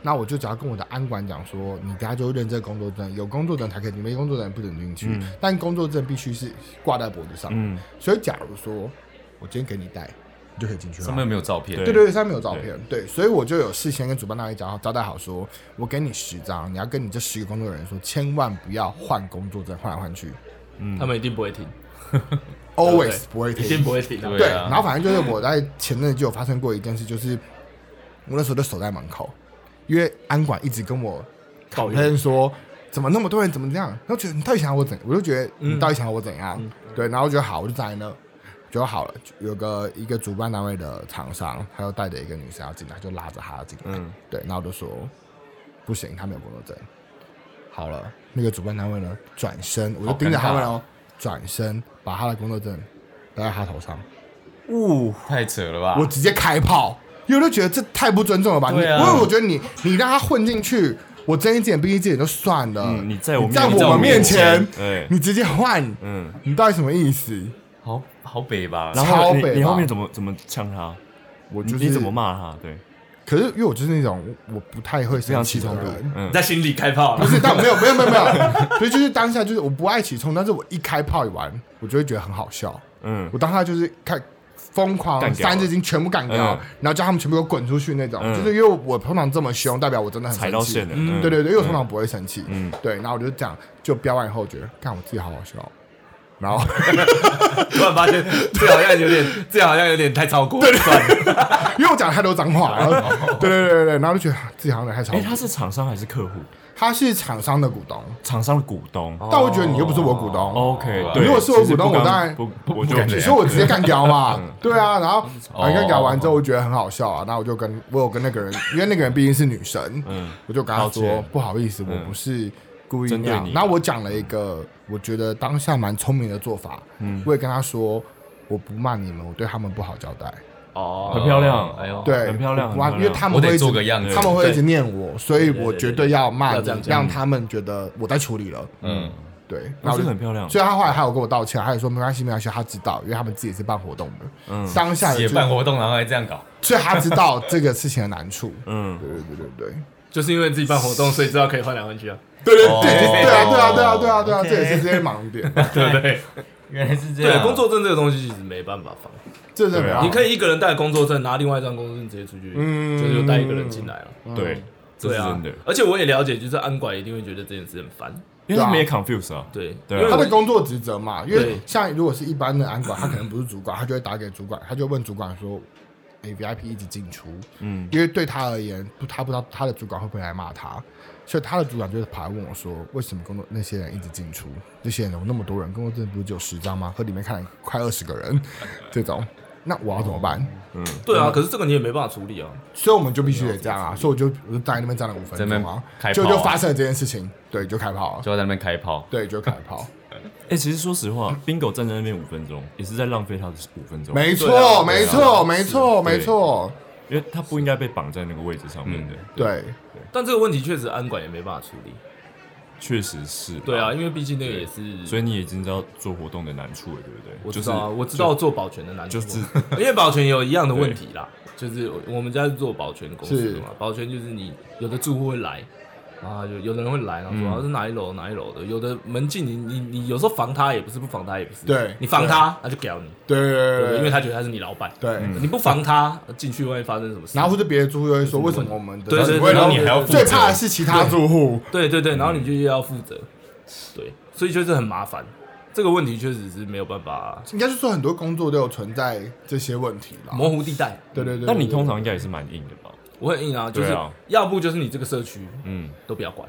[SPEAKER 3] 那我就只要跟我的安管讲说，你大家就认这个工作证，有工作证才可以进，没工作证不准进去。
[SPEAKER 2] 嗯
[SPEAKER 3] 但工作证必须是挂在脖子上。
[SPEAKER 5] 嗯
[SPEAKER 3] 所以假如说我今天给你带，你就可以进去了
[SPEAKER 2] 上。面有没有照片？
[SPEAKER 5] 对
[SPEAKER 3] 对对对，上面有照片，对，所以我就有事先跟主办单位讲好，交代好说，我给你十张，你要跟你这十个工作人员说，千万不要换工作证，换来换去
[SPEAKER 4] 他们一定不会停，
[SPEAKER 3] ，always 不会
[SPEAKER 4] 一定
[SPEAKER 3] 停。
[SPEAKER 4] 不会停的。
[SPEAKER 3] 嗯
[SPEAKER 2] 对
[SPEAKER 3] 对，
[SPEAKER 2] 啊
[SPEAKER 3] 然后反正就是我在前阵子就有发生过一件事，就是我那时候就守在门口，因为安管一直跟我
[SPEAKER 4] 抱
[SPEAKER 3] 他
[SPEAKER 4] 怨
[SPEAKER 3] 就说怎么那么多人怎么这样，然后觉得你到底想要我怎，我就觉得你到底想要我怎样，对，然后我觉得好，我就站在那，就好了。有个一个主办单位的厂商，他又带着一个女生要进来，就拉着她进来。
[SPEAKER 4] 嗯
[SPEAKER 3] 对，那我就说不行，她没有工作证。好了，那个主办单位呢，转身我就盯着他们哦，转身把他的工作证戴在他头上，
[SPEAKER 2] 呜，太扯了吧
[SPEAKER 3] 我！直接开炮，因为我就觉得这太不尊重了吧？你
[SPEAKER 2] 对啊
[SPEAKER 3] 因为我觉得你你让他混进去，我睁一只眼闭一只眼就算了，
[SPEAKER 5] 嗯，你在我
[SPEAKER 3] 你在
[SPEAKER 5] 面
[SPEAKER 3] 我们面前，
[SPEAKER 5] 对，
[SPEAKER 3] 你直接换，
[SPEAKER 5] 嗯，
[SPEAKER 3] 你到底什么意思？
[SPEAKER 2] 好好北吧？
[SPEAKER 5] 然后你
[SPEAKER 3] 超北吧
[SPEAKER 5] 你后面怎么怎么呛他？
[SPEAKER 3] 我
[SPEAKER 5] 你
[SPEAKER 3] 就是
[SPEAKER 5] 你怎么？骂他？对，
[SPEAKER 3] 可是因为我就是那种我不太会
[SPEAKER 5] 非
[SPEAKER 3] 生
[SPEAKER 5] 常
[SPEAKER 3] 气
[SPEAKER 5] 气
[SPEAKER 3] 的
[SPEAKER 5] 冲突
[SPEAKER 3] 人，，
[SPEAKER 5] 嗯
[SPEAKER 4] 你，在心里开炮
[SPEAKER 3] 不
[SPEAKER 4] 了，
[SPEAKER 3] 是，但没有没有没有没 有，所以就是当下就是我不爱起冲，但是我一开炮一完，我就会觉得很好笑。
[SPEAKER 5] 嗯
[SPEAKER 3] 我当下就是看疯狂
[SPEAKER 5] 干掉
[SPEAKER 3] 三字经全部干掉，
[SPEAKER 5] 嗯
[SPEAKER 3] 然后叫他们全部给我滚出去那种。
[SPEAKER 5] 嗯
[SPEAKER 3] 就是因为我我通常这么凶，代表我真的很
[SPEAKER 5] 踩到
[SPEAKER 3] 生气
[SPEAKER 5] 线。了，嗯
[SPEAKER 2] 嗯
[SPEAKER 3] 对对对，因为我通常不会生气。
[SPEAKER 5] 嗯
[SPEAKER 3] 对，然后我就这样就飙完以后，觉得干我自己好好笑。然后
[SPEAKER 4] 突然发现这好像有点，这好像有点太超过，算 了，
[SPEAKER 3] 因为我讲了太多脏话，然后对对对对对，然后就觉得啊自己好像有点太
[SPEAKER 5] 哦哎，
[SPEAKER 3] 吵。
[SPEAKER 5] 他是厂商还是客户？
[SPEAKER 3] 他是厂商的股东，
[SPEAKER 5] 厂商的股东。
[SPEAKER 3] 但我觉得你又不是我股东，
[SPEAKER 5] OK，
[SPEAKER 3] 如果是我股东，我当
[SPEAKER 5] 当
[SPEAKER 3] 然
[SPEAKER 5] 然不，嗯我就
[SPEAKER 3] 你说我直接干 掉嘛？对啊，然后然后干掉
[SPEAKER 5] 哦
[SPEAKER 3] 完之后，我觉得很好笑啊，那我就跟我有跟那个人，因为那个人毕竟是女神，
[SPEAKER 5] 嗯
[SPEAKER 3] 我就跟他
[SPEAKER 5] 道
[SPEAKER 3] 说
[SPEAKER 5] 歉
[SPEAKER 3] 不好意思，我
[SPEAKER 5] 嗯
[SPEAKER 3] 不是故意
[SPEAKER 5] 针
[SPEAKER 3] 那
[SPEAKER 5] 对
[SPEAKER 3] 样
[SPEAKER 5] 你。
[SPEAKER 3] 那我讲了一个我觉得当下蛮聪明的做法，
[SPEAKER 5] 嗯
[SPEAKER 3] 我也跟他说我不骂你们，我对他们不好交代，
[SPEAKER 4] 哦
[SPEAKER 5] 很漂亮
[SPEAKER 2] 哎呦，
[SPEAKER 3] 对，
[SPEAKER 5] 很漂亮
[SPEAKER 3] 我不骂
[SPEAKER 5] 很漂亮
[SPEAKER 3] 因为他们
[SPEAKER 2] 我得
[SPEAKER 3] 会一直
[SPEAKER 2] 做个样子
[SPEAKER 3] 他们会一直念我，所以
[SPEAKER 4] 对
[SPEAKER 3] 我
[SPEAKER 4] 对
[SPEAKER 3] 绝
[SPEAKER 4] 对
[SPEAKER 3] 对要骂
[SPEAKER 4] 要
[SPEAKER 3] 你
[SPEAKER 4] 这样，讲
[SPEAKER 3] 让他们觉得我在处理了，
[SPEAKER 2] 嗯，
[SPEAKER 3] 对，然
[SPEAKER 5] 那
[SPEAKER 3] 后
[SPEAKER 5] 是
[SPEAKER 3] 我就
[SPEAKER 5] 很漂亮，
[SPEAKER 3] 所以他后来还有跟我道歉，他也说没关系，没关系，他知道，因为他们自己是办活动的，
[SPEAKER 5] 嗯
[SPEAKER 3] 当下
[SPEAKER 2] 也
[SPEAKER 3] 哎就
[SPEAKER 2] 办活动，然后还这样搞，
[SPEAKER 3] 所以他知道这个事情的难处。
[SPEAKER 5] 嗯
[SPEAKER 3] 对对对对对
[SPEAKER 4] 就是因为自己办活动，所以知道可以换来换 去啊，
[SPEAKER 3] 对
[SPEAKER 2] 哦
[SPEAKER 3] 对对啊对啊对啊对啊对啊，
[SPEAKER 2] OK
[SPEAKER 3] 这也是这些盲点，
[SPEAKER 4] 对不对？
[SPEAKER 2] 原来是
[SPEAKER 5] 啊
[SPEAKER 2] 这
[SPEAKER 4] 对，
[SPEAKER 2] 样。
[SPEAKER 4] 工作证这个东西其实没办法放，
[SPEAKER 3] 这是没
[SPEAKER 2] 啊
[SPEAKER 3] 有
[SPEAKER 4] 你可以一个人带工作证，拿另外一张工作证直接出去，
[SPEAKER 3] 嗯
[SPEAKER 4] 这就带一个人进来了。
[SPEAKER 5] 对，这
[SPEAKER 4] 对
[SPEAKER 5] 是
[SPEAKER 4] 啊
[SPEAKER 5] 真的，，
[SPEAKER 4] 而且我也了解，就是安管一定会觉得这件事很烦。
[SPEAKER 5] 因为他们也 confuse 啊，
[SPEAKER 4] 对，
[SPEAKER 5] 对啊
[SPEAKER 4] 因为
[SPEAKER 3] 他的
[SPEAKER 4] 我
[SPEAKER 3] 工作职责嘛，因为
[SPEAKER 4] 对
[SPEAKER 3] 像如果是一般的安管，他可能不是主管，他就会打给主管，他就问主管说。哎、v i p 一直进出，
[SPEAKER 5] 嗯
[SPEAKER 3] 因为对他而言，不，他不知道他的主管会不会来骂他，所以他的主管就是跑来问我说，为什么工作那些人一直进出，那些人有那么多人，工作证不是只有十张吗？和里面看了快二十个人，这种，那我要怎么办？
[SPEAKER 4] 对啊，可是这个你也没办法处理啊。
[SPEAKER 3] 所以我们就必须得这样啊，所以我就我就站在那边站了五分
[SPEAKER 2] 在那
[SPEAKER 3] 钟
[SPEAKER 2] 边
[SPEAKER 3] 啊，
[SPEAKER 2] 开炮
[SPEAKER 3] 就
[SPEAKER 2] 啊
[SPEAKER 3] 就发生了这件事情，对，就开炮了，
[SPEAKER 2] 就要在那边 开炮，
[SPEAKER 3] 对，就开炮，
[SPEAKER 5] 哎、其实说实话，Bingo 站在那边五分钟，也是在浪费他的五分钟，
[SPEAKER 3] 没
[SPEAKER 4] 对啊
[SPEAKER 3] 错，没错，没错，没错，
[SPEAKER 5] 因为他不应该被绑在那个位置上面的。
[SPEAKER 3] 对，
[SPEAKER 4] 但这个问题确实安管也没办法处理。
[SPEAKER 5] 确实是。
[SPEAKER 4] 对啊，，因为毕竟那个也是，
[SPEAKER 5] 所以你已经知道做活动的难处了，对不对？
[SPEAKER 4] 我知道啊，我知道做保全的难处
[SPEAKER 5] 就
[SPEAKER 4] 啊，
[SPEAKER 5] 是
[SPEAKER 4] 因为保全也有一样的问题啦，就是我我们家是做保全公司的嘛，保全就是你有的住户会来。然后他就有的人会来，然后说、
[SPEAKER 5] 嗯
[SPEAKER 4] 啊是哪一楼哪一楼的，有的门禁你你你有时候防他也不是，不防他也不是，
[SPEAKER 3] 对
[SPEAKER 4] 你防他他就屌你，
[SPEAKER 3] 对对
[SPEAKER 4] 啊对嗯
[SPEAKER 3] 对
[SPEAKER 4] 因为
[SPEAKER 3] 对
[SPEAKER 4] 他觉得他是你老板，
[SPEAKER 3] 对，对
[SPEAKER 4] 你不防他进去万一发生什么事，
[SPEAKER 3] 然后或者别的住户就会说，为什么我们的
[SPEAKER 4] 对对对
[SPEAKER 3] 不会
[SPEAKER 4] 然后
[SPEAKER 2] 你还要负责
[SPEAKER 3] 最怕的是其他住户，
[SPEAKER 4] 对对对，然后你就又要负责，对，所以就是很麻烦。这个问题确实是没有办法
[SPEAKER 3] 应该是说很多工作都有存在这些问题啦。
[SPEAKER 4] 模糊地带。
[SPEAKER 3] 对对对，
[SPEAKER 5] 那你
[SPEAKER 3] 对
[SPEAKER 5] 通常应该也是蛮硬的吧？
[SPEAKER 4] 我很硬啊，就是、
[SPEAKER 5] 对啊
[SPEAKER 4] 要不就是你这个社区
[SPEAKER 5] 嗯，
[SPEAKER 4] 都不要管，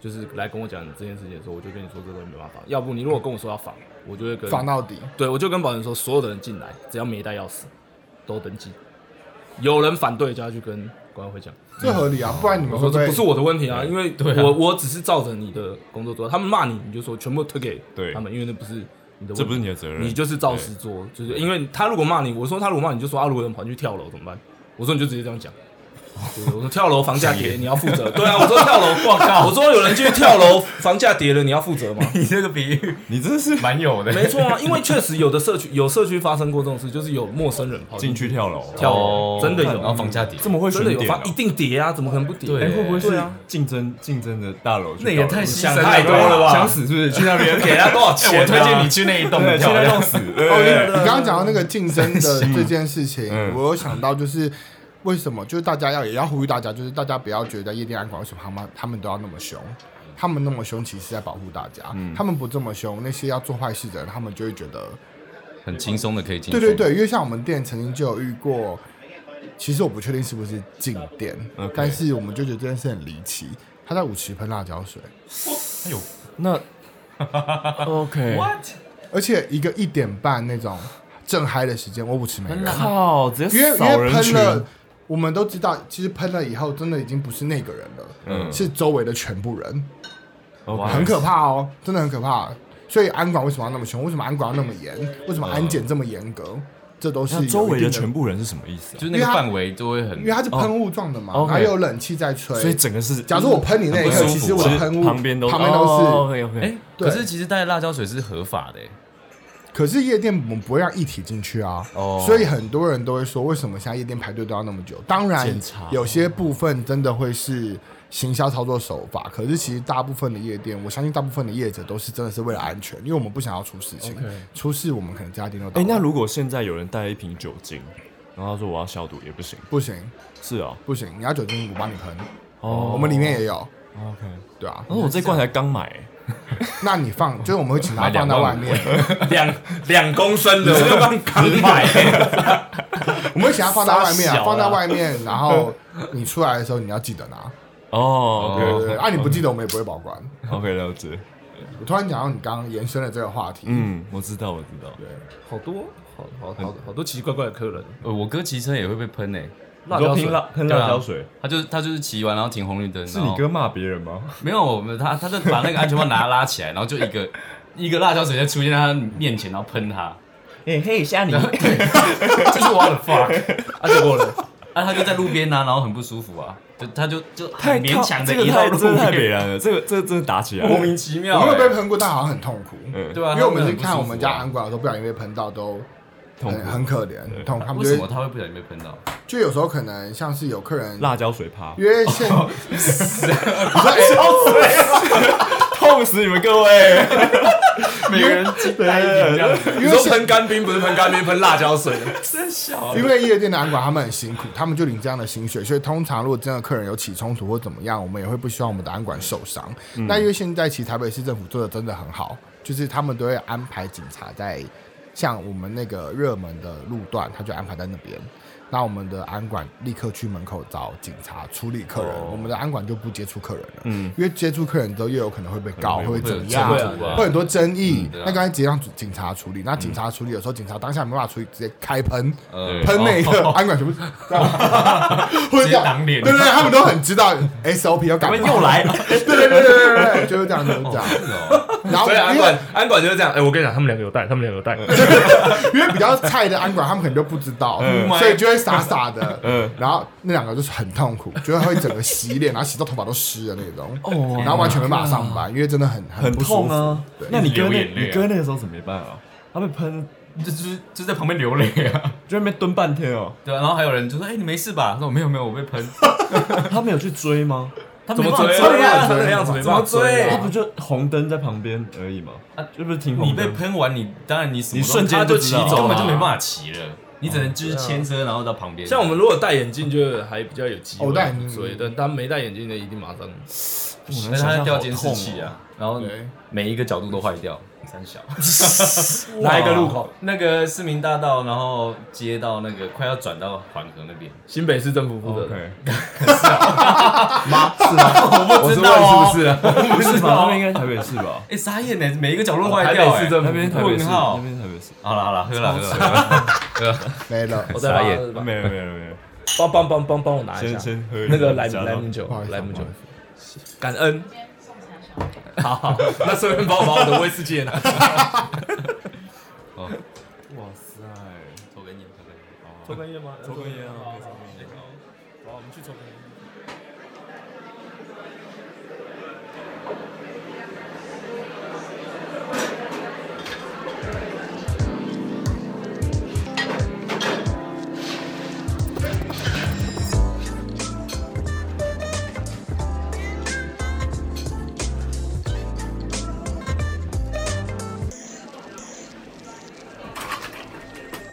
[SPEAKER 4] 就是来跟我讲这件事情的时候，我就跟你说这个没办法。要不你如果跟我说要访，我就会跟
[SPEAKER 3] 防，到底，
[SPEAKER 4] 对我就跟保人说，所有的人进来只要没带钥匙都登记，有人反对就要去跟管委会讲。
[SPEAKER 3] 这合理啊，不然你
[SPEAKER 4] 我
[SPEAKER 3] 们会
[SPEAKER 4] 说
[SPEAKER 3] 不
[SPEAKER 4] 这
[SPEAKER 3] 会
[SPEAKER 4] 不是我的问题啊，因为
[SPEAKER 2] 对啊
[SPEAKER 4] 我我只是照着你的工作做，他们骂你你就说全部推给
[SPEAKER 5] 对
[SPEAKER 4] 他们，因为那不是你的问题，
[SPEAKER 5] 这不是你的责任，
[SPEAKER 4] 你就是照实做，就是因为他如果骂你，我说他如果骂你就说啊，如果有人跑去跳楼怎么办？我说你就直接这样 讲。对我说跳楼房价跌，你要负 责。对啊，我说跳楼，我靠，我说有人去跳楼，房价跌了，你要负责 吗？
[SPEAKER 2] 你这个比喻
[SPEAKER 5] 你真的是
[SPEAKER 2] 蛮有的，
[SPEAKER 4] 没错啊，因为确实有的社区有社区发生过这种事，就是有陌生人跑
[SPEAKER 5] 进去跳楼，啊
[SPEAKER 4] 跳
[SPEAKER 2] 哦
[SPEAKER 4] 楼，真的有，
[SPEAKER 2] 然后房价跌，
[SPEAKER 5] 这么会选
[SPEAKER 4] 真的有
[SPEAKER 5] 点、啊
[SPEAKER 4] 房，一定跌啊，怎么可能不跌？
[SPEAKER 2] 对
[SPEAKER 5] 哎、会不会
[SPEAKER 4] 对
[SPEAKER 5] 是
[SPEAKER 4] 啊
[SPEAKER 5] 竞争竞争的大楼去跳楼？
[SPEAKER 2] 那也太牺
[SPEAKER 4] 想
[SPEAKER 2] 牲了
[SPEAKER 4] 太多了吧
[SPEAKER 2] 想死是不是？去那 边
[SPEAKER 4] 给他多少钱啊
[SPEAKER 2] 哎我推荐你去那一 栋
[SPEAKER 5] 对，现
[SPEAKER 2] 跳
[SPEAKER 5] 在
[SPEAKER 2] 跳
[SPEAKER 5] 弄。死。
[SPEAKER 3] 哦，
[SPEAKER 5] 对
[SPEAKER 3] 你你刚刚讲到那个 竞争的这件事情，
[SPEAKER 5] 嗯
[SPEAKER 3] 我有想到就是为什么，就是大家要也要呼吁大家，就是大家不要觉得夜店安管为什么他们他们都要那么凶，他们那么凶其实是在保护大家，
[SPEAKER 5] 嗯
[SPEAKER 3] 他们不这么凶，那些要做坏事的人，他们就会觉得，
[SPEAKER 2] 很轻松的可以进
[SPEAKER 3] 对
[SPEAKER 2] 去。
[SPEAKER 3] 对对，因为像我们店曾经就有遇过。其实我不确定是不是进店
[SPEAKER 5] OK
[SPEAKER 3] 但是我们就觉得这件事很离奇。他在舞池喷辣椒水，
[SPEAKER 5] 哎呦， 那 OK，
[SPEAKER 3] 而且一个一点半那种正嗨的时间，我五十没人。
[SPEAKER 5] 靠，直接
[SPEAKER 3] 因为因
[SPEAKER 5] 扫
[SPEAKER 3] 为
[SPEAKER 5] 人
[SPEAKER 3] 喷
[SPEAKER 5] 群，
[SPEAKER 3] 了，我们都知道，其实喷了以后，真的已经不是那个人了，
[SPEAKER 5] 嗯
[SPEAKER 3] 是周围的全部人，
[SPEAKER 5] OK
[SPEAKER 3] 很可怕哦，真的很可怕。所以安管为什么要那么凶？为什么安管要那么严？为什么安检这么严格？这都是有
[SPEAKER 5] 嗯那
[SPEAKER 3] 一
[SPEAKER 5] 周围
[SPEAKER 3] 定
[SPEAKER 5] 的
[SPEAKER 3] 的
[SPEAKER 5] 全，部人是什么意思啊
[SPEAKER 2] 就是那个范围就会很
[SPEAKER 3] 因为它是喷雾状的嘛，
[SPEAKER 5] 哦
[SPEAKER 3] 然后
[SPEAKER 5] OK
[SPEAKER 3] 又有冷气在吹，
[SPEAKER 5] 所以整个是，
[SPEAKER 3] 假如我喷你那一
[SPEAKER 2] 很
[SPEAKER 3] 刻，
[SPEAKER 2] 不舒
[SPEAKER 3] 其
[SPEAKER 2] 服
[SPEAKER 3] 实我的喷雾
[SPEAKER 5] 旁边都哦
[SPEAKER 3] 旁边都是。
[SPEAKER 5] OK OK，
[SPEAKER 2] 哎，
[SPEAKER 3] 对
[SPEAKER 2] 可是其实带辣椒水是合法的欸，
[SPEAKER 3] 可是夜店我们不会让液体进去啊，
[SPEAKER 2] 哦
[SPEAKER 3] 所以很多人都会说，为什么现在夜店排队都要那么久？当然
[SPEAKER 5] 检查，哦
[SPEAKER 3] 有些部分真的会是行销操作手法，可是其实大部分的夜店，我相信大部分的业者都是真的是为了安全，因为我们不想要出事情
[SPEAKER 4] OK
[SPEAKER 3] 出事我们可能家店都倒
[SPEAKER 5] 哎、
[SPEAKER 3] 了。
[SPEAKER 5] 那如果现在有人带一瓶酒精，然后他说我要消毒也不行，
[SPEAKER 3] 不行
[SPEAKER 5] 是啊，
[SPEAKER 3] 不行，你要酒精我帮你喷，
[SPEAKER 5] 哦
[SPEAKER 3] 我们里面也有，
[SPEAKER 5] OK。哦
[SPEAKER 3] 对啊
[SPEAKER 5] 可，是我这罐才刚买、欸，
[SPEAKER 3] 那你
[SPEAKER 5] 哦
[SPEAKER 3] 放就是我们会请他放
[SPEAKER 2] 买两
[SPEAKER 3] 在外
[SPEAKER 2] 万
[SPEAKER 3] 面，
[SPEAKER 4] 两两公升的，我就帮刚买，
[SPEAKER 3] 我们会请他放在 外面
[SPEAKER 5] 傻
[SPEAKER 3] 啊，
[SPEAKER 5] 小
[SPEAKER 3] 放在
[SPEAKER 5] 啦
[SPEAKER 3] 外面，然后你出来的时候你要记得拿，
[SPEAKER 5] 哦
[SPEAKER 3] 对对
[SPEAKER 5] ，OK
[SPEAKER 3] 对，啊你不记得我们也不会保管。
[SPEAKER 5] OK 了解，
[SPEAKER 3] 我突然讲到你刚刚延伸了这个话题，
[SPEAKER 5] 嗯，我知道我知道，
[SPEAKER 4] 好多好好好好多奇奇怪怪的客人，
[SPEAKER 2] 呃，我哥骑车也会被喷诶，
[SPEAKER 4] 辣椒水
[SPEAKER 5] 你说喷
[SPEAKER 2] 对啊
[SPEAKER 5] 辣椒水，
[SPEAKER 2] 他就是他就是骑完然后停红绿灯，
[SPEAKER 5] 是
[SPEAKER 2] 然
[SPEAKER 5] 你
[SPEAKER 2] 后
[SPEAKER 5] 哥骂别人吗？
[SPEAKER 2] 没有，我们他他就把那个安全帽拿拉起来，然后就一个 一个辣椒水在出现在他面前，然后喷他，
[SPEAKER 5] 哎、嘿，吓你，对
[SPEAKER 2] 这是我的 fuck。
[SPEAKER 4] 啊，结果呢？
[SPEAKER 2] 啊，他就在路边呐、啊，然后很不舒服啊，就他就就
[SPEAKER 5] 太
[SPEAKER 2] 很勉强的
[SPEAKER 5] 这个
[SPEAKER 2] 一到
[SPEAKER 5] 太
[SPEAKER 2] 路
[SPEAKER 5] 真的太
[SPEAKER 2] 边，
[SPEAKER 5] 北然了，这个这个真的打起来
[SPEAKER 2] 莫
[SPEAKER 5] 了，
[SPEAKER 2] 名其
[SPEAKER 3] 我
[SPEAKER 2] 妙、
[SPEAKER 3] 没有
[SPEAKER 2] 欸。
[SPEAKER 3] 被喷过，但好像很痛苦。
[SPEAKER 5] 嗯，
[SPEAKER 2] 对啊，
[SPEAKER 3] 因为我
[SPEAKER 2] 他
[SPEAKER 3] 每
[SPEAKER 2] 很
[SPEAKER 3] 次
[SPEAKER 2] 不舒服啊
[SPEAKER 3] 看我们家安管的时候，不小心被喷到都
[SPEAKER 5] 痛
[SPEAKER 3] 很
[SPEAKER 5] 苦，
[SPEAKER 3] 很可怜，痛。他们
[SPEAKER 2] 为
[SPEAKER 3] 就
[SPEAKER 2] 什么
[SPEAKER 3] 会
[SPEAKER 2] 他会不小心被喷到？
[SPEAKER 3] 就有时候可能像是有客人
[SPEAKER 5] 辣椒水趴，
[SPEAKER 3] 因为现，
[SPEAKER 5] 哦
[SPEAKER 3] 你说哎
[SPEAKER 5] 痛死你们各位，
[SPEAKER 2] 每个人进来一瓶这样子，
[SPEAKER 4] 你说喷干冰不是喷干冰，喷辣椒水，
[SPEAKER 2] 真小。
[SPEAKER 3] 因为夜店的安管他们很辛苦，他们就领这样的薪水，所以通常如果真的客人有起冲突或怎么样，我们也会不希望我们的安管受伤。那因为现在其实台北市政府做的真的很好，就是他们都会安排警察在像我们那个热门的路段，他就安排在那边。那我们的安管立刻去门口找警察处理客人，我们的安管就不接触客人了，因为接触客人之后又有可能会被告，
[SPEAKER 5] 嗯
[SPEAKER 3] 会
[SPEAKER 2] 会
[SPEAKER 3] 怎
[SPEAKER 2] 有
[SPEAKER 3] 么
[SPEAKER 2] 冲
[SPEAKER 3] 样，
[SPEAKER 2] 突啊
[SPEAKER 3] 会？很多争议。
[SPEAKER 2] 对啊
[SPEAKER 3] 那刚才直接让警察处理，那警察处理有时候警察当下没办法处理，直接开喷，
[SPEAKER 2] 呃，
[SPEAKER 3] 喷那一刻，安管全部这样，或者这
[SPEAKER 2] 直接
[SPEAKER 3] 样，
[SPEAKER 2] 挡脸
[SPEAKER 3] 对对，对他们都很知道 SOP 要
[SPEAKER 5] 你
[SPEAKER 3] 干嘛。
[SPEAKER 5] 们又， 来了，
[SPEAKER 3] 对对对对对对对，就是这样，就是这样。然
[SPEAKER 4] 哦
[SPEAKER 3] 后
[SPEAKER 4] 所以安
[SPEAKER 3] 因为
[SPEAKER 4] 管安管就是这样。哎，我跟你讲，他们两个有带，他们两个有带。
[SPEAKER 5] 嗯
[SPEAKER 3] 因为比较菜的安管，他们可能就不知道，所以就会傻傻的。嗯，然后那两个就是很痛苦，就会整个洗脸，然后洗到头发都湿的那种。 哦，然后完全没办法上班，因为真的很
[SPEAKER 5] 很
[SPEAKER 3] 不舒
[SPEAKER 5] 痛
[SPEAKER 3] 服。
[SPEAKER 5] 啊
[SPEAKER 3] 对。
[SPEAKER 5] 那你哥
[SPEAKER 2] 流
[SPEAKER 5] 那
[SPEAKER 2] 眼泪啊
[SPEAKER 5] 你哥那个时候怎么办啊？他被喷，
[SPEAKER 2] 就就是就在旁边流泪啊。
[SPEAKER 5] 就在那边蹲半天哦。
[SPEAKER 2] 对啊，然后还有人就说：“哎、你没事吧？”说：“没有没有，我被喷。
[SPEAKER 5] 他没有去追吗？
[SPEAKER 2] 他
[SPEAKER 4] 怎
[SPEAKER 2] 没
[SPEAKER 4] 么
[SPEAKER 2] 办法
[SPEAKER 4] 追
[SPEAKER 2] 追
[SPEAKER 4] 啊？
[SPEAKER 2] 啊？
[SPEAKER 4] 他的样子没办法追
[SPEAKER 5] 他
[SPEAKER 4] 啊。
[SPEAKER 5] 不就红灯在旁边而已吗？
[SPEAKER 2] 啊
[SPEAKER 5] 这不是停
[SPEAKER 2] 你
[SPEAKER 5] 红
[SPEAKER 2] 被
[SPEAKER 5] 灯？
[SPEAKER 2] 喷完，你当然你什么
[SPEAKER 5] 你瞬间
[SPEAKER 2] 他就
[SPEAKER 5] 就
[SPEAKER 2] 骑
[SPEAKER 5] 知道
[SPEAKER 2] 走，根本就
[SPEAKER 5] 啊
[SPEAKER 2] 没办法骑了，你只能就是牵车，然后到旁边。
[SPEAKER 4] 像我们如果戴眼镜，就还比较有机
[SPEAKER 3] 哦
[SPEAKER 4] 会
[SPEAKER 3] 戴眼镜
[SPEAKER 4] 追，但他没戴眼镜的一定马上。
[SPEAKER 5] 我能
[SPEAKER 2] 但是哎
[SPEAKER 5] 想
[SPEAKER 2] 他在
[SPEAKER 5] 象
[SPEAKER 2] 掉
[SPEAKER 5] 好
[SPEAKER 2] 监视
[SPEAKER 5] 痛
[SPEAKER 2] 器
[SPEAKER 5] 哦！
[SPEAKER 2] 啊，然后
[SPEAKER 3] 对
[SPEAKER 2] 每一个角度都坏掉，三小
[SPEAKER 4] 哪一个路口？
[SPEAKER 2] 那个市民大道，然后接到那个快要转到环河那边，
[SPEAKER 4] 新北市政府负责的。
[SPEAKER 5] OK，
[SPEAKER 3] 妈是吗？
[SPEAKER 2] 我
[SPEAKER 4] 我是
[SPEAKER 2] 哦
[SPEAKER 4] 问是不是啊？
[SPEAKER 5] 不是吧？那边应该是台北市吧？
[SPEAKER 2] 哎，傻眼呢，每一个角落都坏掉
[SPEAKER 4] 台北
[SPEAKER 2] 哎
[SPEAKER 4] 市。政
[SPEAKER 5] 那边是台北市，
[SPEAKER 2] 问号
[SPEAKER 5] 那边是台北市。
[SPEAKER 2] 好了好了，喝了喝了，
[SPEAKER 3] 没了，
[SPEAKER 4] 我再把
[SPEAKER 2] 傻眼
[SPEAKER 5] 没有没有没有，
[SPEAKER 4] 帮帮帮帮帮我拿一
[SPEAKER 5] 先
[SPEAKER 4] 下
[SPEAKER 5] 先喝一下
[SPEAKER 4] 那个莱
[SPEAKER 5] 假
[SPEAKER 4] 姆
[SPEAKER 5] 装
[SPEAKER 4] 莱姆酒
[SPEAKER 3] 不好意，思
[SPEAKER 4] 莱姆酒
[SPEAKER 3] 不好意，
[SPEAKER 4] 感恩。
[SPEAKER 6] 今天送茶小
[SPEAKER 4] 好好，那顺便帮我把我的威士忌也拿出来。
[SPEAKER 5] 哇塞，
[SPEAKER 2] 抽根烟，抽根烟。
[SPEAKER 4] 抽根烟吗？抽根烟啊！好，我们去抽根烟。